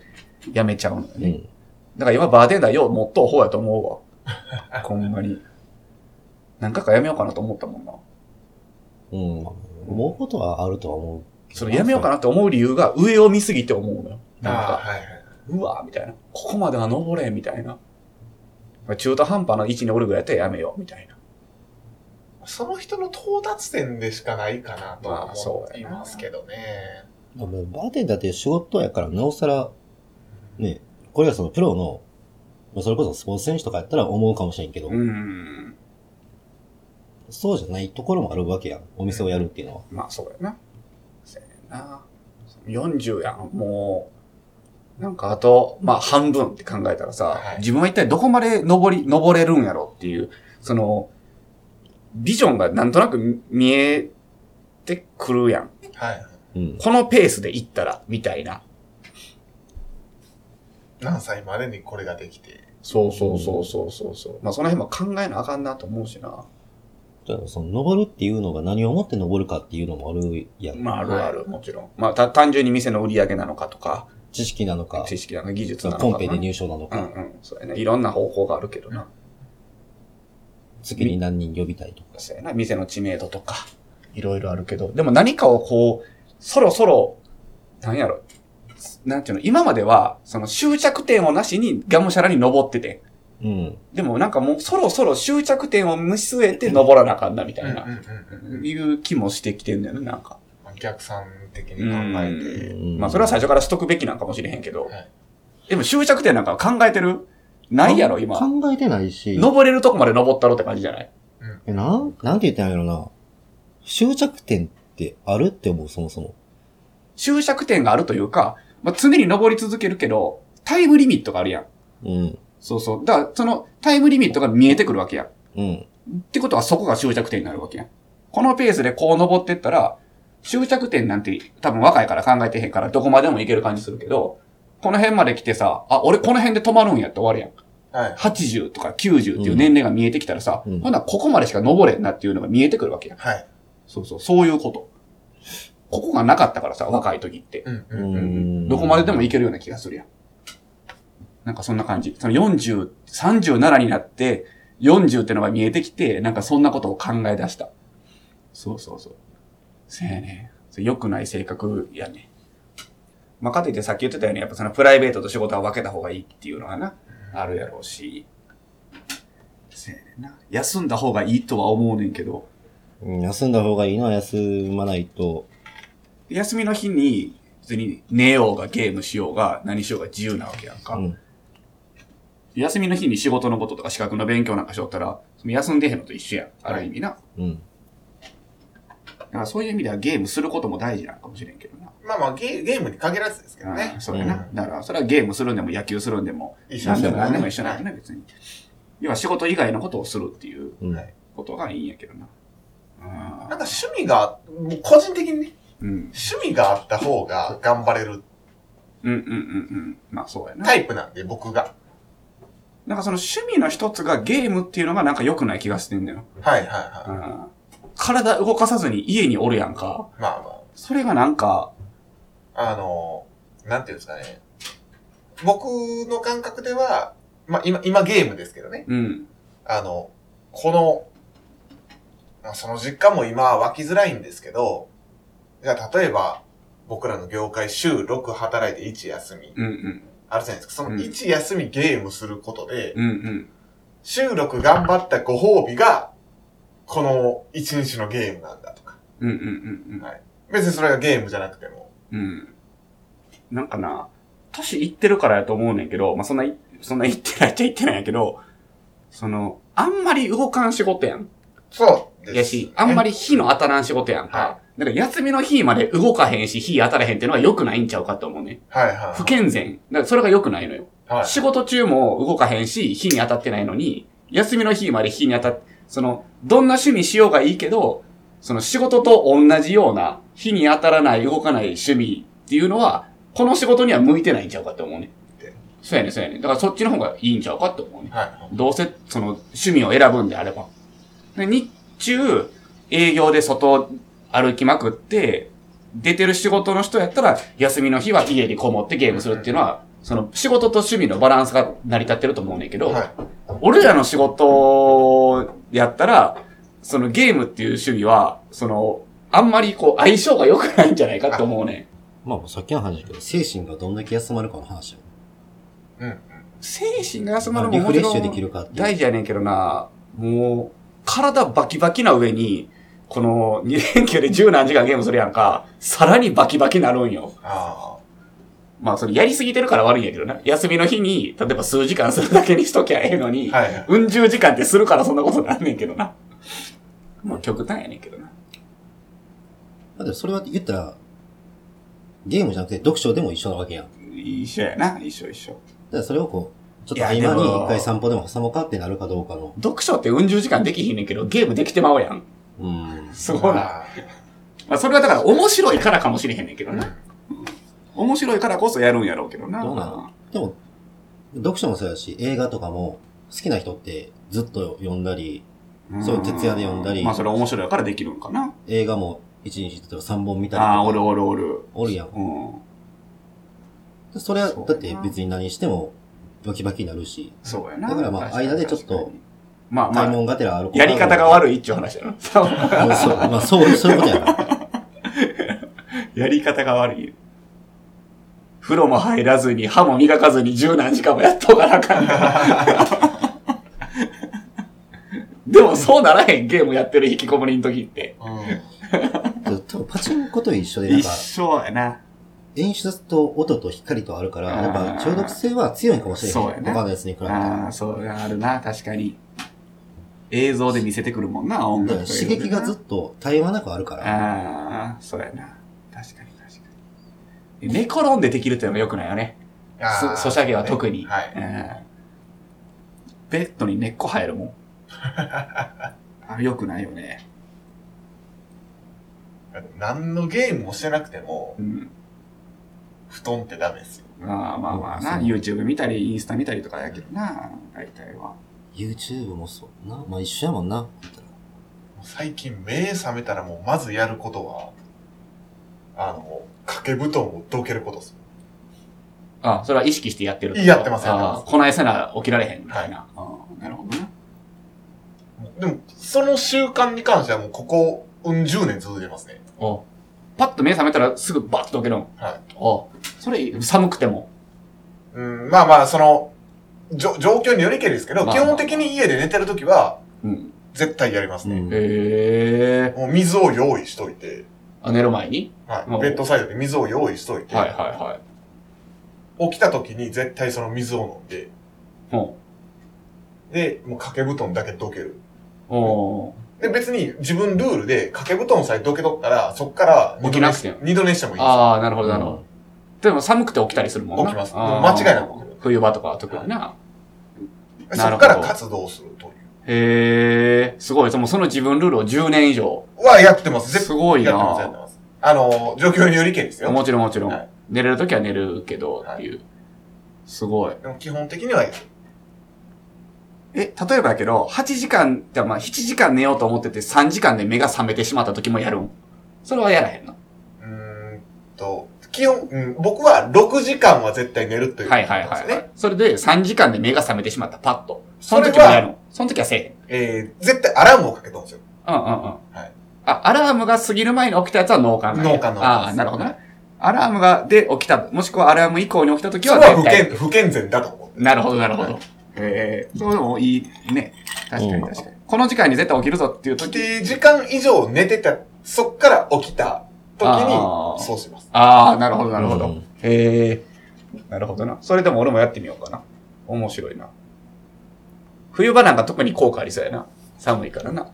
[SPEAKER 2] やめちゃうのよ
[SPEAKER 3] う
[SPEAKER 2] ね。
[SPEAKER 3] ん。
[SPEAKER 2] だから今バーテンダーよう持っとう方やと思うわ。ほんまに。何回かやめようかなと思ったもんな。
[SPEAKER 3] うん。思うことはあるとは思
[SPEAKER 2] それやめようかなって思う理由が上を見すぎて思うのよ。
[SPEAKER 1] あ
[SPEAKER 2] なんか。
[SPEAKER 1] あ、はいはいう
[SPEAKER 2] わみたいな。ここまでは登れんみたいな。中途半端な位置におるぐらいやったらやめよう、みたいな。
[SPEAKER 1] その人の到達点でしかないかなと
[SPEAKER 2] ま
[SPEAKER 1] は
[SPEAKER 2] あそ
[SPEAKER 1] 思
[SPEAKER 2] う
[SPEAKER 1] い
[SPEAKER 2] やな
[SPEAKER 1] ますけどね。
[SPEAKER 3] う。もうバーテンだって仕事やから、なおさら、ね、これがそのプロの、まあそれこそスポーツ選手とかやったら思うかもしれんけど、
[SPEAKER 2] ん。
[SPEAKER 3] そうじゃないところもあるわけやん。お店をやるっていうのは。
[SPEAKER 2] まあ、そうやな。せやな。40やん、もう。なんかあと、まあ半分って考えたらさ、
[SPEAKER 1] はい
[SPEAKER 2] 自分は一体どこまで登り、登れるんやろっていう、その、ビジョンがなんとなく見えてくるやん。
[SPEAKER 1] はい。
[SPEAKER 3] うん。
[SPEAKER 2] このペースで行ったら、みたいな。
[SPEAKER 1] 何歳までにこれができて。
[SPEAKER 2] そうそうそうそうそうそう。まあその辺も考えなあかんなと思うしな。
[SPEAKER 3] だからその、登るっていうのが何をもって登るかっていうのもあるやん。
[SPEAKER 2] まああるある、もちろん。まあた単純に店の売り上げなのかとか、
[SPEAKER 3] 知識なのか、
[SPEAKER 2] 知識なのか、技術
[SPEAKER 3] そ
[SPEAKER 2] な
[SPEAKER 3] の
[SPEAKER 2] のかな。
[SPEAKER 3] コンペで入賞なの
[SPEAKER 2] う
[SPEAKER 3] か、
[SPEAKER 2] んうん。そうやね。いろんな方法があるけどな。
[SPEAKER 3] 次に何人呼びたいとか。
[SPEAKER 2] そうやな。店の知名度とか、いろいろあるけど。でも何かをこう、そろそろ、なんやろ。なんていうの、今までは、その終着点をなしに、がむしゃらに登ってて。
[SPEAKER 3] うん。
[SPEAKER 2] でもなんかもうそろそろ終着点を見据えて登らなあかんなみ
[SPEAKER 1] うん
[SPEAKER 2] た
[SPEAKER 1] うん
[SPEAKER 2] いうな、
[SPEAKER 1] んうん。
[SPEAKER 2] いう気もしてきてんだよね、なんか。
[SPEAKER 1] お客さん的に考えて。
[SPEAKER 3] うん
[SPEAKER 2] まあそれは最初からしとくべきなんかもしれへんけど
[SPEAKER 1] はい。
[SPEAKER 2] でも終着点なんか考えてるないやろ、今。
[SPEAKER 3] 考えてないし、
[SPEAKER 2] 登れるとこまで登ったろって感じじゃない
[SPEAKER 3] えなん、なんて言ったんやろな。終着点ってあるって思う、そもそも。
[SPEAKER 2] 終着点があるというか、まあ常に登り続けるけど、タイムリミットがあるやん。
[SPEAKER 3] うん。
[SPEAKER 2] そうそう。だからそのタイムリミットが見えてくるわけやん。っ
[SPEAKER 3] うん。
[SPEAKER 2] てことはそこが終着点になるわけやん。このペースでこう登ってったら、終着点なんて多分若いから考えてへんからどこまでも行ける感じするけど、この辺まで来てさ、あ、俺この辺で止まるんやって終わるやん。
[SPEAKER 1] はい。
[SPEAKER 2] 80とか90っていう年齢が見えてきたらさ、
[SPEAKER 3] うん
[SPEAKER 2] ほんならここまでしか登れんなっていうのが見えてくるわけや。
[SPEAKER 1] はい。
[SPEAKER 2] そうそう、そういうこと。ここがなかったからさ、若い時って。
[SPEAKER 1] うん
[SPEAKER 3] う
[SPEAKER 1] うん。
[SPEAKER 3] ん。
[SPEAKER 2] どこまででも行けるような気がするやん。なんかそんな感じ。その40、37になって、40ってのが見えてきて、なんかそんなことを考え出した。そうそうそう。せやね。それ良くない性格やね。まあ、かといってさっき言ってたように、やっぱそのプライベートと仕事は分けた方がいいっていうのはな、あるやろうし。せやねんな。休んだ方がいいとは思うねんけど、
[SPEAKER 3] うん休んだ方がいいのは休まないと。
[SPEAKER 2] 休みの日に、別に寝ようがゲームしようが何しようが自由なわけやんか。
[SPEAKER 3] うん。
[SPEAKER 2] 休みの日に仕事のこととか資格の勉強なんかしよったら、その休んでへんのと一緒やん。ある意味な。
[SPEAKER 3] うん。
[SPEAKER 2] だからそういう意味ではゲームすることも大事なのかもしれんけどな。
[SPEAKER 1] まあまあゲ、ゲームに限らずですけどね
[SPEAKER 2] ああ。そうやな
[SPEAKER 1] う。ん
[SPEAKER 2] だから、それはゲームするんでも野球するんでも、
[SPEAKER 1] 一緒で
[SPEAKER 2] 何
[SPEAKER 1] す
[SPEAKER 2] で
[SPEAKER 1] よ
[SPEAKER 2] も
[SPEAKER 1] ね
[SPEAKER 2] 何でも一緒なんやね、別に。要は仕事以外のことをするっていう
[SPEAKER 3] うん。
[SPEAKER 1] はい
[SPEAKER 2] ことがいいんやけどな。あ
[SPEAKER 1] な
[SPEAKER 2] あ
[SPEAKER 1] んか趣味が、もう個人的にね、
[SPEAKER 2] うん。
[SPEAKER 1] 趣味があった方が頑張れる
[SPEAKER 2] うんうんうんうん。まあそうやな
[SPEAKER 1] タ。イプなんで、僕が。
[SPEAKER 2] なんかその趣味の一つがゲームっていうのがなんか良くない気がしてんだよ。
[SPEAKER 1] はいはいは
[SPEAKER 2] うん。体動かさずに家におるやんか。
[SPEAKER 1] い。まあま
[SPEAKER 2] それがなんか、
[SPEAKER 1] あ、あの、なんていうんですかね。僕の感覚では、まあ今、今ゲームですけどね。
[SPEAKER 2] うん。
[SPEAKER 1] あの、この、まあその実感も今は湧きづらいんですけど、じゃあ例えば、僕らの業界週6働いて1休み、
[SPEAKER 2] うんうん。
[SPEAKER 1] あるじゃないですか。その
[SPEAKER 2] うん
[SPEAKER 1] 1休みゲームすることで、
[SPEAKER 2] うんうん。
[SPEAKER 1] 収録頑張ったご褒美が、この一日のゲームなんだとか。
[SPEAKER 2] うんうんうん
[SPEAKER 1] 別にそれがゲームじゃなくても。
[SPEAKER 2] うん。うん。なんかな、年いってるからやと思うねんけど、まあ、そんな、いそんないってないっちゃいってないんやけど、その、あんまり動かん仕事やん。
[SPEAKER 1] そう
[SPEAKER 2] やし、あんま
[SPEAKER 1] り。
[SPEAKER 2] り日の当たらん仕事やん
[SPEAKER 1] は
[SPEAKER 2] か。だから休みの日まで動かへんし、日当たらへんってのは良くないんちゃうかと思うね。
[SPEAKER 1] はいはいはい。
[SPEAKER 2] 不健全。だからそれが良くないのよ。
[SPEAKER 1] はい。
[SPEAKER 2] 仕事中も動かへんし、日に当たってないのに、休みの日まで日に当たっその、どんな趣味しようがいいけど、その仕事と同じような、日に当たらない、動かない趣味っていうのは、この仕事には向いてないんちゃうかって思うね
[SPEAKER 1] で。
[SPEAKER 2] そうやね、そうやね。だからそっちの方がいいんちゃうかって思うね。
[SPEAKER 1] はい。
[SPEAKER 2] どうせ、その、趣味を選ぶんであれば。で日中、営業で外歩きまくって、出てる仕事の人やったら、休みの日は家にこもってゲームするっていうのは、その、仕事と趣味のバランスが成り立ってると思うねんけど、
[SPEAKER 1] はい。
[SPEAKER 2] 俺らの仕事やったら、そのゲームっていう趣味は、その、あんまりこう、相性が良くないんじゃないかって思うね
[SPEAKER 3] まあ、さっきの話だけど、精神がどんだけ休まるかの話や
[SPEAKER 1] うんうん。
[SPEAKER 2] ん。精神が休まる
[SPEAKER 3] ん。
[SPEAKER 2] の
[SPEAKER 3] リ
[SPEAKER 2] も
[SPEAKER 3] フ
[SPEAKER 2] も
[SPEAKER 3] レ
[SPEAKER 2] ち
[SPEAKER 3] ッ
[SPEAKER 2] ろ
[SPEAKER 3] シュでき
[SPEAKER 2] ん
[SPEAKER 3] るかっていう。
[SPEAKER 2] 大事やねんけどな、もう、体バキバキな上に、この2連休で十何時間ゲームするやんか、さらにバキバキなるんよ。
[SPEAKER 1] あ
[SPEAKER 2] まあそれやりすぎてるから悪いんやけどな。休みの日に、例えば数時間するだけにしときゃええのに、
[SPEAKER 1] あ。はいはい。
[SPEAKER 2] うん十時間ってするからそんなことなんねんけどな。まあ極端やねんけどな。
[SPEAKER 3] だってそれは言ったら、ゲームじゃなくて読書でも一緒なわけやん。だか
[SPEAKER 2] 一緒やな、一緒一緒。
[SPEAKER 3] らそれをこう、ちょっと合
[SPEAKER 2] いや
[SPEAKER 3] 間
[SPEAKER 2] で
[SPEAKER 3] に
[SPEAKER 2] も
[SPEAKER 3] 一回散歩でも挟もうかってなるかどうかの。
[SPEAKER 2] 読書ってうん十時間できひんねんけど、ゲームできてまうやん。
[SPEAKER 3] うん。
[SPEAKER 2] すごいな。
[SPEAKER 1] あー
[SPEAKER 2] まあ、それはだから面白いからかもしれへんねんけどな。面白いからこそやるんやろうけどな。
[SPEAKER 3] どうなのでも、読書もそうやし、映画とかも、好きな人ってずっと読んだり、
[SPEAKER 2] ん
[SPEAKER 3] そう徹夜で読んだり
[SPEAKER 2] まあそれ面白いからできるんかな。
[SPEAKER 3] 映画も1日例えば3本見たりとか
[SPEAKER 2] ああ、おるおるおる。
[SPEAKER 3] おるやん。
[SPEAKER 2] うん。
[SPEAKER 3] でそれは、
[SPEAKER 2] そう
[SPEAKER 3] だって別に何しても、バキバキになるし、
[SPEAKER 2] そうやな。
[SPEAKER 3] だからまあ
[SPEAKER 2] 確に
[SPEAKER 3] 間でちょっと、
[SPEAKER 2] まあ
[SPEAKER 3] 買い
[SPEAKER 2] まあ、
[SPEAKER 3] 物がてらある
[SPEAKER 2] やり方が
[SPEAKER 3] い。
[SPEAKER 2] 悪いっちゅう話やな。そう
[SPEAKER 3] うん *laughs* そう、まあそう、そういうことやな。
[SPEAKER 2] *laughs*
[SPEAKER 3] *laughs*
[SPEAKER 2] やり方が悪い。風呂も入らずに、歯も磨かずに十何時間もやっとかなあかんから。
[SPEAKER 3] *laughs*
[SPEAKER 2] でもそうならへん、ゲームやってる引きこもりの時って。
[SPEAKER 1] う
[SPEAKER 3] 多分パチンコと一緒で、なん
[SPEAKER 2] 一
[SPEAKER 3] か、
[SPEAKER 2] 緒やな。
[SPEAKER 3] 演出と音と光とあるから、
[SPEAKER 2] あー
[SPEAKER 3] やっぱ中毒性は強いかもしれない。
[SPEAKER 2] そうやね
[SPEAKER 3] 他のやつに比べて。
[SPEAKER 2] ああ、そうやあるな、確かに。映像で見せてくるもんな、音
[SPEAKER 3] だか
[SPEAKER 2] 楽
[SPEAKER 3] ら
[SPEAKER 2] と
[SPEAKER 3] 刺
[SPEAKER 2] いうより
[SPEAKER 3] 激がずっと絶え間なくあるから。
[SPEAKER 2] ああ、そうやな。確かに確かに。寝転んでできるっていうのが良くないよね。
[SPEAKER 1] ん。あー
[SPEAKER 2] そソシャゲは特に。
[SPEAKER 1] はい。
[SPEAKER 2] うんベッドに根っこ生えるもん。あれ良くないよね。
[SPEAKER 1] 何のゲームもしてなくても、
[SPEAKER 2] うん。
[SPEAKER 1] 布団ってダメですよ。
[SPEAKER 2] まあまあまあ
[SPEAKER 3] そ
[SPEAKER 2] な。
[SPEAKER 3] う
[SPEAKER 2] YouTube 見たり、インスタ見たりとかやけどな。大体は。
[SPEAKER 3] YouTube もそうな。まあ一緒やもんな。
[SPEAKER 1] 最近目覚めたらもうまずやることは、あの、掛け布団をどけることです。
[SPEAKER 2] あ、それは意識してやってる
[SPEAKER 1] やってますやってます
[SPEAKER 2] あーこないせな起きられへんみたいな。あーなるほどな。
[SPEAKER 1] でも、その習慣に関してはもうここ、うん、10年続いてますね。
[SPEAKER 2] おパッと目覚めたらすぐバッと起きるの。
[SPEAKER 1] はい
[SPEAKER 2] おそれいい寒くても。
[SPEAKER 1] うん、まあまあ、その、じょ状況によりけりですけど、
[SPEAKER 2] まあ
[SPEAKER 1] 基本的に家で寝てるときは、
[SPEAKER 2] うん。
[SPEAKER 1] 絶対やります
[SPEAKER 3] う
[SPEAKER 1] ね。
[SPEAKER 3] ん。
[SPEAKER 2] へえ。
[SPEAKER 1] もう水を用意しといて、
[SPEAKER 2] あ、寝る前に
[SPEAKER 1] はい
[SPEAKER 2] もう
[SPEAKER 1] ベッドサイドで水を用意しといて、
[SPEAKER 2] はいはいはい。
[SPEAKER 1] 起きたときに絶対その水を飲んで、
[SPEAKER 2] ほ
[SPEAKER 1] で、もう掛け布団だけどける。
[SPEAKER 2] う。お
[SPEAKER 1] で、別に自分ルールで掛け布団さえどけとったら、そっから二度寝し
[SPEAKER 2] 起きなくて
[SPEAKER 1] 二度寝してもいいです。
[SPEAKER 2] ああ、なるほどなるほど。でも寒くて起きたりするもんな。
[SPEAKER 1] 起きます
[SPEAKER 2] あー
[SPEAKER 1] もう間違いなく起きる
[SPEAKER 2] 冬場とかは特にな。
[SPEAKER 1] で
[SPEAKER 2] な
[SPEAKER 1] そ
[SPEAKER 2] る
[SPEAKER 1] っ
[SPEAKER 2] ほど
[SPEAKER 1] から活動するとい
[SPEAKER 2] へえ、すごい。そのその自分ルールを10年以上。
[SPEAKER 1] う。は、やってます。絶
[SPEAKER 2] すごいな
[SPEAKER 1] やってます、やってます。あの、状況によりけりですよ。
[SPEAKER 2] もちろんもちろん。
[SPEAKER 1] はい
[SPEAKER 2] 寝れるときは寝るけどっていう。すごい。
[SPEAKER 1] でも基本的には、
[SPEAKER 2] え、例えばやけど、8時間、じゃあまあ7時間寝ようと思ってて3時間で目が覚めてしまった時もやるんそれはやらへんの。
[SPEAKER 1] うーんと、基本、うん、僕は6時間は絶対寝るということで
[SPEAKER 2] はい
[SPEAKER 1] すね。
[SPEAKER 2] はいはい、はい。それで3時間で目が覚めてしまった、パッと。その時
[SPEAKER 1] それ
[SPEAKER 2] も
[SPEAKER 1] は
[SPEAKER 2] やるんその時はせえへん。
[SPEAKER 1] えー、絶対アラームをかけとんですよ。
[SPEAKER 2] うんうんうん。
[SPEAKER 1] はい
[SPEAKER 2] あ、アラームが過ぎる前に起きたやつは脳幹
[SPEAKER 1] 脳幹の
[SPEAKER 2] ああ、なるほどね。アラームが、で起きた、もしくはアラーム以降に起きた時
[SPEAKER 1] そ
[SPEAKER 2] は
[SPEAKER 1] れは不
[SPEAKER 2] 絶
[SPEAKER 1] 健
[SPEAKER 2] 対。
[SPEAKER 1] 不健全だと思う。
[SPEAKER 2] なるほど、なるほ
[SPEAKER 1] は
[SPEAKER 2] ど。ええそうでもいいね。確か
[SPEAKER 3] うん
[SPEAKER 2] に確かに、この時間に絶対起きるぞっていう
[SPEAKER 1] 規
[SPEAKER 2] 時。
[SPEAKER 1] 定時間以上寝てた、そっから起きた時
[SPEAKER 2] あー
[SPEAKER 1] に、そうします。
[SPEAKER 2] ああ、なるほど、なるほど。
[SPEAKER 3] うん
[SPEAKER 2] へえなるほどな。それでも俺もやってみようかな。面白いな。冬場なんか特に効果ありそうやな。寒いからな。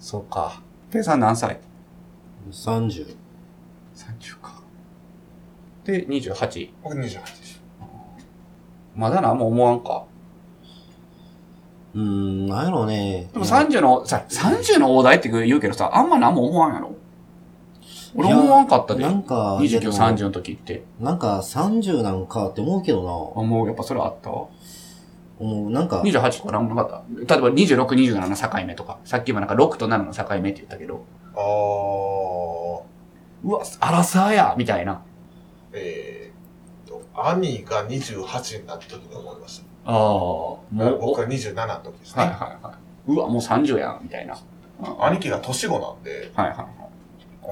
[SPEAKER 2] そうか。ペイさん何歳
[SPEAKER 3] 30。
[SPEAKER 2] ?30 か。で、28。
[SPEAKER 1] 僕28です。
[SPEAKER 2] まだ何も思わんか。
[SPEAKER 3] うーん、なんやろうね。
[SPEAKER 2] でも30の、さ、30の大台って言うけどさ、あんま何も思わんやろ。俺思わんかったで。
[SPEAKER 3] なんか、
[SPEAKER 2] 29、
[SPEAKER 3] で
[SPEAKER 2] 30の時って。
[SPEAKER 3] もなんか30なんかって思うけど
[SPEAKER 2] あ、
[SPEAKER 3] な。
[SPEAKER 2] もうやっぱそれはあったわ。
[SPEAKER 3] 思う、なんか、
[SPEAKER 2] 28とか何もなかった。例えば26、27の境目とか。さっきもなんか6と7の境目って言ったけど、
[SPEAKER 1] あー、
[SPEAKER 2] うわ、アラサーやみたいな。
[SPEAKER 1] えーと、兄が28になった時に思いました。
[SPEAKER 2] ああ、もう、
[SPEAKER 1] 僕が27の時ですね。
[SPEAKER 2] はいはいはい。うわ、もう30やん、みたいな。はい
[SPEAKER 1] 兄貴が年子なんで、
[SPEAKER 2] はいは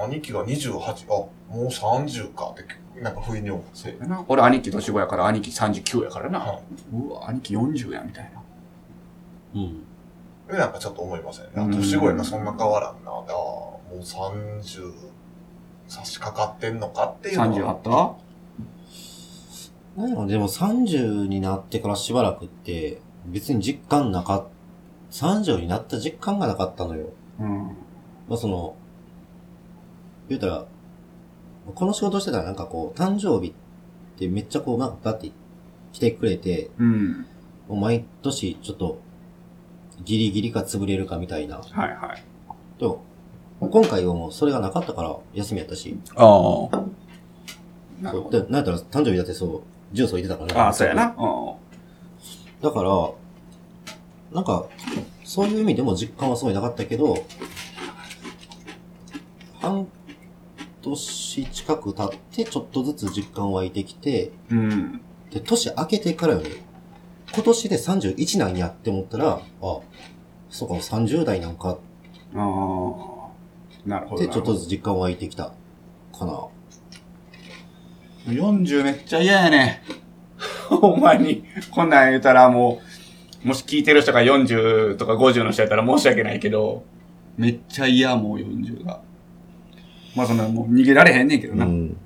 [SPEAKER 1] 兄貴が28、あ、もう30かって、なんか不意に思って。
[SPEAKER 2] いな。俺、兄貴年子やから、兄貴39やからな
[SPEAKER 1] は。
[SPEAKER 2] うわ、兄貴40や、みたいな。
[SPEAKER 3] うん。
[SPEAKER 1] で、なんかちょっと思いましたね。
[SPEAKER 2] うん
[SPEAKER 1] 年越えがそんな変わらんな。あーもう30差し掛かってんのかっていうの
[SPEAKER 2] 30あった
[SPEAKER 3] なんやろうねでも30になってからしばらくって、別に実感なかっ、30になった実感がなかったのよ。
[SPEAKER 2] うん。
[SPEAKER 3] まあその、言うたら、この仕事してたらなんかこう、誕生日ってめっちゃこう、なんかだって来てくれて、
[SPEAKER 2] うん。
[SPEAKER 3] もう毎年ちょっと、ギリギリか潰れるかみたいな。
[SPEAKER 2] はいはい。
[SPEAKER 3] と、今回はもうそれがなかったから休みやったし、
[SPEAKER 2] ああ。なる
[SPEAKER 3] そ
[SPEAKER 2] ほ
[SPEAKER 3] う
[SPEAKER 2] ど。
[SPEAKER 3] でなんやったら誕生日だってそう、ジュース置いてたからね
[SPEAKER 2] ああ、そうやな。うん。
[SPEAKER 3] だから、なんか、そういう意味でも実感はすごいなかったけど、半年近く経って、ちょっとずつ実感湧いてきて、
[SPEAKER 2] うん。
[SPEAKER 3] で、年明けてからよね、今年で31なんやって思ったら、あ、そうか、30代なんか
[SPEAKER 2] ああ。なるほど。
[SPEAKER 3] って、ちょっとずつ実感湧いてきたかな。
[SPEAKER 2] 40めっちゃ嫌やね。 *laughs* ほんまに。こんなん言うたらもう、もし聞いてる人が40とか50の人やったら申し訳ないけど、めっちゃ嫌もう40が。まあそんなもう逃げられへんねんけど
[SPEAKER 3] う
[SPEAKER 2] な。
[SPEAKER 3] ん。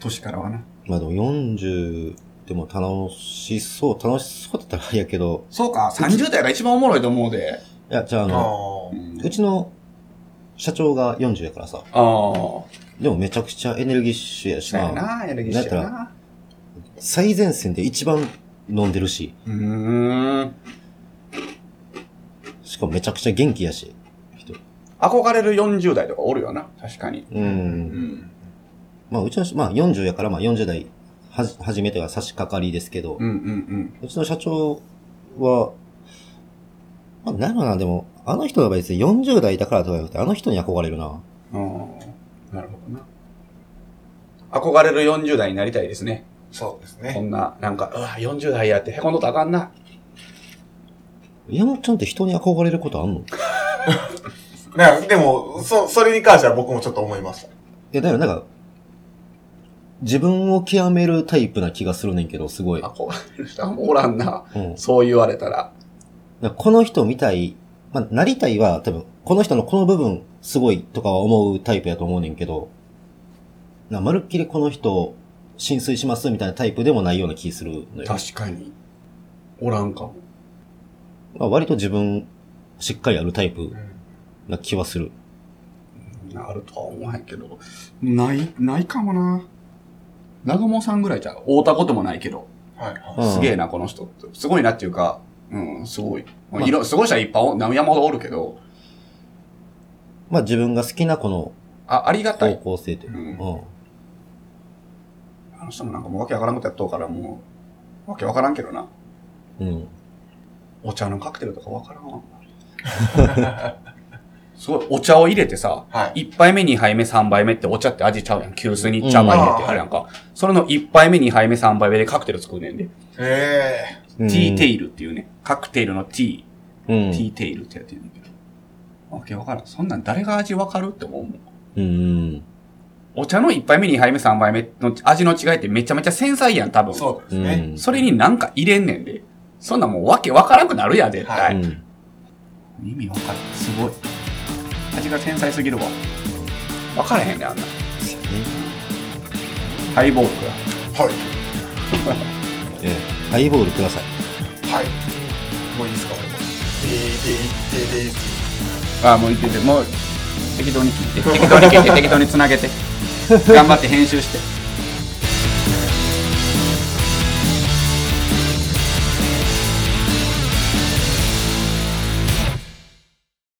[SPEAKER 2] 年からはな。
[SPEAKER 3] まあでも40でも楽しそう、楽しそうだったらあれやけど、
[SPEAKER 2] そうか、30代が一番おもろいと思うで。
[SPEAKER 3] いや、じゃああ
[SPEAKER 1] あ
[SPEAKER 3] の、
[SPEAKER 1] ー
[SPEAKER 3] うちの社長が40やからさ、
[SPEAKER 2] ああ。
[SPEAKER 3] でもめちゃくちゃエネルギッシュやし
[SPEAKER 2] そうや
[SPEAKER 3] な、
[SPEAKER 2] な、エネルギッシュやな。
[SPEAKER 3] 最前線で一番飲んでるし、
[SPEAKER 2] うーん。
[SPEAKER 3] しかもめちゃくちゃ元気やし、人
[SPEAKER 2] 憧れる40代とかおるよな、確かに。
[SPEAKER 3] う。
[SPEAKER 1] うんん。
[SPEAKER 3] まあうちのし、まあ40やから、まあ40代はじ、初めてが差し掛かりですけど、
[SPEAKER 2] うんうん
[SPEAKER 3] うちの社長は、まあ、なるほどな、でも、あの人は別に40代だからとかじゃなくて、あの人に憧れるな。
[SPEAKER 2] うん。ああ。なるほどな。憧れる40代になりたいですね。
[SPEAKER 1] そうです
[SPEAKER 2] こ
[SPEAKER 1] ね。
[SPEAKER 2] んな、なんか、うわ、40代やってへこんどったらあかんな。
[SPEAKER 3] 山本ちゃんって人に憧れることあんのい
[SPEAKER 1] なでも、そ、それに関しては僕もちょっと思いました。
[SPEAKER 3] や、だよ、なんか、自分を極めるタイプな気がするねんけど、すごい。
[SPEAKER 2] 憧れる人はおらんな。
[SPEAKER 3] うん
[SPEAKER 2] そう言われたら。
[SPEAKER 3] だからこの人みたい、まあ、なりたいは多分、この人のこの部分すごいとかは思うタイプやと思うねんけど、なまるっきりこの人浸水しますみたいなタイプでもないような気するのよ。
[SPEAKER 2] 確かに。おらんかも。
[SPEAKER 3] まあ、割と自分しっかりあるタイプ
[SPEAKER 1] うん
[SPEAKER 3] な気はする。
[SPEAKER 2] あるとは思わへんけど。ない、ないかもな。南雲さんぐらいじゃ、会うたこともないけど。
[SPEAKER 1] はいはい。
[SPEAKER 3] うん
[SPEAKER 2] すげえな、この人って。すごいなっていうか、うん、すごい。ま
[SPEAKER 3] ま
[SPEAKER 2] あ、
[SPEAKER 3] あ
[SPEAKER 2] いろ、すごい人はいっぱいお、山ほどおるけど、
[SPEAKER 3] まあ自分が好きなこの
[SPEAKER 2] あ、ありがた
[SPEAKER 3] 方
[SPEAKER 2] い。
[SPEAKER 3] 向性というう。
[SPEAKER 2] ん。
[SPEAKER 3] うん。
[SPEAKER 2] あの人もなんかもうわけわからんことやっとうから、もう、わけわからんけどな。
[SPEAKER 3] うん。
[SPEAKER 2] お茶のカクテルとかわからんわ。 *laughs* すごい、お茶を入れてさ、
[SPEAKER 1] はい。
[SPEAKER 2] 1杯目、2杯目、3杯目ってお茶って味ちゃうやん。急須に茶葉入れて
[SPEAKER 1] うん
[SPEAKER 2] あるやんか。それの1杯目、2杯目、3杯目でカクテル作るねんで。
[SPEAKER 1] え
[SPEAKER 3] うん
[SPEAKER 2] T テイルっていうね、カクテルの T、
[SPEAKER 3] うん
[SPEAKER 2] T テイルってやってるんだけど。わけわからん。そんなん誰が味わかるって思うもん。
[SPEAKER 3] うん。
[SPEAKER 2] お茶の1杯目、2杯目、3杯目の味の違いってめちゃめちゃ繊細やん、多
[SPEAKER 1] え
[SPEAKER 2] 分。
[SPEAKER 1] そうです
[SPEAKER 3] うん。
[SPEAKER 1] ね。
[SPEAKER 2] それになんか入れんねんで。そんなんもうわけわからんくなるやん、絶
[SPEAKER 3] う
[SPEAKER 2] 対。
[SPEAKER 3] ん。
[SPEAKER 2] 意味わからん。すごい。味が繊細すぎるわ。わからへんねん、あんな。ハイボールか。
[SPEAKER 1] はい。
[SPEAKER 3] ええハイボールください。
[SPEAKER 1] はい。もういいですか、俺も。でーでーでーでー
[SPEAKER 2] あもういっててもう適当に切って適当に切って適当につなげて頑張って編集して